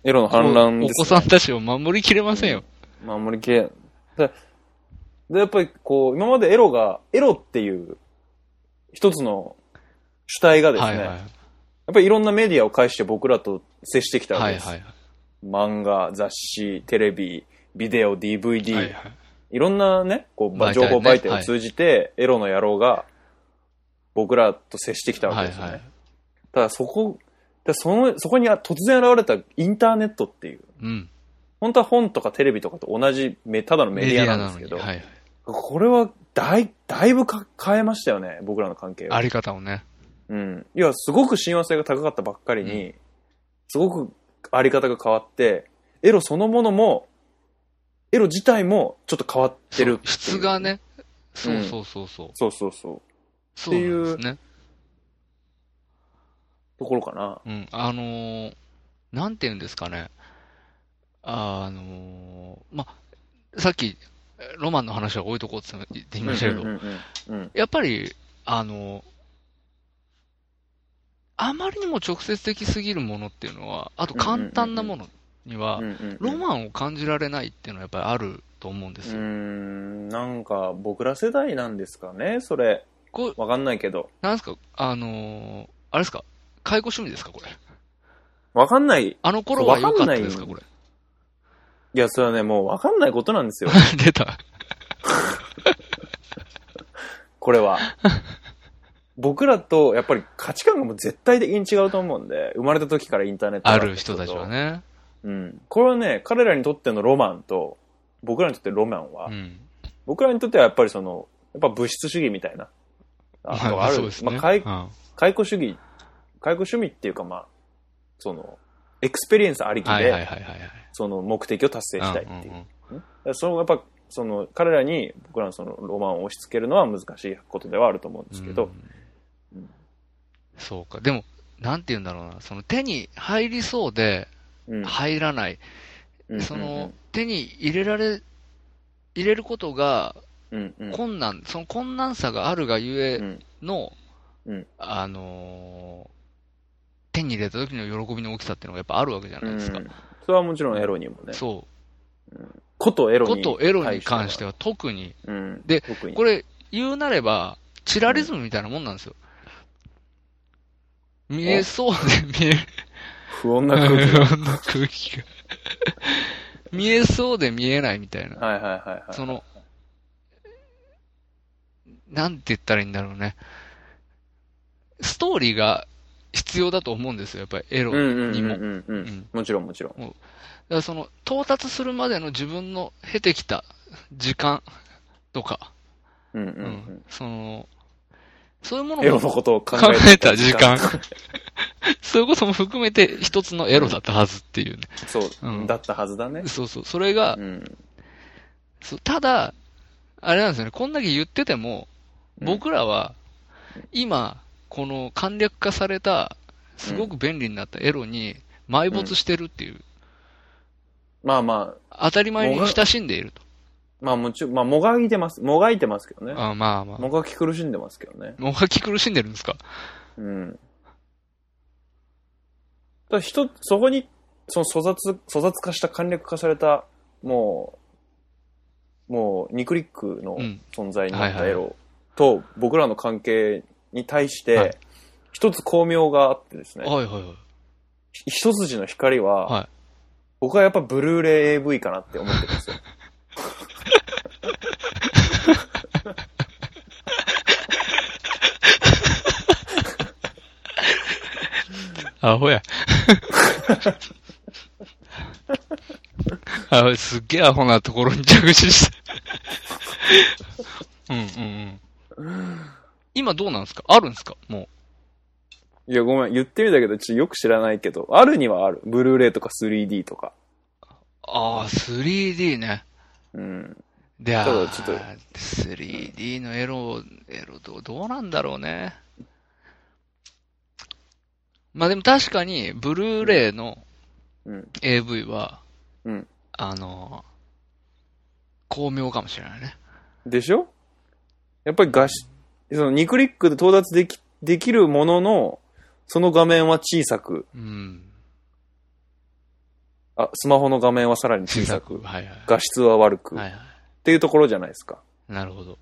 [SPEAKER 2] エロの反乱
[SPEAKER 3] お
[SPEAKER 2] です、ね。
[SPEAKER 3] お子さんたちを守りきれませんよ。
[SPEAKER 2] まあ、あんまり系。だで、やっぱりこう、今までエロが、エロっていう、一つの主体がですね、
[SPEAKER 3] はいはい。
[SPEAKER 2] やっぱりいろんなメディアを介して僕らと接してきたわ
[SPEAKER 3] は
[SPEAKER 2] け
[SPEAKER 3] い
[SPEAKER 2] です。
[SPEAKER 3] はい。
[SPEAKER 2] 漫画、雑誌、テレビ、ビデオ、DVD、
[SPEAKER 3] はい
[SPEAKER 2] い
[SPEAKER 3] はい
[SPEAKER 2] ろんなね、こう、ば
[SPEAKER 3] 媒体
[SPEAKER 2] 情
[SPEAKER 3] ね
[SPEAKER 2] 報媒体
[SPEAKER 3] は
[SPEAKER 2] を
[SPEAKER 3] い
[SPEAKER 2] 通じて、エロの野郎が僕らと接してきたわ
[SPEAKER 3] は
[SPEAKER 2] け
[SPEAKER 3] い
[SPEAKER 2] ですよね。
[SPEAKER 3] はい。
[SPEAKER 2] ただそこ、だそのそこに突然現れたインターネットっていう、
[SPEAKER 3] うん。
[SPEAKER 2] 本当は本とかテレビとかと同じめ、ただのメディアなんですけど、
[SPEAKER 3] メディアなのにはい
[SPEAKER 2] これはだいだいぶか変えましたよね、僕らの関係を
[SPEAKER 3] はい。あり方をね。
[SPEAKER 2] うん。いや、すごく親和性が高かったばっかりに、すごくあり方が変わって、エロそのものも、エロ自体もちょっと変わってるっていう
[SPEAKER 3] 質が。ね。そううんそうそうそう。
[SPEAKER 2] そうそうそ
[SPEAKER 3] そうなんですね。
[SPEAKER 2] う。ところかな。
[SPEAKER 3] うん。あのー、なんて言うんですかね。あのー、ま、さっき、ロマンの話は置いとこうって言って言いましたけど
[SPEAKER 2] うん、うんうんうん。
[SPEAKER 3] やっぱり、あの、あまりにも直接的すぎるものっていうのは、あと簡単なものには
[SPEAKER 2] う、んうんうん
[SPEAKER 3] ロマンを感じられないっていうのはやっぱりあると思うんで
[SPEAKER 2] う
[SPEAKER 3] す
[SPEAKER 2] ー
[SPEAKER 3] よ。
[SPEAKER 2] ん、なんか僕ら世代なんですかね、それ。
[SPEAKER 3] こう、
[SPEAKER 2] わかんないけど。
[SPEAKER 3] なんですか、あのーあれですか、解雇趣味ですか、これ。
[SPEAKER 2] わかんない。
[SPEAKER 3] あの頃は良かったですか、
[SPEAKER 2] わ
[SPEAKER 3] これ。
[SPEAKER 2] いや、それはね、もうわかんないことなん ですよ。
[SPEAKER 3] 出た。
[SPEAKER 2] これは。僕らと、やっぱり価値観がもう絶対的に違うと思うんで、生まれた時からインターネットが
[SPEAKER 3] あ
[SPEAKER 2] った
[SPEAKER 3] る人たちは。ね。
[SPEAKER 2] うん。これはね、彼らにとってのロマンと、僕らにとってのロマンは、
[SPEAKER 3] うん。
[SPEAKER 2] 僕らにとってはやっぱりその、やっぱ物質主義みたいな。あ
[SPEAKER 3] まあ
[SPEAKER 2] ある
[SPEAKER 3] そうですね。
[SPEAKER 2] まあ、解
[SPEAKER 3] うんは
[SPEAKER 2] 解雇主義、解雇趣味っていうかまあ、その、エクスペリエンスあり
[SPEAKER 3] い
[SPEAKER 2] きで、
[SPEAKER 3] はいはいはいはい。
[SPEAKER 2] その目的を達成したいっていう。
[SPEAKER 3] うんうんうん
[SPEAKER 2] だからそのやっぱその彼らに僕らのそのロマンを押し付けるのは難しいことではあると思うんですけど、
[SPEAKER 3] うん
[SPEAKER 2] うん
[SPEAKER 3] そうか、でも、なんて言うんだろうな、その手に入りそうで
[SPEAKER 2] うん
[SPEAKER 3] 入らない、
[SPEAKER 2] うん
[SPEAKER 3] その手に入れられ、入れることが
[SPEAKER 2] うんうん
[SPEAKER 3] 困難、その困難さがあるがゆ
[SPEAKER 2] う
[SPEAKER 3] え
[SPEAKER 2] ん
[SPEAKER 3] の、
[SPEAKER 2] うん
[SPEAKER 3] あのー手に入れた時の喜びの大きさっていうのがやっぱあるわけじゃないですか。
[SPEAKER 2] うんそれはもちろんエロにもね
[SPEAKER 3] そ
[SPEAKER 2] ことエ
[SPEAKER 3] う。
[SPEAKER 2] ロ
[SPEAKER 3] こ
[SPEAKER 2] に
[SPEAKER 3] とエロに関しては特に、
[SPEAKER 2] うん
[SPEAKER 3] で
[SPEAKER 2] 特に
[SPEAKER 3] これ言うなれば、チラリズムみたいなもんなんですよ。見えそうで見え
[SPEAKER 2] 不 穏な空気
[SPEAKER 3] 空気が。見えそうで見えないみたいな。
[SPEAKER 2] はいはいはいはい
[SPEAKER 3] その、なんて言ったらいいんだろうね。ストーリーが必要だと思うんですよ、やっぱりエロ
[SPEAKER 2] うんうん
[SPEAKER 3] に
[SPEAKER 2] うん
[SPEAKER 3] も。
[SPEAKER 2] うんう
[SPEAKER 3] うんん
[SPEAKER 2] もちろんもちろん
[SPEAKER 3] だからその、到達するまでの自分の経てきた時間とか、
[SPEAKER 2] うんうんう
[SPEAKER 3] うん
[SPEAKER 2] ん
[SPEAKER 3] その、そういうもの
[SPEAKER 2] エロ
[SPEAKER 3] も
[SPEAKER 2] のことを考
[SPEAKER 3] 考
[SPEAKER 2] え
[SPEAKER 3] えた時間。 そういうことも含めて一つのエロだったはずっていうね。
[SPEAKER 2] そう
[SPEAKER 3] うん
[SPEAKER 2] だったはずだね
[SPEAKER 3] そうそう。それが
[SPEAKER 2] う、ん
[SPEAKER 3] そうただ、あれなんですよね、こんだけ言ってても、
[SPEAKER 2] うん
[SPEAKER 3] 僕らは、今、この簡略化された、すごく便利になったエロに埋没してるっていう、
[SPEAKER 2] まあまあ
[SPEAKER 3] 当たり前に親しんでいると。
[SPEAKER 2] まあもちろんまあもがいてますもがいてますけどね
[SPEAKER 3] あまあまあ。
[SPEAKER 2] もがき苦しんでますけどね
[SPEAKER 3] もがき苦しんでるんですか
[SPEAKER 2] うん。ただ人、そこに、その粗雑、粗雑化した簡略化された、もう、もう、ニクリックの
[SPEAKER 3] うん
[SPEAKER 2] 存在になっ
[SPEAKER 3] はいは
[SPEAKER 2] た
[SPEAKER 3] い
[SPEAKER 2] エロと、僕らの関係に対し
[SPEAKER 3] はい
[SPEAKER 2] て、一つ巧妙があってですね、
[SPEAKER 3] はいはいはい。
[SPEAKER 2] 一筋の光は、
[SPEAKER 3] はい
[SPEAKER 2] 僕はやっぱブルーレイ AV かなって思ってるんですよ。
[SPEAKER 3] アホや。あすっげえアホなところに着地した。うんうんうん。今どうなんですかあるんですかも
[SPEAKER 2] いや、ごめん。言ってみたけど、ちょっとよく知らないけど、あるにはある。ブルーレイとか 3D とか。
[SPEAKER 3] う。ああ、3D ね。
[SPEAKER 2] うん。
[SPEAKER 3] で、
[SPEAKER 2] ただ
[SPEAKER 3] あー
[SPEAKER 2] ちょっと
[SPEAKER 3] 3D のエロ、エロどう、どうなんだろうね。まあでも確かに、ブルーレイの
[SPEAKER 2] うん
[SPEAKER 3] AV は、
[SPEAKER 2] うん
[SPEAKER 3] あの、巧妙かもしれないね。
[SPEAKER 2] でしょやっぱり画質、その2クリックで到達でき、できるものの、その画面は小さく、
[SPEAKER 3] うん。
[SPEAKER 2] あ、スマホの画面はさらに小さく、
[SPEAKER 3] はいはい。
[SPEAKER 2] 画質は悪く、
[SPEAKER 3] はい
[SPEAKER 2] っ
[SPEAKER 3] は
[SPEAKER 2] ていうところじゃないですか。
[SPEAKER 3] い。なるほど。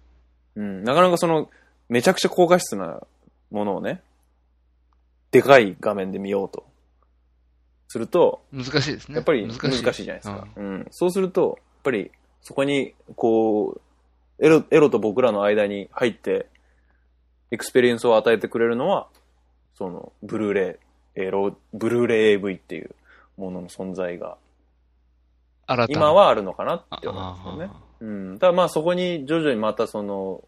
[SPEAKER 2] うん。なかなかその、めちゃくちゃ高画質なものをね、でかい画面で見ようと。すると、
[SPEAKER 3] 難しいですね。
[SPEAKER 2] やっぱり難しいじゃないですか。うん。そうすると、やっぱり、そこに、こう、エロ、エロと僕らの間に入って、エクスペリエンスを与えてくれるのは、その、ブルーレイ、エロ、ブルーレイ AV っていうものの存在が、
[SPEAKER 3] 新たな
[SPEAKER 2] 今はあるのかな
[SPEAKER 3] あ
[SPEAKER 2] って思うんですよね。
[SPEAKER 3] ああ
[SPEAKER 2] うん。ただまあそこに徐々にまたその、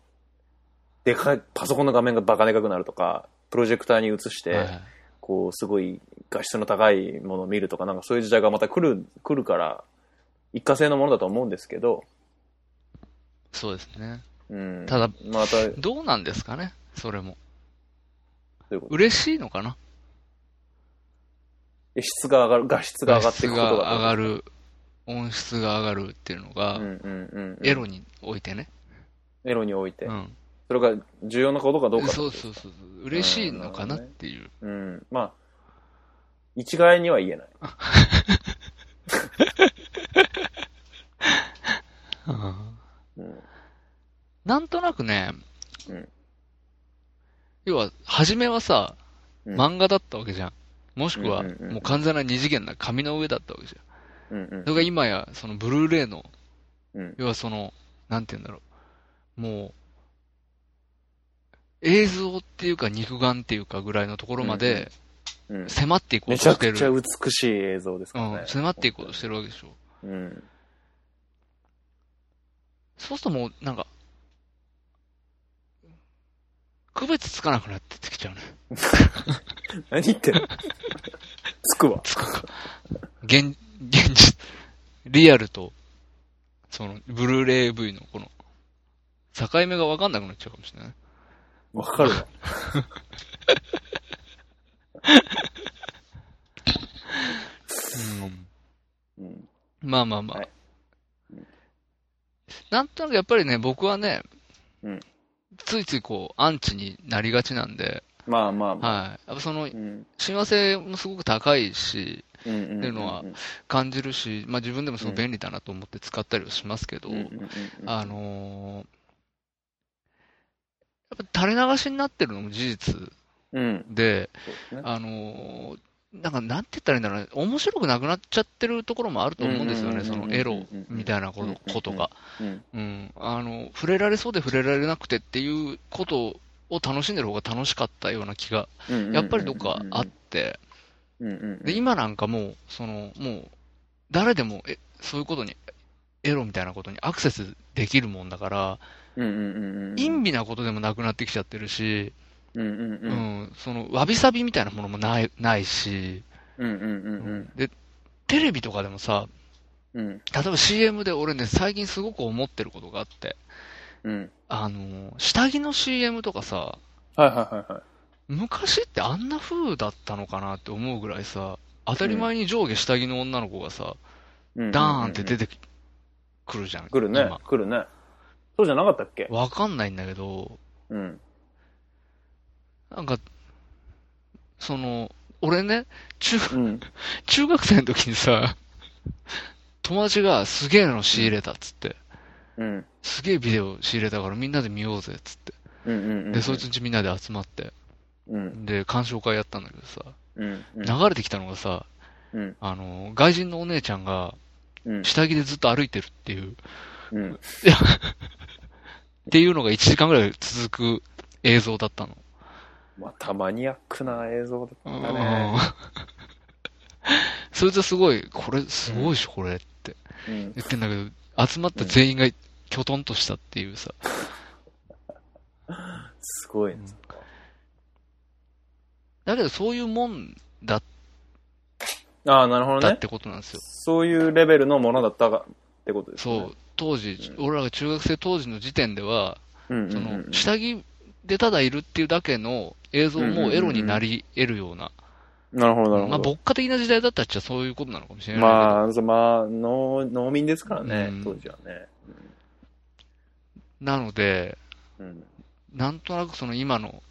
[SPEAKER 2] でかい、パソコンの画面がバカでかくなるとか、プロジェクターに映して、
[SPEAKER 3] はいはい
[SPEAKER 2] こう、すごい画質の高いものを見るとか、なんかそういう時代がまた来る、来るから、一過性のものだと思うんですけど、
[SPEAKER 3] そうですね。
[SPEAKER 2] うん。
[SPEAKER 3] ただ
[SPEAKER 2] また、ど
[SPEAKER 3] どうなんですかねそれも。
[SPEAKER 2] ういうこと
[SPEAKER 3] 嬉しいのかな
[SPEAKER 2] え質が上がる、画質が上がっていくこと
[SPEAKER 3] 画質
[SPEAKER 2] だ
[SPEAKER 3] が上が
[SPEAKER 2] る。
[SPEAKER 3] る、音質が上がるっていうのが、
[SPEAKER 2] うんうんうんうん。
[SPEAKER 3] エロ。においてね。
[SPEAKER 2] エロにおいて。
[SPEAKER 3] うん。
[SPEAKER 2] それが重要なことかどうかってこと
[SPEAKER 3] そう
[SPEAKER 2] です
[SPEAKER 3] そうそう。嬉しいのかなっていう。
[SPEAKER 2] うん。まあ、一概には言えない。
[SPEAKER 3] うん
[SPEAKER 2] うん。
[SPEAKER 3] なんとなくね
[SPEAKER 2] うん、
[SPEAKER 3] 要は、初めはさ、
[SPEAKER 2] うん
[SPEAKER 3] 漫画だったわけじゃん。もしくは、
[SPEAKER 2] うんうんうん
[SPEAKER 3] もう完全な二次元な紙の上だったわけじゃん。
[SPEAKER 2] うんうん
[SPEAKER 3] それが今や、そのブルーレイの、
[SPEAKER 2] うん
[SPEAKER 3] 要はその、なんて言うんだろう。もう、映像っていうか肉眼っていうかぐらいのところまで
[SPEAKER 2] うん。
[SPEAKER 3] 迫っていこう
[SPEAKER 2] め
[SPEAKER 3] と
[SPEAKER 2] ちゃ
[SPEAKER 3] して
[SPEAKER 2] く
[SPEAKER 3] る。
[SPEAKER 2] ちゃ美しい映像ですから
[SPEAKER 3] うん
[SPEAKER 2] ね。
[SPEAKER 3] 迫っていこうとしてるわけでしょ。
[SPEAKER 2] うん。
[SPEAKER 3] そうするともう、なんか、区別つかなくなってきちゃうね。
[SPEAKER 2] 何言 ってんのつくわ。
[SPEAKER 3] 現、現実、リアルと、その、ブルーレイ AV のこの、境目がわかんなくなっちゃうかもしれない。
[SPEAKER 2] わかるわ。
[SPEAKER 3] うん。
[SPEAKER 2] うん。
[SPEAKER 3] まあまあまあ。
[SPEAKER 2] はいう
[SPEAKER 3] なんとなくやっぱりね、僕はね、
[SPEAKER 2] うん
[SPEAKER 3] ついついこう、アンチになりがちなんで、
[SPEAKER 2] まあまあまあ。
[SPEAKER 3] はい。やっぱその、
[SPEAKER 2] うん。
[SPEAKER 3] 親和性もすごく高いし、
[SPEAKER 2] うんうんうんん。
[SPEAKER 3] っていうのは感じるし、まあ自分でもすごく便利だなと思って使ったりはしますけど、
[SPEAKER 2] うんうんうんうん
[SPEAKER 3] あのーやっぱ垂れ流しになってるのも事実
[SPEAKER 2] うん。
[SPEAKER 3] で、
[SPEAKER 2] そうですね
[SPEAKER 3] あのーなんかなんて言ったらいいんだろうね、面白くなくなっちゃってるところもあると思うんですよ
[SPEAKER 2] う
[SPEAKER 3] ね、
[SPEAKER 2] んうん
[SPEAKER 3] そ
[SPEAKER 2] うんうんうん
[SPEAKER 3] のエロみたいなことことが。
[SPEAKER 2] うん
[SPEAKER 3] うん、あの、触れられそうで触れられなくてっていうことを楽しんでる方が楽しかったような気が、
[SPEAKER 2] うんうん
[SPEAKER 3] やっぱりどっかあって、
[SPEAKER 2] うんうんうん
[SPEAKER 3] で、今なんかもう、その、もう、誰でも、え、そういうことに、エロみたいなことにアクセスできるもんだから、
[SPEAKER 2] うんうんうんうん
[SPEAKER 3] 陰美なことでもなくなってきちゃってるし、
[SPEAKER 2] うんうんう
[SPEAKER 3] うんん、その、わびさびみたいなものもない、ないし、
[SPEAKER 2] うんうんうん
[SPEAKER 3] で、テレビとかでもさ、
[SPEAKER 2] うんうん
[SPEAKER 3] 例えば CM で俺ね、最近すごく思ってることがあって、
[SPEAKER 2] うん
[SPEAKER 3] あの、下着の CM とかさ、
[SPEAKER 2] はいはいはいはい
[SPEAKER 3] 昔ってあんな風だったのかなって思うぐらいさ、当たり前に上下下着の女の子がさ、
[SPEAKER 2] うんうんうん。
[SPEAKER 3] ダーンって出てきくるじゃん。
[SPEAKER 2] くるね
[SPEAKER 3] 今。
[SPEAKER 2] 来るね。そうじゃなかったっけ
[SPEAKER 3] わかんないんだけど、
[SPEAKER 2] うん。
[SPEAKER 3] なんか、その、俺ね、中、
[SPEAKER 2] うん。
[SPEAKER 3] 中学生の時にさ、 友達がすげえの仕入れたっつって、
[SPEAKER 2] うん。
[SPEAKER 3] すげえビデオ仕入れたからみんなで見ようぜっつって。
[SPEAKER 2] うんうんうん。
[SPEAKER 3] で、そいつんちみんなで集まって、
[SPEAKER 2] うん。
[SPEAKER 3] で、鑑賞会やったんだけどさ、
[SPEAKER 2] うん。うん。
[SPEAKER 3] 流れてきたのがさ、
[SPEAKER 2] うん。
[SPEAKER 3] あの、外人のお姉ちゃんが、
[SPEAKER 2] うん。
[SPEAKER 3] 下着でずっと歩いてるっていう、
[SPEAKER 2] うん。
[SPEAKER 3] っていうのが1時間ぐらい続く映像だったの。
[SPEAKER 2] またマニアックな映像だった
[SPEAKER 3] う
[SPEAKER 2] ね。
[SPEAKER 3] んそれとすごい、これすごいし、これって。
[SPEAKER 2] うん。
[SPEAKER 3] 言ってんだけど、集まった全員がきょとんとしたっていうさ、
[SPEAKER 2] すごいね。
[SPEAKER 3] だけどそういうもんだっ
[SPEAKER 2] ああ、なるほど
[SPEAKER 3] た
[SPEAKER 2] ね
[SPEAKER 3] っ。てことなんですよ。
[SPEAKER 2] そういうレベルのものだったがってことです
[SPEAKER 3] そ
[SPEAKER 2] ね
[SPEAKER 3] う。、当時、俺らが中学生当時の時点では、
[SPEAKER 2] そう。うんうんうん、
[SPEAKER 3] その、下着でただいるっていうだけの映像もエロになり得るような、
[SPEAKER 2] なるほど、なる
[SPEAKER 3] まあ、
[SPEAKER 2] ほど。
[SPEAKER 3] 牧歌的な時代だったっちゃそういうことなのかもしれないけど、
[SPEAKER 2] まあ、そうまあ、農農民ですからね、
[SPEAKER 3] うん
[SPEAKER 2] 当時はね。
[SPEAKER 3] なので、
[SPEAKER 2] うん。
[SPEAKER 3] なんとなくその今の、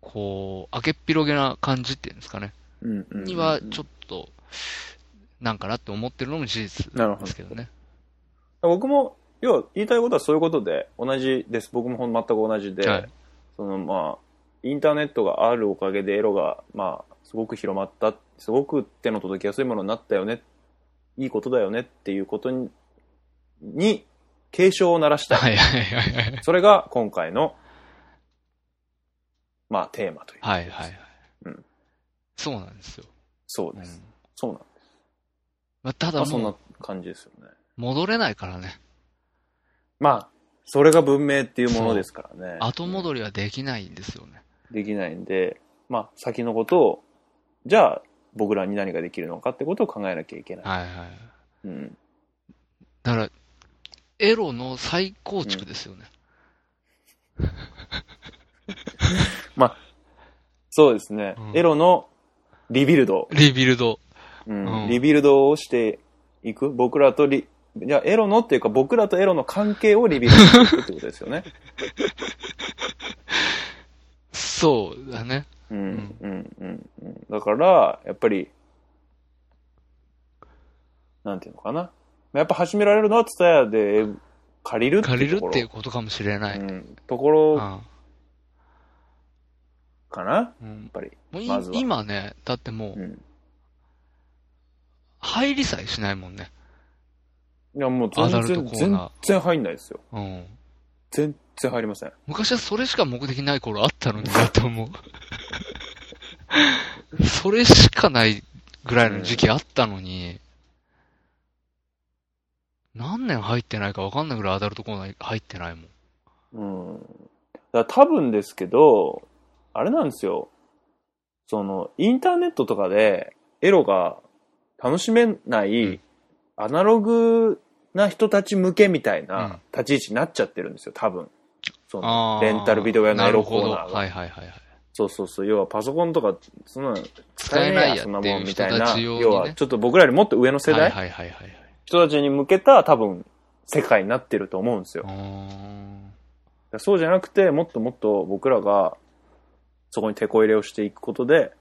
[SPEAKER 3] こう、明けっぴろげな感じっていうんですかね、
[SPEAKER 2] うんうん、
[SPEAKER 3] には
[SPEAKER 2] うん
[SPEAKER 3] ちょっと、なんかなって思ってるのも事実
[SPEAKER 2] なるほ
[SPEAKER 3] で
[SPEAKER 2] ど
[SPEAKER 3] す。けどね。
[SPEAKER 2] 僕も、要は言いたいことはそういうことで、同じです。僕もほん全く同じで、
[SPEAKER 3] はい
[SPEAKER 2] そのまあ、インターネットがあるおかげでエロが、まあ、すごく広まった、すごく手の届きやすいものになったよね、いいことだよねっていうことに、に警鐘を鳴らしたい。
[SPEAKER 3] はいはいはいはい。
[SPEAKER 2] それが今回の、まあ、テーマという。
[SPEAKER 3] はいはいはい。
[SPEAKER 2] うん
[SPEAKER 3] そうなんですよ。
[SPEAKER 2] そう
[SPEAKER 3] うん
[SPEAKER 2] です。そうなんです。
[SPEAKER 3] まあ、た
[SPEAKER 2] ま
[SPEAKER 3] だ
[SPEAKER 2] あ、そん
[SPEAKER 3] もう
[SPEAKER 2] な感じですよね。
[SPEAKER 3] 戻れないからね。
[SPEAKER 2] まあ、それが文明っていうものですからね。
[SPEAKER 3] 後戻りはできないんですよね。
[SPEAKER 2] できないんで、まあ、先のことを、じゃあ、僕らに何ができるのかってことを考えなきゃいけない。
[SPEAKER 3] はいはい。
[SPEAKER 2] うん。
[SPEAKER 3] だから、エロの再構築ですよね。
[SPEAKER 2] そうですね。
[SPEAKER 3] うん
[SPEAKER 2] エロのリビルド、
[SPEAKER 3] リビルド。
[SPEAKER 2] うん
[SPEAKER 3] うん
[SPEAKER 2] リビルドをしていく。僕らとリ、じゃあエロのっていうか、僕らとエロの関係をリビルドしていくってこと ですよね。
[SPEAKER 3] そうだね。
[SPEAKER 2] うん、うん、うん。うんだから、やっぱり、なんていうのかな。やっぱ始められるのは、ツタヤで借りるって
[SPEAKER 3] 借
[SPEAKER 2] いうと
[SPEAKER 3] りる
[SPEAKER 2] ころ。
[SPEAKER 3] っていうことかもしれない。
[SPEAKER 2] うん、ところ
[SPEAKER 3] あ
[SPEAKER 2] かな、やっ
[SPEAKER 3] あうん
[SPEAKER 2] ぱり。
[SPEAKER 3] もうい
[SPEAKER 2] まずは
[SPEAKER 3] 今ね、だっても
[SPEAKER 2] う
[SPEAKER 3] う、
[SPEAKER 2] ん。
[SPEAKER 3] 入りさえしないもんね。
[SPEAKER 2] いや、もう
[SPEAKER 3] ア
[SPEAKER 2] 全
[SPEAKER 3] ダルト
[SPEAKER 2] 然、
[SPEAKER 3] コーナー
[SPEAKER 2] 全然入んないですよ。
[SPEAKER 3] うん。
[SPEAKER 2] 全然入りません。
[SPEAKER 3] 昔はそれしか目的ない頃あったのにな と思う。それしかないぐらいの時期あったのに、何年入ってないか分かんないぐらいアダルトコーナー入ってないもん。
[SPEAKER 2] うん。だから多分ですけど、あれなんですよ。その、インターネットとかで、エロが楽しめな
[SPEAKER 3] う
[SPEAKER 2] い
[SPEAKER 3] ん、
[SPEAKER 2] アナログな人たち向けみたいうなん立ち位置になっちゃってるんですよ、多分。そ
[SPEAKER 3] あ
[SPEAKER 2] の、
[SPEAKER 3] ー
[SPEAKER 2] レンタルビデオ屋のエロコーナ
[SPEAKER 3] なる
[SPEAKER 2] ー
[SPEAKER 3] ほ
[SPEAKER 2] が。
[SPEAKER 3] どはいはいはいはい。
[SPEAKER 2] そうそうそう。要はパソコンとか、そんなの使
[SPEAKER 3] 使
[SPEAKER 2] え
[SPEAKER 3] え
[SPEAKER 2] な
[SPEAKER 3] ないい
[SPEAKER 2] や、
[SPEAKER 3] や
[SPEAKER 2] そんな
[SPEAKER 3] って
[SPEAKER 2] も
[SPEAKER 3] い
[SPEAKER 2] ん
[SPEAKER 3] う
[SPEAKER 2] み
[SPEAKER 3] 人
[SPEAKER 2] たい
[SPEAKER 3] た
[SPEAKER 2] な。
[SPEAKER 3] ち用にね
[SPEAKER 2] 要は、ちょっと僕らよりもっと上の世代
[SPEAKER 3] はいはいはいはいはい。
[SPEAKER 2] 人たちに向けた多分世界になってると思うんですよ。
[SPEAKER 3] う
[SPEAKER 2] だか
[SPEAKER 3] ーん
[SPEAKER 2] らそうじゃなくて、もっともっと僕らがそこに手こ入れをしていくことで、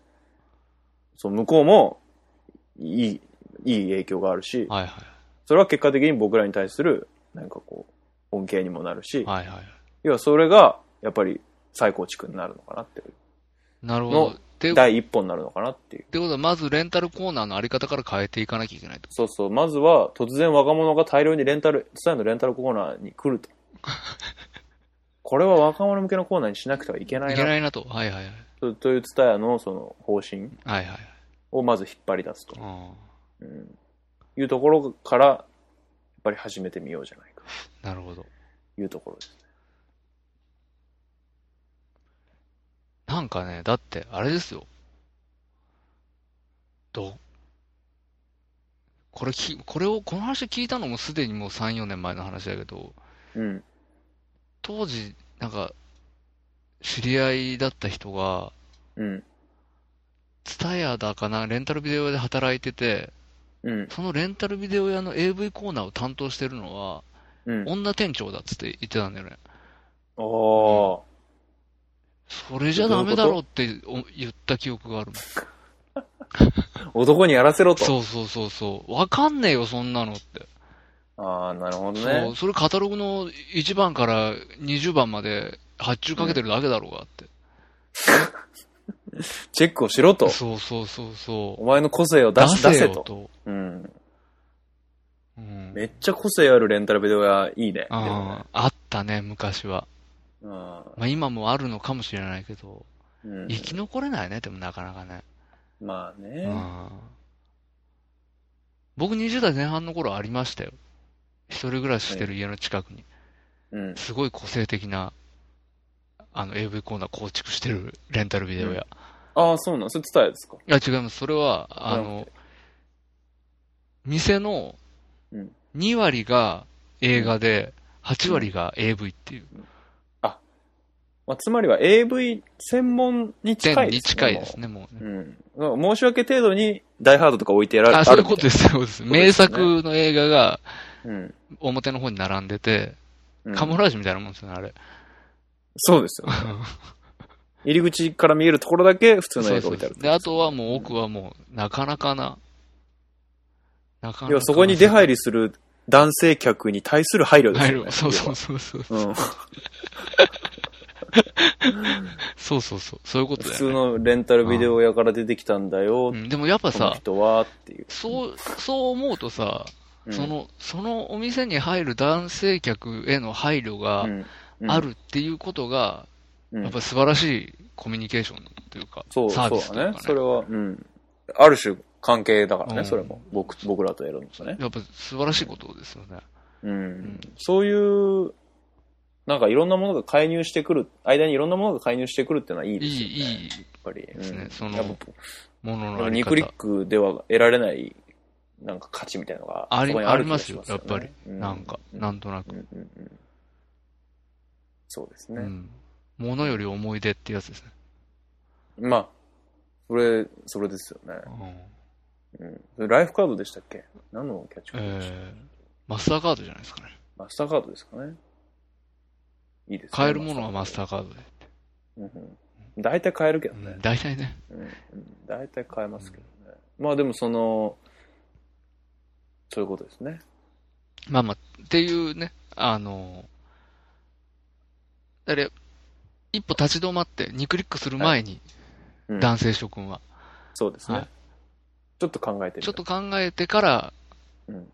[SPEAKER 2] そう向こうもいい、いい影響があるし、
[SPEAKER 3] はいはい。
[SPEAKER 2] それは結果的に僕らに対する、なんかこう、恩恵にもなるし、
[SPEAKER 3] はいはい。
[SPEAKER 2] 要はそれが、やっぱり再構築になるのかなってい
[SPEAKER 3] なるほ
[SPEAKER 2] の
[SPEAKER 3] ど。で
[SPEAKER 2] う、第一歩になるのかなっていう。
[SPEAKER 3] ってことは、まずレンタルコーナーのあり方から変えていかなきゃいけないと。
[SPEAKER 2] そうそう、まずは突然若者が大量にレンタル、ツタヤのレンタルコーナーに来る と。これは若者向けのコーナーにしなくてはいけないな
[SPEAKER 3] いけないなと。はいはいはい。
[SPEAKER 2] とというツタヤのその方針
[SPEAKER 3] はいはいはい。
[SPEAKER 2] をまず引っ張り出すと、
[SPEAKER 3] うん
[SPEAKER 2] うんいうところからやっぱり始めてみようじゃないか
[SPEAKER 3] なるほど。
[SPEAKER 2] というところです。
[SPEAKER 3] なんかね、だって、あれですよ。どうこれき、これを、この話聞いたのもすでにもう3、4年前の話だけど、
[SPEAKER 2] うん。
[SPEAKER 3] 当時、なんか、知り合いだった人が、
[SPEAKER 2] うん。
[SPEAKER 3] ツタヤだかな、レンタルビデオ屋で働いてて、
[SPEAKER 2] うん。
[SPEAKER 3] そのレンタルビデオ屋の AV コーナーを担当してるのは、
[SPEAKER 2] うん。
[SPEAKER 3] 女店長だっつって言ってたんだよね。
[SPEAKER 2] おー。
[SPEAKER 3] それじゃダメだろうってお言った記憶があるもん。
[SPEAKER 2] 男にやらせろと。
[SPEAKER 3] そうそうそうそう。わかんねえよ、そんなのって。
[SPEAKER 2] ああ、なるほど
[SPEAKER 3] そ
[SPEAKER 2] ね
[SPEAKER 3] う、。それカタログの1番から20番まで発注かけてるだけだろうがって。
[SPEAKER 2] チェックをしろと。
[SPEAKER 3] そうそうそうそ
[SPEAKER 2] お前の個性を
[SPEAKER 3] う。
[SPEAKER 2] 出し出
[SPEAKER 3] せ
[SPEAKER 2] せ
[SPEAKER 3] よ
[SPEAKER 2] と。
[SPEAKER 3] と。
[SPEAKER 2] うん。
[SPEAKER 3] うん。
[SPEAKER 2] めっちゃ個性あるレンタルビデオ屋いいね。でも
[SPEAKER 3] あ
[SPEAKER 2] ね
[SPEAKER 3] あ、あったね、昔は。
[SPEAKER 2] うん
[SPEAKER 3] まあ今もあるのかもしれないけど、
[SPEAKER 2] うん
[SPEAKER 3] 生き残れないね、でもなかなかね。
[SPEAKER 2] まあ
[SPEAKER 3] うん
[SPEAKER 2] ね。。
[SPEAKER 3] 僕20代前半の頃ありましたよ。一人暮らししてる家の近くに。
[SPEAKER 2] うん。
[SPEAKER 3] すごい個性的な、あの、AV コーナー構築してるレンタルビデオ屋。
[SPEAKER 2] ああ、そうなんそれ伝えですか
[SPEAKER 3] いや、違います。それは、あ
[SPEAKER 2] なん
[SPEAKER 3] の、店の
[SPEAKER 2] うん
[SPEAKER 3] 2割が映画で、8割が AV っていう。
[SPEAKER 2] まあ、つまりは AV 専門に
[SPEAKER 3] 全
[SPEAKER 2] 近い
[SPEAKER 3] に
[SPEAKER 2] ですね。
[SPEAKER 3] 近いですね、もうね。
[SPEAKER 2] もう。うん。申し訳程度に、ダイハードとか置いてやられ。
[SPEAKER 3] あ、そういうことですす、そうです。名作の映画が
[SPEAKER 2] うん。
[SPEAKER 3] 表の方に並んでて、
[SPEAKER 2] うん
[SPEAKER 3] カモフラージュみたいなもんですよね、あれ。
[SPEAKER 2] そうですよね。入り口から見えるところだけ普通の
[SPEAKER 3] そう
[SPEAKER 2] 映画
[SPEAKER 3] そ
[SPEAKER 2] 置
[SPEAKER 3] う
[SPEAKER 2] いてあ
[SPEAKER 3] そう
[SPEAKER 2] る。
[SPEAKER 3] で、あとはもう奥はもう、なかなかな。なかなかな。
[SPEAKER 2] 要はそこに出入りする男性客に対する配慮です
[SPEAKER 3] 入
[SPEAKER 2] よね。
[SPEAKER 3] る。そうそうそうそう。
[SPEAKER 2] 要はうん。
[SPEAKER 3] そうそうそう。そういうこと
[SPEAKER 2] 普
[SPEAKER 3] だ
[SPEAKER 2] 通
[SPEAKER 3] よね。
[SPEAKER 2] のレンタルビデオ屋から出てきたんだよ
[SPEAKER 3] う、ん、でもやっぱ
[SPEAKER 2] この
[SPEAKER 3] さ、
[SPEAKER 2] 人はっていう。
[SPEAKER 3] そう、そう思うとさ、
[SPEAKER 2] うん
[SPEAKER 3] そ、の、そのお店に入る男性客への配慮が
[SPEAKER 2] うんうん
[SPEAKER 3] あるっていうことが、
[SPEAKER 2] うん
[SPEAKER 3] やっぱ素晴らしいコミュニケーションというか、
[SPEAKER 2] そう、
[SPEAKER 3] サービス
[SPEAKER 2] そ
[SPEAKER 3] と
[SPEAKER 2] う
[SPEAKER 3] いう
[SPEAKER 2] だ
[SPEAKER 3] か
[SPEAKER 2] ね。それは、うん。ある種関係だからね、
[SPEAKER 3] うん
[SPEAKER 2] それも。僕、僕らとやるのとね。
[SPEAKER 3] やっぱ素晴らしいことですよね。
[SPEAKER 2] うん。
[SPEAKER 3] ん
[SPEAKER 2] そういう、なんかいろんなものが介入してくる、間にいろんなものが介入してくるっていうのはいい
[SPEAKER 3] い
[SPEAKER 2] ですよね。
[SPEAKER 3] い、い
[SPEAKER 2] や
[SPEAKER 3] い
[SPEAKER 2] っぱり。うん
[SPEAKER 3] ですねその
[SPEAKER 2] やっぱ
[SPEAKER 3] もの
[SPEAKER 2] やっ
[SPEAKER 3] の
[SPEAKER 2] ぱ
[SPEAKER 3] あり
[SPEAKER 2] ニ
[SPEAKER 3] 方
[SPEAKER 2] クリックでは得られない、なんか価値みたいなのが
[SPEAKER 3] あり
[SPEAKER 2] そこに
[SPEAKER 3] あり
[SPEAKER 2] 気
[SPEAKER 3] ま
[SPEAKER 2] が
[SPEAKER 3] す
[SPEAKER 2] し
[SPEAKER 3] よ、
[SPEAKER 2] ね
[SPEAKER 3] やっぱり。
[SPEAKER 2] う
[SPEAKER 3] なんか、
[SPEAKER 2] う
[SPEAKER 3] なんとなく
[SPEAKER 2] う。んうんうんそうです
[SPEAKER 3] う
[SPEAKER 2] ね。
[SPEAKER 3] ん。ものより思い出ってやつですね。
[SPEAKER 2] まあ、それ、それですよね。
[SPEAKER 3] うん。
[SPEAKER 2] うん。ライフカードでしたっけ何のキャッチコピーでしたっけ
[SPEAKER 3] えー、マスターカードじゃないですかね。
[SPEAKER 2] マスターカードですかね。いいですね
[SPEAKER 3] 買えるものはマスターカードで。
[SPEAKER 2] うんうん。大体買えるけど
[SPEAKER 3] う
[SPEAKER 2] ね
[SPEAKER 3] ん。大体ね。
[SPEAKER 2] うんうん。大体買えますけどね。まあでもその、そういうことですね。
[SPEAKER 3] まあまあ、っていうね、あの、あれ、一歩立ち止まって、2クリックする前に、
[SPEAKER 2] うん
[SPEAKER 3] 男性諸君は、
[SPEAKER 2] そうですね。
[SPEAKER 3] はい
[SPEAKER 2] ちょっと考えてみ
[SPEAKER 3] ちょ
[SPEAKER 2] る
[SPEAKER 3] っと考えてから
[SPEAKER 2] うん、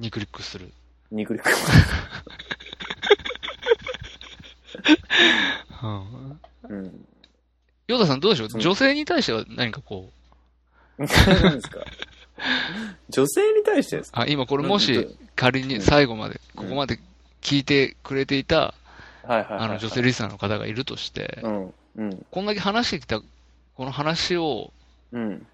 [SPEAKER 3] 2クリックする。
[SPEAKER 2] ニクリック。うん。
[SPEAKER 3] ヨダさんどうでしょう
[SPEAKER 2] うん
[SPEAKER 3] 女性に対しては何かこう、
[SPEAKER 2] 何ですか 女性に対してですか
[SPEAKER 3] あ、今これも
[SPEAKER 2] うん
[SPEAKER 3] し仮に
[SPEAKER 2] ん
[SPEAKER 3] 最後まで、
[SPEAKER 2] う
[SPEAKER 3] こ
[SPEAKER 2] ん
[SPEAKER 3] こまで聞いてくれていた、
[SPEAKER 2] はいはいはい、はい。
[SPEAKER 3] あの女性リスナーの方がいるとして
[SPEAKER 2] う、ん。うん。
[SPEAKER 3] こんだけ話してきた、この話を、
[SPEAKER 2] うん。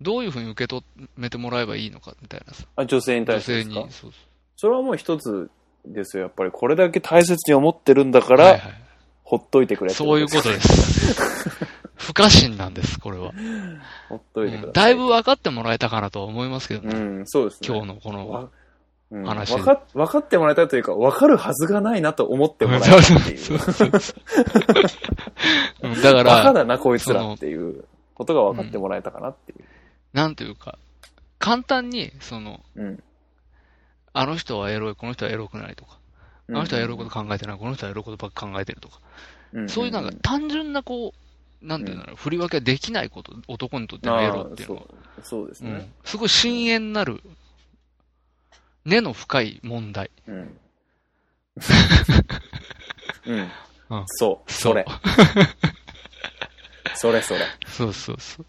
[SPEAKER 3] どういうふうに受け止めてもらえばいいのかみたいなさ。
[SPEAKER 2] あ、女性に
[SPEAKER 3] 女
[SPEAKER 2] 対してです
[SPEAKER 3] 性に
[SPEAKER 2] か、
[SPEAKER 3] そうそ
[SPEAKER 2] それはもう一つですよ。やっぱりこれだけ大切に思ってるんだか
[SPEAKER 3] う。
[SPEAKER 2] ら、
[SPEAKER 3] はいはい
[SPEAKER 2] ほっといてくれって
[SPEAKER 3] そういうことです。 不可侵なんです、これは。
[SPEAKER 2] ほっといてく
[SPEAKER 3] う
[SPEAKER 2] だ
[SPEAKER 3] ん
[SPEAKER 2] さ
[SPEAKER 3] だ
[SPEAKER 2] い。
[SPEAKER 3] いぶ分かってもらえたかなとは思いますけど
[SPEAKER 2] う
[SPEAKER 3] ね。
[SPEAKER 2] ん、そうですね。
[SPEAKER 3] 今日のこの。
[SPEAKER 2] わうんわ
[SPEAKER 3] 話
[SPEAKER 2] か分かってもらえたというか、分かるはずがないなと思ってもらえたっていう。
[SPEAKER 3] そうそうそうそううんだ
[SPEAKER 2] バカ
[SPEAKER 3] から、
[SPEAKER 2] だな、こいつらっていうことが分かってもらえたかなっていう。
[SPEAKER 3] なんというか、簡単に、その、
[SPEAKER 2] うん。
[SPEAKER 3] あの人はエロい、この人はエロくないとか、あの人はエロいこと考えてない、この人はエロいことばっか考えてるとか、
[SPEAKER 2] うん
[SPEAKER 3] そういうなんか単純なこう、なんていうんだろう、振り分けできないこと、男にとってのエロっていうのは
[SPEAKER 2] あ。ーそうそうです
[SPEAKER 3] う
[SPEAKER 2] ね
[SPEAKER 3] ん、すごい深淵なる、根の深い問題。
[SPEAKER 2] うん うん
[SPEAKER 3] うん
[SPEAKER 2] そうそれそれそれ
[SPEAKER 3] そうそうそう。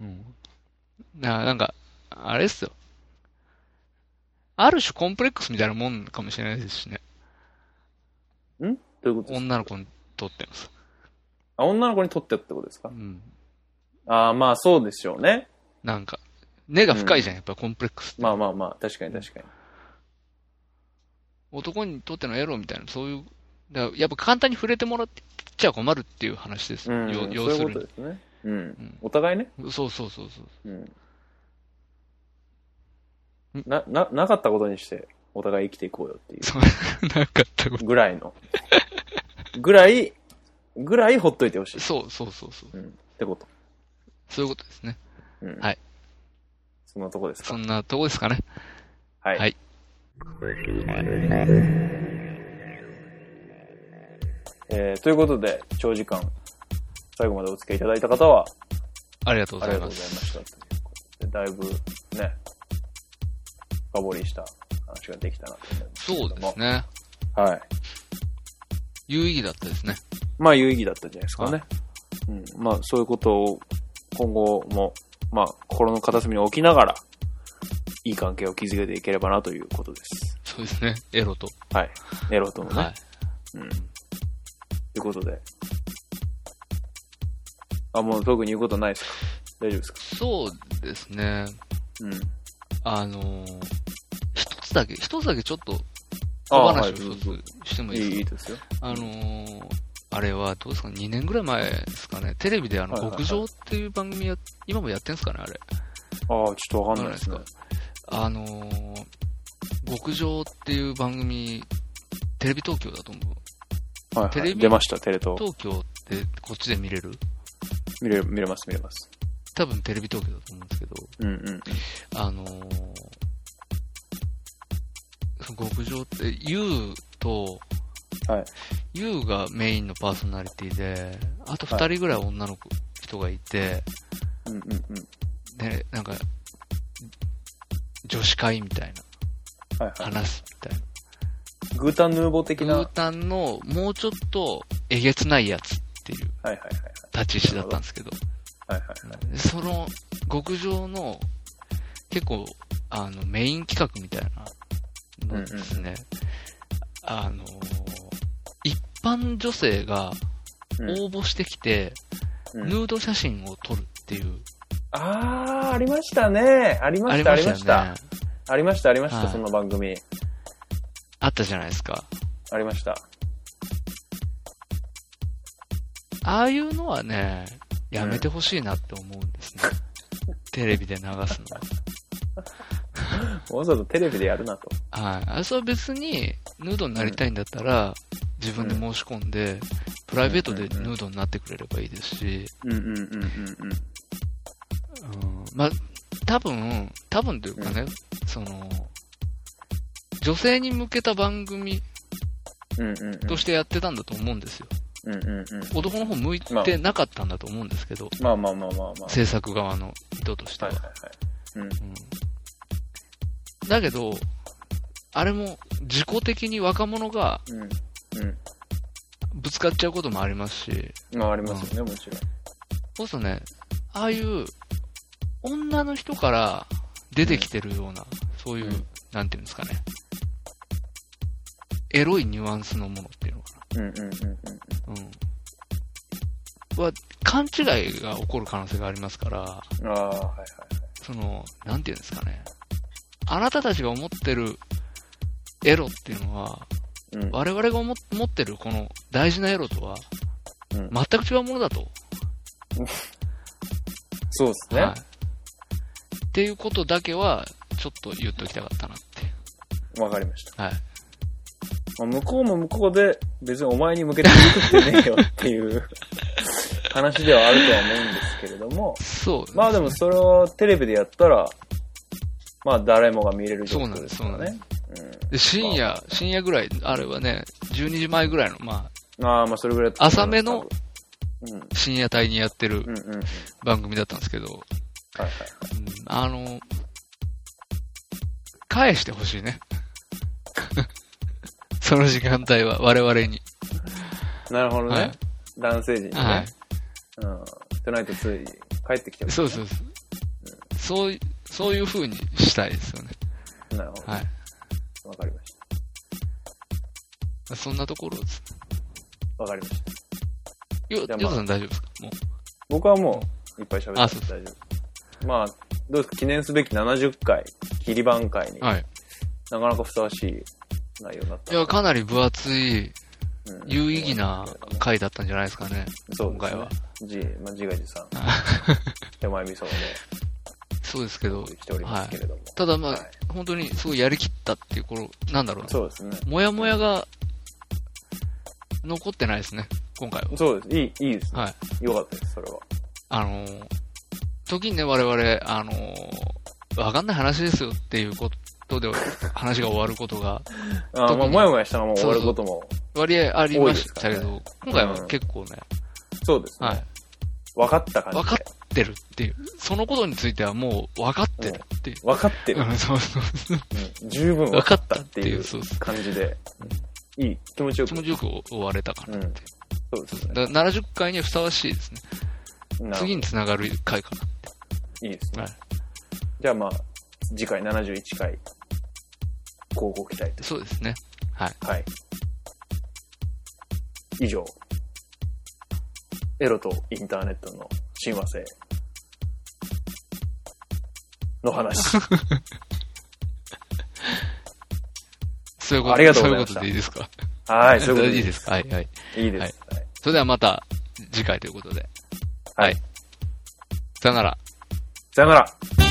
[SPEAKER 2] うん
[SPEAKER 3] うん。ななんか、あれっすよ。ある種コンプレックスみたいなもんかもしれないですしね。
[SPEAKER 2] どういうことですか
[SPEAKER 3] 女の子にとってのさ。
[SPEAKER 2] あ女の子にとってってことです
[SPEAKER 3] う
[SPEAKER 2] か
[SPEAKER 3] ん。
[SPEAKER 2] ああまあそうでしょうね
[SPEAKER 3] なんか、根が深いじゃん、やっぱりコンプレックスって。
[SPEAKER 2] まあまあまあ確かに確かに
[SPEAKER 3] 男にとってのエロみたいな、そういう、だからやっぱ簡単に触れてもらっちゃ困るっていう話です。
[SPEAKER 2] うん
[SPEAKER 3] よ
[SPEAKER 2] そう
[SPEAKER 3] 要す
[SPEAKER 2] いう
[SPEAKER 3] る
[SPEAKER 2] こと
[SPEAKER 3] に
[SPEAKER 2] ですねうん
[SPEAKER 3] うん
[SPEAKER 2] お互いね。
[SPEAKER 3] そうそうそうそう。
[SPEAKER 2] うん
[SPEAKER 3] ん
[SPEAKER 2] なななかったことにしてお互い生きていこうよってい
[SPEAKER 3] そう、 なかったこ
[SPEAKER 2] うぐらいのぐらいぐらいほっといてほしい
[SPEAKER 3] と。そうそうそうそう。
[SPEAKER 2] うんってこと
[SPEAKER 3] そういうことですね。
[SPEAKER 2] うん
[SPEAKER 3] はい
[SPEAKER 2] そんなとこです
[SPEAKER 3] そ
[SPEAKER 2] か
[SPEAKER 3] んなとこですかね。
[SPEAKER 2] はい
[SPEAKER 3] はい
[SPEAKER 2] えーということで、長時間、最後までお付き合いいただいた方は、
[SPEAKER 3] ありがとう
[SPEAKER 2] あ
[SPEAKER 3] ご
[SPEAKER 2] りがと
[SPEAKER 3] ざい
[SPEAKER 2] う
[SPEAKER 3] ま
[SPEAKER 2] ござい
[SPEAKER 3] す。
[SPEAKER 2] ました。ということでだいぶ、ね、深掘りした話ができたなと思いますけれ
[SPEAKER 3] そ
[SPEAKER 2] ど
[SPEAKER 3] う
[SPEAKER 2] も。
[SPEAKER 3] ですね。
[SPEAKER 2] はい。
[SPEAKER 3] 有意義だったですね。
[SPEAKER 2] まあ、有意義だったんじゃないですかね。うん、まあ、そういうことを、今後も、まあ、心の片隅に置きながら、いい関係を築けていければなということです。
[SPEAKER 3] そうですね。エロと。
[SPEAKER 2] はい。ネロとのね。
[SPEAKER 3] はい。
[SPEAKER 2] うん。ということで。あ、もう特に言うことないですか大丈夫ですか
[SPEAKER 3] そうですね。
[SPEAKER 2] うん。
[SPEAKER 3] あのー一つだけ、一つだけちょっと、
[SPEAKER 2] あ
[SPEAKER 3] お
[SPEAKER 2] は
[SPEAKER 3] 話
[SPEAKER 2] い
[SPEAKER 3] を
[SPEAKER 2] どう
[SPEAKER 3] 一
[SPEAKER 2] ぞ
[SPEAKER 3] つしてもいいですか
[SPEAKER 2] いいですよ。
[SPEAKER 3] あのーあれはどうですか、2年ぐらい前ですかね、テレビであの、
[SPEAKER 2] はいはいはい
[SPEAKER 3] 牧場っていう番組や、今もやってんすかね、あれ。
[SPEAKER 2] ああ、ちょっとわかんないですね
[SPEAKER 3] わ。かんないですか。あのー牧場っていう番組、テレビ東京だと思う。
[SPEAKER 2] はい、
[SPEAKER 3] テ
[SPEAKER 2] は
[SPEAKER 3] レ
[SPEAKER 2] い。
[SPEAKER 3] ビ
[SPEAKER 2] 出ました、テレ東。
[SPEAKER 3] 東京ってこっちで見れる
[SPEAKER 2] 見れ、見れます、見れます。
[SPEAKER 3] 多分テレビ東京だと思うんですけど、
[SPEAKER 2] うんうんうん。
[SPEAKER 3] あのーその牧場って、ユウと、
[SPEAKER 2] はい
[SPEAKER 3] ユウがメインのパーソナリティで、あと2人ぐらい女の子、人がいて、
[SPEAKER 2] うんうんうん。
[SPEAKER 3] で、なんか、女子会みたい
[SPEAKER 2] はい
[SPEAKER 3] な、
[SPEAKER 2] は
[SPEAKER 3] 話すみたい
[SPEAKER 2] い。グータンヌーボー的な。
[SPEAKER 3] な。ブー
[SPEAKER 2] は
[SPEAKER 3] タンのもうちょっとえげつないやつっていう
[SPEAKER 2] いはい
[SPEAKER 3] 立ち位置だったんですけど、
[SPEAKER 2] はい。はいはい。
[SPEAKER 3] でその極上の結構あのメイン企画みたいなのですね、あの、一般女性が応募してきて、
[SPEAKER 2] うんうん
[SPEAKER 3] ヌード写真を撮るっていう、
[SPEAKER 2] ああ、ありましたね。ありました、ありました。。ありました、ありまし
[SPEAKER 3] は
[SPEAKER 2] た、
[SPEAKER 3] い
[SPEAKER 2] その番組。
[SPEAKER 3] あったじゃないですか。
[SPEAKER 2] ありました。
[SPEAKER 3] ああいうのはね、やめてほしいなって思うん ですね。テレビで流すのは。
[SPEAKER 2] わざわざテレビでやるなと。
[SPEAKER 3] はい。あそれは別に、ヌードになりたいんだったら、自分で申し込んで、プライベートでヌードになってくれればいいですし、
[SPEAKER 2] うんうんうんうんうん。
[SPEAKER 3] うん、まあ、多分、多分というかね、その、女性に向けた番組
[SPEAKER 2] うんうんうん。
[SPEAKER 3] としてやってたんだと思うんですよ。
[SPEAKER 2] うんうんうん。
[SPEAKER 3] 男の方向いてなかったんだと思うんですけど、
[SPEAKER 2] まあまあまあまあまあ。
[SPEAKER 3] 制作側の意図として
[SPEAKER 2] は
[SPEAKER 3] はい
[SPEAKER 2] はい。はい。うん。
[SPEAKER 3] うんだけど、あれも自己的に若者が
[SPEAKER 2] うん。
[SPEAKER 3] ぶつかっちゃうこともありますし、
[SPEAKER 2] うん。まあありますよね、もちろん。
[SPEAKER 3] そうするとね、ああいう女の人から出てきてるような、そういう、
[SPEAKER 2] うん
[SPEAKER 3] なんていうんですかね、エロいニュアンスのものっていうのか
[SPEAKER 2] うんうんうんうん。
[SPEAKER 3] な。うん。は、勘違いが起こる可能性がありますから、
[SPEAKER 2] ああ、はいはい。
[SPEAKER 3] その、なんていうんですかね、あなたたちが思ってるエロっていうのは、
[SPEAKER 2] うん。
[SPEAKER 3] 我々が思持ってるこの大事なエロとは、
[SPEAKER 2] うん
[SPEAKER 3] 全く違うものだと。
[SPEAKER 2] そうですね。
[SPEAKER 3] はい。っていうことだけは、ちょっと言っときたかったなっていう。
[SPEAKER 2] わかりました。
[SPEAKER 3] はい。
[SPEAKER 2] まあ、向こうも向こうで別にお前に向けて言うってねえよっていう話ではあるとは思うんですけれど も、
[SPEAKER 3] そうですね。
[SPEAKER 2] まあでもそれをテレビでやったら、まあ誰もが見れる状
[SPEAKER 3] そうな
[SPEAKER 2] 況
[SPEAKER 3] んで
[SPEAKER 2] ですすからね。
[SPEAKER 3] で深夜、深夜ぐらい、あれはね、12時前ぐらいの、ま
[SPEAKER 2] うん、ああ、まあそれぐらいだと思います
[SPEAKER 3] 浅。
[SPEAKER 2] 多分
[SPEAKER 3] あ、深夜帯にやってる
[SPEAKER 2] うん、うん、うん。
[SPEAKER 3] 番組だったんですけど、
[SPEAKER 2] はいはい。
[SPEAKER 3] うんあの、返してほしいね。 その時間帯は、我々に。
[SPEAKER 2] なるほどね。
[SPEAKER 3] はい
[SPEAKER 2] 男性陣にね。
[SPEAKER 3] はい。
[SPEAKER 2] うん。じゃないとつい帰ってきちゃう。
[SPEAKER 3] そうそうそう。そうい、そういう風にしたいですよね。
[SPEAKER 2] なるほど。
[SPEAKER 3] は
[SPEAKER 2] わ、
[SPEAKER 3] い。
[SPEAKER 2] かりまし
[SPEAKER 3] そんなところです。
[SPEAKER 2] た。わかりました。
[SPEAKER 3] よ、ヨ
[SPEAKER 2] じゃあまあ
[SPEAKER 3] タさん大丈夫ですかもう。
[SPEAKER 2] 僕はもういっぱい喋って
[SPEAKER 3] あ
[SPEAKER 2] 大
[SPEAKER 3] そう
[SPEAKER 2] 丈夫です。まあ、どうですか記念すべき70回、切り番会に、
[SPEAKER 3] はい。
[SPEAKER 2] なかなかふさわしい内容になった
[SPEAKER 3] いや、かなり分厚い、
[SPEAKER 2] うん
[SPEAKER 3] 有意義な回だったんじゃないですかね。
[SPEAKER 2] そう
[SPEAKER 3] 今回は。
[SPEAKER 2] ですね。じ、まあ、自画自賛。手前味噌で
[SPEAKER 3] そうですけど
[SPEAKER 2] 生、きておりますけれども。
[SPEAKER 3] ただまあ、
[SPEAKER 2] はい
[SPEAKER 3] 本当にすごいやりきったっていう頃、なんだろうな。
[SPEAKER 2] そうですね。
[SPEAKER 3] もやもやが、残ってないですね。今回は。
[SPEAKER 2] そうです。いい、いいですね。
[SPEAKER 3] はい。
[SPEAKER 2] よかったです、それは。
[SPEAKER 3] あのー時にね、我々、あのーわかんない話ですよっていうことで、話が終わることが、
[SPEAKER 2] あーま
[SPEAKER 3] 特
[SPEAKER 2] あ、
[SPEAKER 3] に
[SPEAKER 2] もやもやしたのも終わることも、
[SPEAKER 3] 割合ありましたけど、
[SPEAKER 2] 多
[SPEAKER 3] 今回は結構ね、
[SPEAKER 2] そうです
[SPEAKER 3] は
[SPEAKER 2] ね
[SPEAKER 3] い。、
[SPEAKER 2] 分かった感じ
[SPEAKER 3] 分
[SPEAKER 2] で。
[SPEAKER 3] かってるっていう、そのことについてはもう分かってるっていう。
[SPEAKER 2] 分かってる
[SPEAKER 3] う。ん、そうそう。
[SPEAKER 2] うん十分分かったっていう
[SPEAKER 3] 分かったっていうそうそう
[SPEAKER 2] 感じで、いい、気持ちよ
[SPEAKER 3] 気
[SPEAKER 2] く。
[SPEAKER 3] 持ちよく終われたかなっていう。
[SPEAKER 2] そうですね。
[SPEAKER 3] だから70回にはふさわしいですね。
[SPEAKER 2] なるほど
[SPEAKER 3] 次につながる回かな。
[SPEAKER 2] いいですね。
[SPEAKER 3] はい
[SPEAKER 2] じゃあまあ、次回71回、広告期待と。
[SPEAKER 3] そうですね。
[SPEAKER 2] はい。以上。エロとインターネットの親和性の 話。
[SPEAKER 3] そういうこと
[SPEAKER 2] ありがとうございました
[SPEAKER 3] そういうことでいいですか
[SPEAKER 2] はい、そういうこと
[SPEAKER 3] いいですかはいはい。
[SPEAKER 2] いいです。はい
[SPEAKER 3] それではまた次回ということで。
[SPEAKER 2] はい。
[SPEAKER 3] さよなら。
[SPEAKER 2] さよなら。